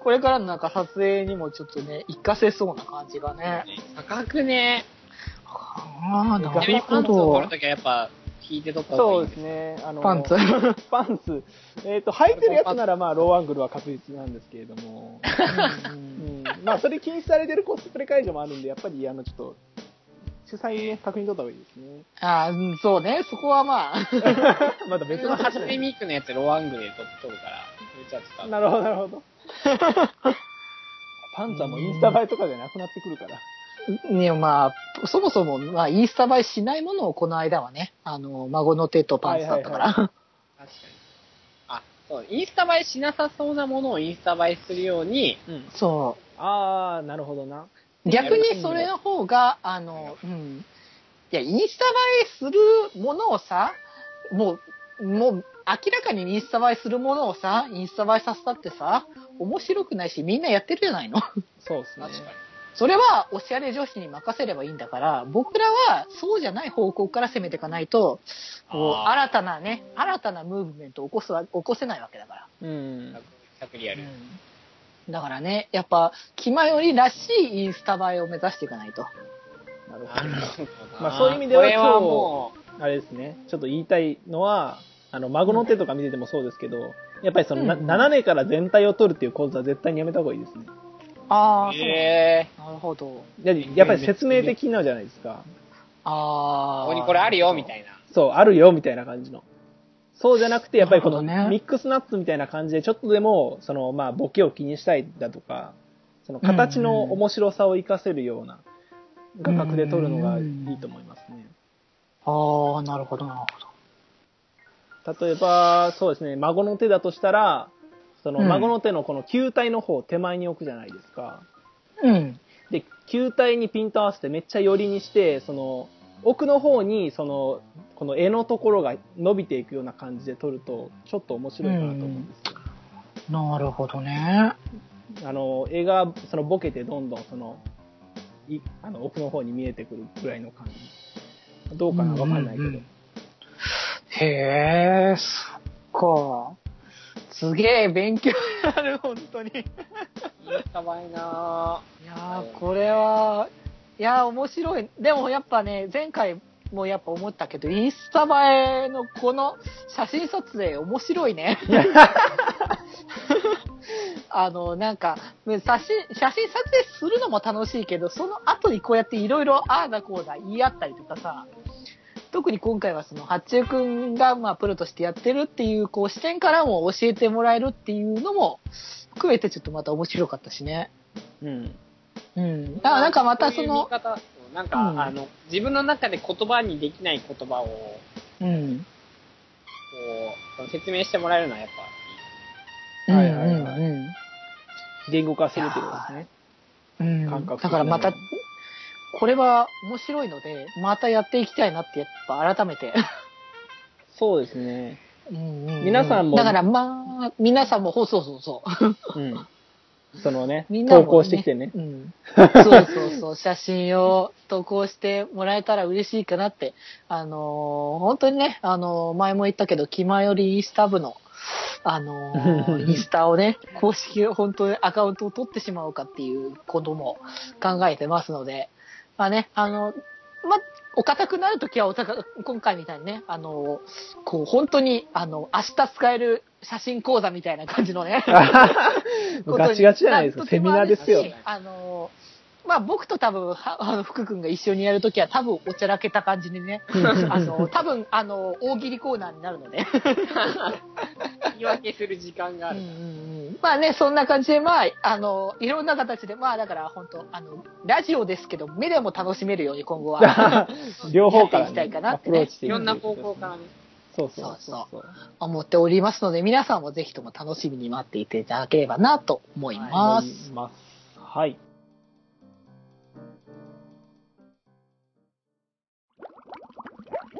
Speaker 3: これからのなんか撮影にもちょっとね、活かせそうな感じがね。
Speaker 2: 高くね。
Speaker 3: ああ、な
Speaker 2: ちなみ
Speaker 3: る
Speaker 2: にパ
Speaker 3: ほ
Speaker 2: ンツを取
Speaker 3: ど
Speaker 2: る。ときはやっぱ、引いて取った方
Speaker 1: そ
Speaker 2: が
Speaker 1: う
Speaker 2: いい
Speaker 1: です。ね。あの
Speaker 3: パンツ。
Speaker 1: パンツ。えっ、と、履いてるやつなら、まあ、ローアングルは確実なんですけれども。うん、まあ、それ禁止されてるコスプレ会場もあるんで、やっぱり、あの、ちょっと、主催ね、確認取った方がいいですね。
Speaker 3: ああ、うんそうね、そこはまあ。
Speaker 1: また別
Speaker 2: 別
Speaker 1: の
Speaker 2: の
Speaker 1: 話
Speaker 2: 初
Speaker 1: だ
Speaker 2: 音
Speaker 1: ね
Speaker 2: ミックのやつ、ローアングルで撮撮るから、それじゃちょっと
Speaker 1: なるほど、なるほど。パンツはもうインスタ映えとかじゃなくなってくるから。
Speaker 3: ね、まあ、そもそも、まあ、インスタ映えしないものをこの間はね、あの、孫の手とパンツだったから。
Speaker 1: はい
Speaker 2: 確かに。あ、そう、インスタ映えしなさそうなものをインスタ映えするように、
Speaker 3: そ
Speaker 1: あー、なるほどな。
Speaker 3: う。逆にそれの方が、あの、うん。いや、インスタ映えするものをさ、もう、もう、明らかにインスタ映えするものをさ、インスタ映えさせたってさ、面白くないし、みんなやってるじゃないの。
Speaker 1: そうですね
Speaker 2: 確。かに。
Speaker 3: それは、おしゃれ女子に任せればいいんだから、僕らは、そうじゃない方向から攻めていかないと、こう
Speaker 2: あー
Speaker 3: 新たなね、新たなムーブメントを起こすわ、起こせないわけだから。
Speaker 1: うん。
Speaker 2: 100リアル。
Speaker 3: だからね、やっぱ、気前よりらしいインスタ映えを目指していかないと。
Speaker 1: なる
Speaker 2: な
Speaker 1: ほど
Speaker 2: る。ほどな。
Speaker 1: まあそういう意味では
Speaker 2: これはもう、
Speaker 1: あれですね、ちょっと言いたいのは、あの、孫の手とか見ててもそうですけど、やっぱりその、な
Speaker 3: うん
Speaker 1: 斜めから全体を取るっていう構図は絶対にやめた方がいいですね。
Speaker 3: ああ、そうなんだ
Speaker 2: え
Speaker 3: なるほど。
Speaker 1: だってやっぱり説明的なじゃないですか。
Speaker 2: ー、
Speaker 3: ああ。
Speaker 2: ここにこれあるよ、みた
Speaker 3: い
Speaker 2: いな。
Speaker 1: そう、あるよ、みたいな感じの。そうじゃなくて、やっぱりこの、
Speaker 3: なるほどね
Speaker 1: ミックスナッツみたいな感じで、ちょっとでも、その、まあ、ボケを気にしたいだとか、その、形の
Speaker 3: うんうん
Speaker 1: 面白さを活かせるような画角で撮るのがいいと思いますね。
Speaker 3: な。ああ、なるほど、なるほど。
Speaker 1: 例えば、そうですね、孫の手だとしたら、その、
Speaker 3: うん
Speaker 1: 孫の手のこの球体の方を手前に置くじゃないですか。
Speaker 3: うん。
Speaker 1: で、球体にピント合わせてめっちゃ寄りにして、その、奥の方に、その、この絵のところが伸びていくような感じで撮ると、ちょっと面白いかなと思うんですよ。
Speaker 3: なるほどね。
Speaker 1: あの、絵が、その、ボケてどんどん、その、いあの奥の方に見えてくるぐらいの感じ。どうかなわかんないけど。
Speaker 3: うんうん うんへえ、そっか。すげえ勉強になる、本当に。い
Speaker 2: インスタ映えな
Speaker 3: やー、これは、いやー、面白い。でもやっぱね、前回もやっぱ思ったけど、インスタ映えのこの写真撮影面白いね。あの、なんか、ね写真、写真撮影するのも楽しいけど、その後にこうやっていろいろああだこうだ言い合ったりとかさ、特に今回はその、八中くんが、まあ、プロとしてやってるっていう、こう、視点からも教えてもらえるっていうのも、含めてちょっとまた面白かったしね。
Speaker 1: うん。
Speaker 3: うん。だから
Speaker 2: あ
Speaker 3: なんかまたその、
Speaker 2: なんか、
Speaker 3: うん
Speaker 2: あの、自分の中で言葉にできない言葉を、こ
Speaker 3: うん。
Speaker 2: う、説明してもらえるのはやっぱいい、
Speaker 3: うん
Speaker 1: はいはいはい
Speaker 3: うん
Speaker 1: 言語化するってことですね。
Speaker 3: うん。
Speaker 1: 感覚
Speaker 3: だからまた
Speaker 1: 的な、
Speaker 3: これは面白いので、またやっていきたいなって、やっぱ改めて。
Speaker 1: そうですね。
Speaker 3: うんうんうん
Speaker 1: 皆さんも
Speaker 3: だからまあ、皆さんも、そうそうそうそう。
Speaker 1: うん。そのね、
Speaker 3: みんなも
Speaker 1: 投
Speaker 3: ね
Speaker 1: 稿してき てね。
Speaker 3: うん、 そうそうそう、写真を投稿してもらえたら嬉しいかなって、あのー本当にね、あのー前も言ったけど、気前よりインスタ部の、あ のーインスタをね、公式、本当にアカウントを取ってしまおうかっていうことも考えてますので、まあね、あの、まあ、お堅くなるときはおたか、今回みたいにね、あのーこう、本当に、あの、明日使える写真講座みたいな感じのね、
Speaker 1: ガチガチじゃないですか。セミナーですよ
Speaker 3: とて。もあれですしあの、まあ、僕と多分、は あの、福君が一緒にやるときは多分おちゃらけた感じ でね、あの、多分、あの、大喜利コーナーになるので。
Speaker 2: 言い訳する時間があ
Speaker 3: う
Speaker 2: る。
Speaker 3: んうん うんまあね、そんな感じで、まあ、あの、いろんな形で、まあだから本当、あの、ラジオですけど、目でも楽しめるように今 後は
Speaker 1: 両方から、
Speaker 3: やっていきたいかな
Speaker 1: ア
Speaker 3: って
Speaker 1: プ
Speaker 3: ね
Speaker 1: ローチして
Speaker 2: い
Speaker 1: い
Speaker 2: ろんな
Speaker 1: くとい
Speaker 2: 方
Speaker 1: うことですね
Speaker 2: 向からね。
Speaker 1: そうそうそうそう。
Speaker 3: 思っておりますので、皆さんもぜひとも楽しみに待っていていただければなと思います。
Speaker 1: 思います。はい。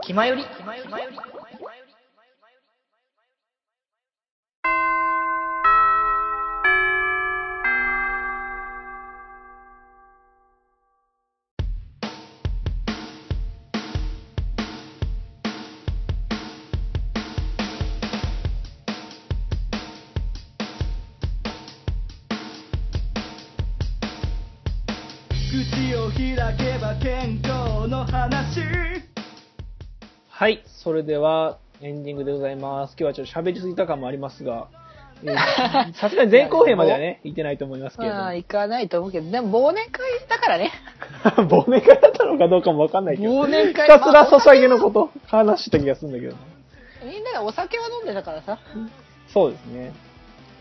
Speaker 3: 気まより。
Speaker 5: 開けば健康の話
Speaker 1: はい、それではエンディングでございます。今日はちょっと喋りすぎた感もありますが、えー さすがに前後編まではね、行ってないと思いますけれど
Speaker 3: ま
Speaker 1: も
Speaker 3: あ、行かないと思うけど、でも忘年会だからね。
Speaker 1: 忘年会だったのかどうかもわかんないけど、
Speaker 3: 忘年
Speaker 1: ひ
Speaker 3: 会
Speaker 1: たすらソシャゲのこと話した気がするんだけど、
Speaker 3: みんながお酒は飲んでたからさ。
Speaker 1: そうですね。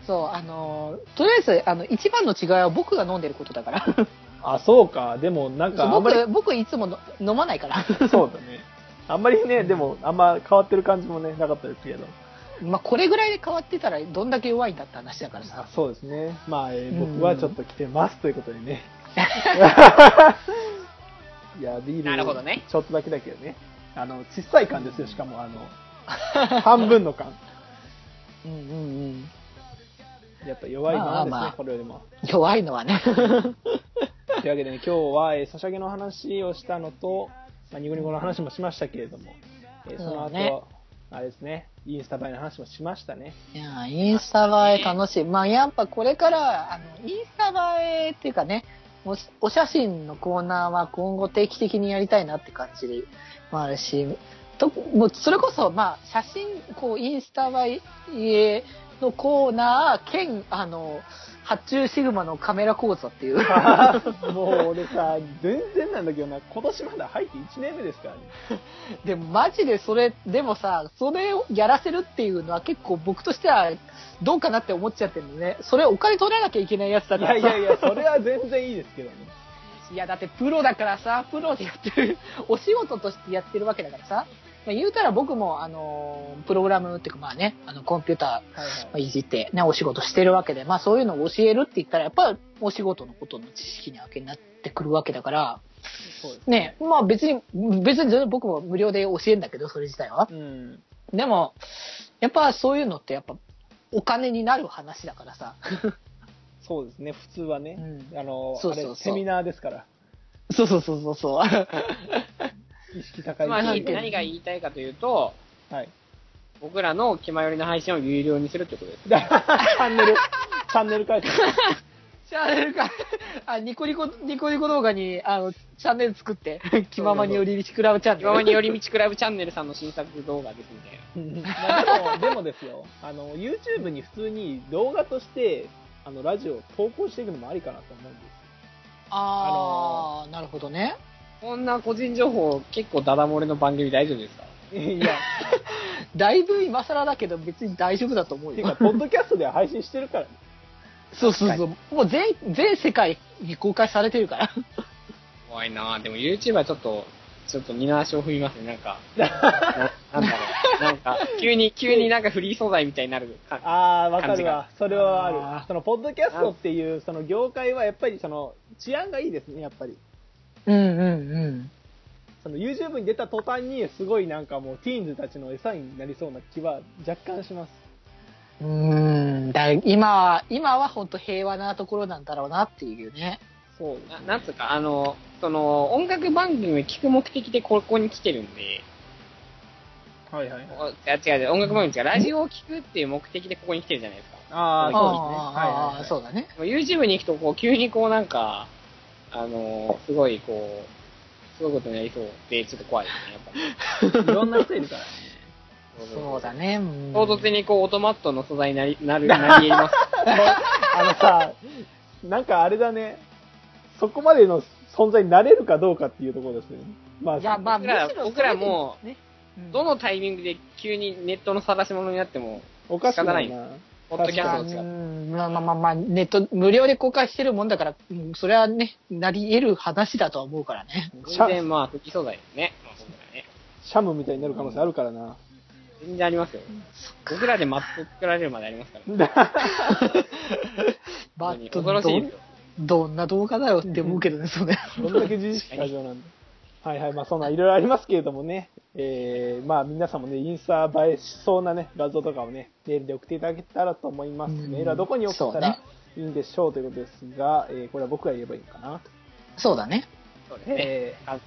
Speaker 3: そう、あのー、とりあえず、あの、一番の違いは僕が飲んでることだから。
Speaker 1: あ、そうか。でもなん
Speaker 3: そ
Speaker 1: か
Speaker 3: う
Speaker 1: あんまり、
Speaker 3: 僕、僕いつもの飲まないから。
Speaker 1: そうだね。あんまりね、でもあんま変わってる感じもね、なかったですけど。
Speaker 3: まあ、これぐらいで変わってたら、どんだけ弱いんだって話だから
Speaker 1: あ
Speaker 3: さ。
Speaker 1: そうですね。まあ、えー
Speaker 3: うん
Speaker 1: 僕はちょっと来てますということで ね。いや、ビール、
Speaker 2: なるほどね
Speaker 1: ちょっとだけだけどね。あの、小さい缶ですよ、しかも、あの、半分の缶。
Speaker 3: うんうんうん。
Speaker 1: やっぱ弱いものですね、
Speaker 3: まあまあ
Speaker 1: これよりも。
Speaker 3: 弱いのはね。
Speaker 1: というわけでね、今日は、えー、ソシャゲの話をしたのと、まあ、ニコニコの話もしましたけれども、えーその
Speaker 3: そう
Speaker 1: 後、
Speaker 3: だね
Speaker 1: あれですね、インスタ映えの話もしました ね。
Speaker 3: いやー、インスタ映え楽しい。まあ、やっぱこれから、あの、インスタ映えっていうかね、おしお写真のコーナーは今後定期的にやりたいなって感じもあるし、ともうそれこそ、まあ、写真、こう、インスタ映えのコーナー、兼、あの、発注シグマのカメラ講座って いう。
Speaker 1: もう俺さ、全然なんだけどな、今年まだ入って1年目です からね。
Speaker 3: でもマジでそれ、でもさ、それをやらせるっていうのは結構僕としてはどうかなって思っちゃってるのね。それお金取らなきゃいけないやつだ
Speaker 1: い
Speaker 3: から
Speaker 1: や
Speaker 3: さ
Speaker 1: いやいや、それは全然いいですけどね。
Speaker 3: いや、だってプロだからさ、プロでやってる、お仕事としてやってるわけだからさ、まあ、言うたら僕も、あのー、プログラムっていうかまあね、あの、コンピュータ
Speaker 1: はいはい
Speaker 3: ーいじってね、お仕事してるわけで、まあそういうのを教えるって言ったら、やっぱお仕事のことの知識なわけになってくるわけだから、
Speaker 1: そうです。
Speaker 3: ね、まあ別に、別に全然僕も無料で教えるんだけど、それ自体は
Speaker 1: う。ん。
Speaker 3: でも、やっぱそういうのってやっぱ、お金になる話だからさ。
Speaker 1: そうですね、普通はね。
Speaker 3: うん
Speaker 1: あの、
Speaker 3: そうそうそう
Speaker 1: あれ、セミナーですから。
Speaker 3: そうそうそうそうそう。
Speaker 1: 意識高い。
Speaker 2: まあ、
Speaker 1: は
Speaker 2: 何
Speaker 1: い。
Speaker 2: が言いたいかというと、
Speaker 1: はい。
Speaker 2: 僕らの気まよりの配信を有料にするってことです。
Speaker 1: だチャンネル、チャンネル変えて。
Speaker 3: チャンネルか、 あ、ニコニコ、ニコニコ動画に、あの、チャンネル作 って、気ままにより道クラブチャンネル。
Speaker 2: 今まで寄り道クラブチャンネルさんの新作動画ですみたい
Speaker 1: まあでも、でもですよ、あの、YouTube に普通に動画として、あの、ラジオを投稿していくのもありかなと思うんです。
Speaker 3: あー、なるほどね。
Speaker 2: な。こんな個人情報結構ダダ漏れの番組大丈夫ですか
Speaker 1: いや、
Speaker 3: だいぶ今更だけど、別に大丈夫だと思
Speaker 1: っ
Speaker 3: う
Speaker 1: ていう か、
Speaker 3: よ。
Speaker 1: ポッドキャストでは配信してるから、ね、
Speaker 3: そうそうそう。もう全、全世界に公開されてるから。
Speaker 2: 怖いなぁ。でも YouTube はちょっと、ちょっと二の足を踏みますね。なんか、 ななんだろう。なんか、急に、急になんかフリー素材みたいになるか。
Speaker 1: ああ、わか
Speaker 2: 感じ
Speaker 1: る
Speaker 2: が
Speaker 1: わ。それはあ
Speaker 3: あ
Speaker 1: る。その、ポッドキャストっていう、その業界は、やっぱり、その、治安がいいですね、やっぱり。
Speaker 3: うんうん
Speaker 1: その YouTube に出た途端に、すごいなんかもう、ティーンズたちの餌になりそうな気は若干します。
Speaker 3: うん。うーん、だい今は、今は本当平和なところなんだろうなっていうね。
Speaker 1: そうです
Speaker 2: ななんつうか、あの、その、音楽番組を聞く目的でここに来てるんで、
Speaker 1: はいはいはい。
Speaker 2: おいや違う違う、音楽番組違う、ラジオを聞くっていう目的でここに来てるじゃないですか。
Speaker 1: ああ、
Speaker 2: そうですね
Speaker 3: あー
Speaker 1: そう
Speaker 3: あー、そうだね。
Speaker 2: でも YouTube に行くと、こう、急にこうなんか、あの、すごいこう、すごいことになりそうで、ちょっと怖いですね、やっぱり。
Speaker 1: ですね。いろんな人いるからね。
Speaker 3: そうだね。うん
Speaker 2: 唐突にこう、オートマットの素材になり、 なる、なり得ます。
Speaker 1: あのさ、なんかあれだね、そこまでの存在になれるかどうかっていうところですね。まあ、
Speaker 3: いや、まあ、
Speaker 2: 僕ら
Speaker 3: むしろ
Speaker 2: 僕らも
Speaker 3: ね、うん
Speaker 2: どのタイミングで急にネットの晒し物になっても、
Speaker 1: おかしくな
Speaker 2: 仕
Speaker 1: い
Speaker 2: 方
Speaker 1: な。
Speaker 2: ポッドキャスト
Speaker 3: う
Speaker 2: と違う。
Speaker 3: んまあまあまあまあ、ネット、無料で公開してるもんだから、うんそれはね、なり得る話だとは思うからね。
Speaker 1: シャ
Speaker 2: 全然まあ、不起素材ですね。まあそうだね
Speaker 1: シャムみたいになる可能性あるから な。
Speaker 2: 全然ありますよ。僕らでマップ作られるまでありますから。
Speaker 3: バ
Speaker 2: 本
Speaker 3: ッ
Speaker 2: 当
Speaker 3: ト
Speaker 2: に恐ろしいですよ。
Speaker 3: どんな動画だよって思うけどね、それ。
Speaker 1: どんだけ自意識過剰なんだ。はいはい、まあそんないろいろありますけれどもね、えー、まあ皆さんもね、インスタ映えしそうなね、画像とかをね、メールで送っていただけたらと思います。
Speaker 3: うん
Speaker 1: メールはどこに送った
Speaker 3: そう
Speaker 1: ら
Speaker 3: ね
Speaker 1: いいんでしょうということですが、えー、これは僕が言えばいいのかな。
Speaker 3: そうだね。
Speaker 2: そうですね。
Speaker 1: えー
Speaker 2: あ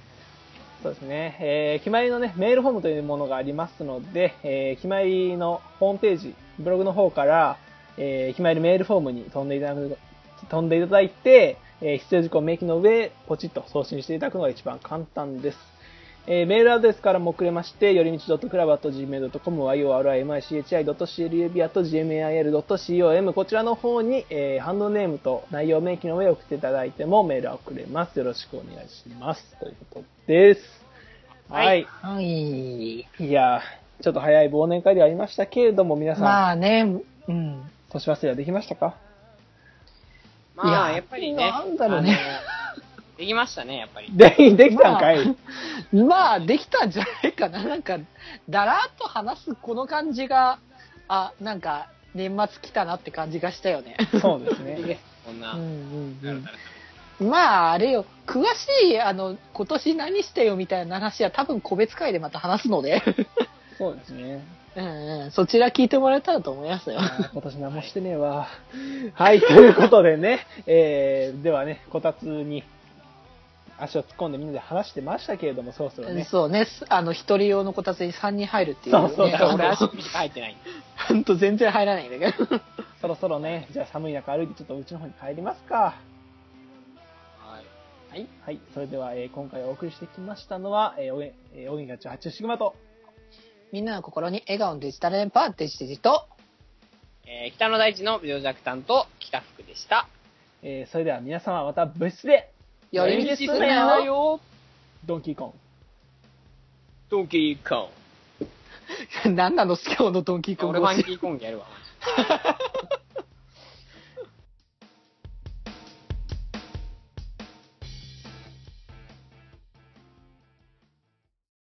Speaker 1: そうですね、えー、決まりのね、メールフォームというものがありますので、えー、決まりのホームページ、ブログの方から、えー、決まりメールフォームに飛んでいただく、飛んでいただいて、えー必要事項を明記の上、ポチッと送信していただくのが一番簡単です。えーメールアドレスからも送れまして、よりみち .club.gmail.com、yorimichi.club.gmail.com、こちらの方に、えーハンドネームと内容明記の上送っていただいてもメールは送れます。よろしくお願いします。ということです。は。
Speaker 2: はい
Speaker 3: はい。
Speaker 1: い、やー、ちょっと早い忘年会ではありましたけれども、皆さん、
Speaker 3: まあね、うん。
Speaker 1: 年忘れはできましたか
Speaker 2: まあ、
Speaker 3: いや
Speaker 2: やっぱりね。
Speaker 1: なんだろうね
Speaker 2: あの。できましたね、やっぱり。
Speaker 1: で、できたんかい、
Speaker 3: まあ、できたんじゃないかな。 なんか、だらっと話すこの感じが、あ、なんか、年末来たなって感じがしたよね。
Speaker 1: そうです ね。
Speaker 2: こん
Speaker 3: う
Speaker 2: な。
Speaker 3: ん
Speaker 2: なるほど
Speaker 3: うん、まあ、あれよ、詳しい、あの、今年何してよみたいな話は多分個別会でまた話す ので、
Speaker 1: そうですね。
Speaker 3: うんうん、そちら聞いてもらえたらと思いますよ。
Speaker 1: あー今年何もしてねえわ。はい、ということでね、えー、ではね、こたつに足を突っ込んでみんなで話してましたけれども、そろそろね。
Speaker 3: そうね、あの、一人用のこたつに3人入るっていう、ね。
Speaker 1: そうそうそう
Speaker 2: だから
Speaker 3: あ
Speaker 2: 俺
Speaker 3: の
Speaker 2: 足首しか入ってないんで。
Speaker 3: ほんと全然入らないんだけど。
Speaker 1: そろそろね、じゃあ寒い中歩いてちょっとうちの方に帰りますか。
Speaker 2: はい
Speaker 1: はい。はい。それでは、えー今回お送りしてきましたのは、えー、おげ、えー、おげがち八シグマと、
Speaker 3: みんなの心に笑顔のデジタル連覇、デジデジと。
Speaker 2: えー北の大地の美女弱担当、北福でした。
Speaker 1: えー、それでは皆様また部室で、
Speaker 3: 寄り道するなよ。
Speaker 2: よ
Speaker 1: ドンキーコン。
Speaker 2: ドンキーコン。
Speaker 3: 何なの今日のドンキーコン
Speaker 2: 俺
Speaker 3: グ
Speaker 2: ファンキーコングやるわ。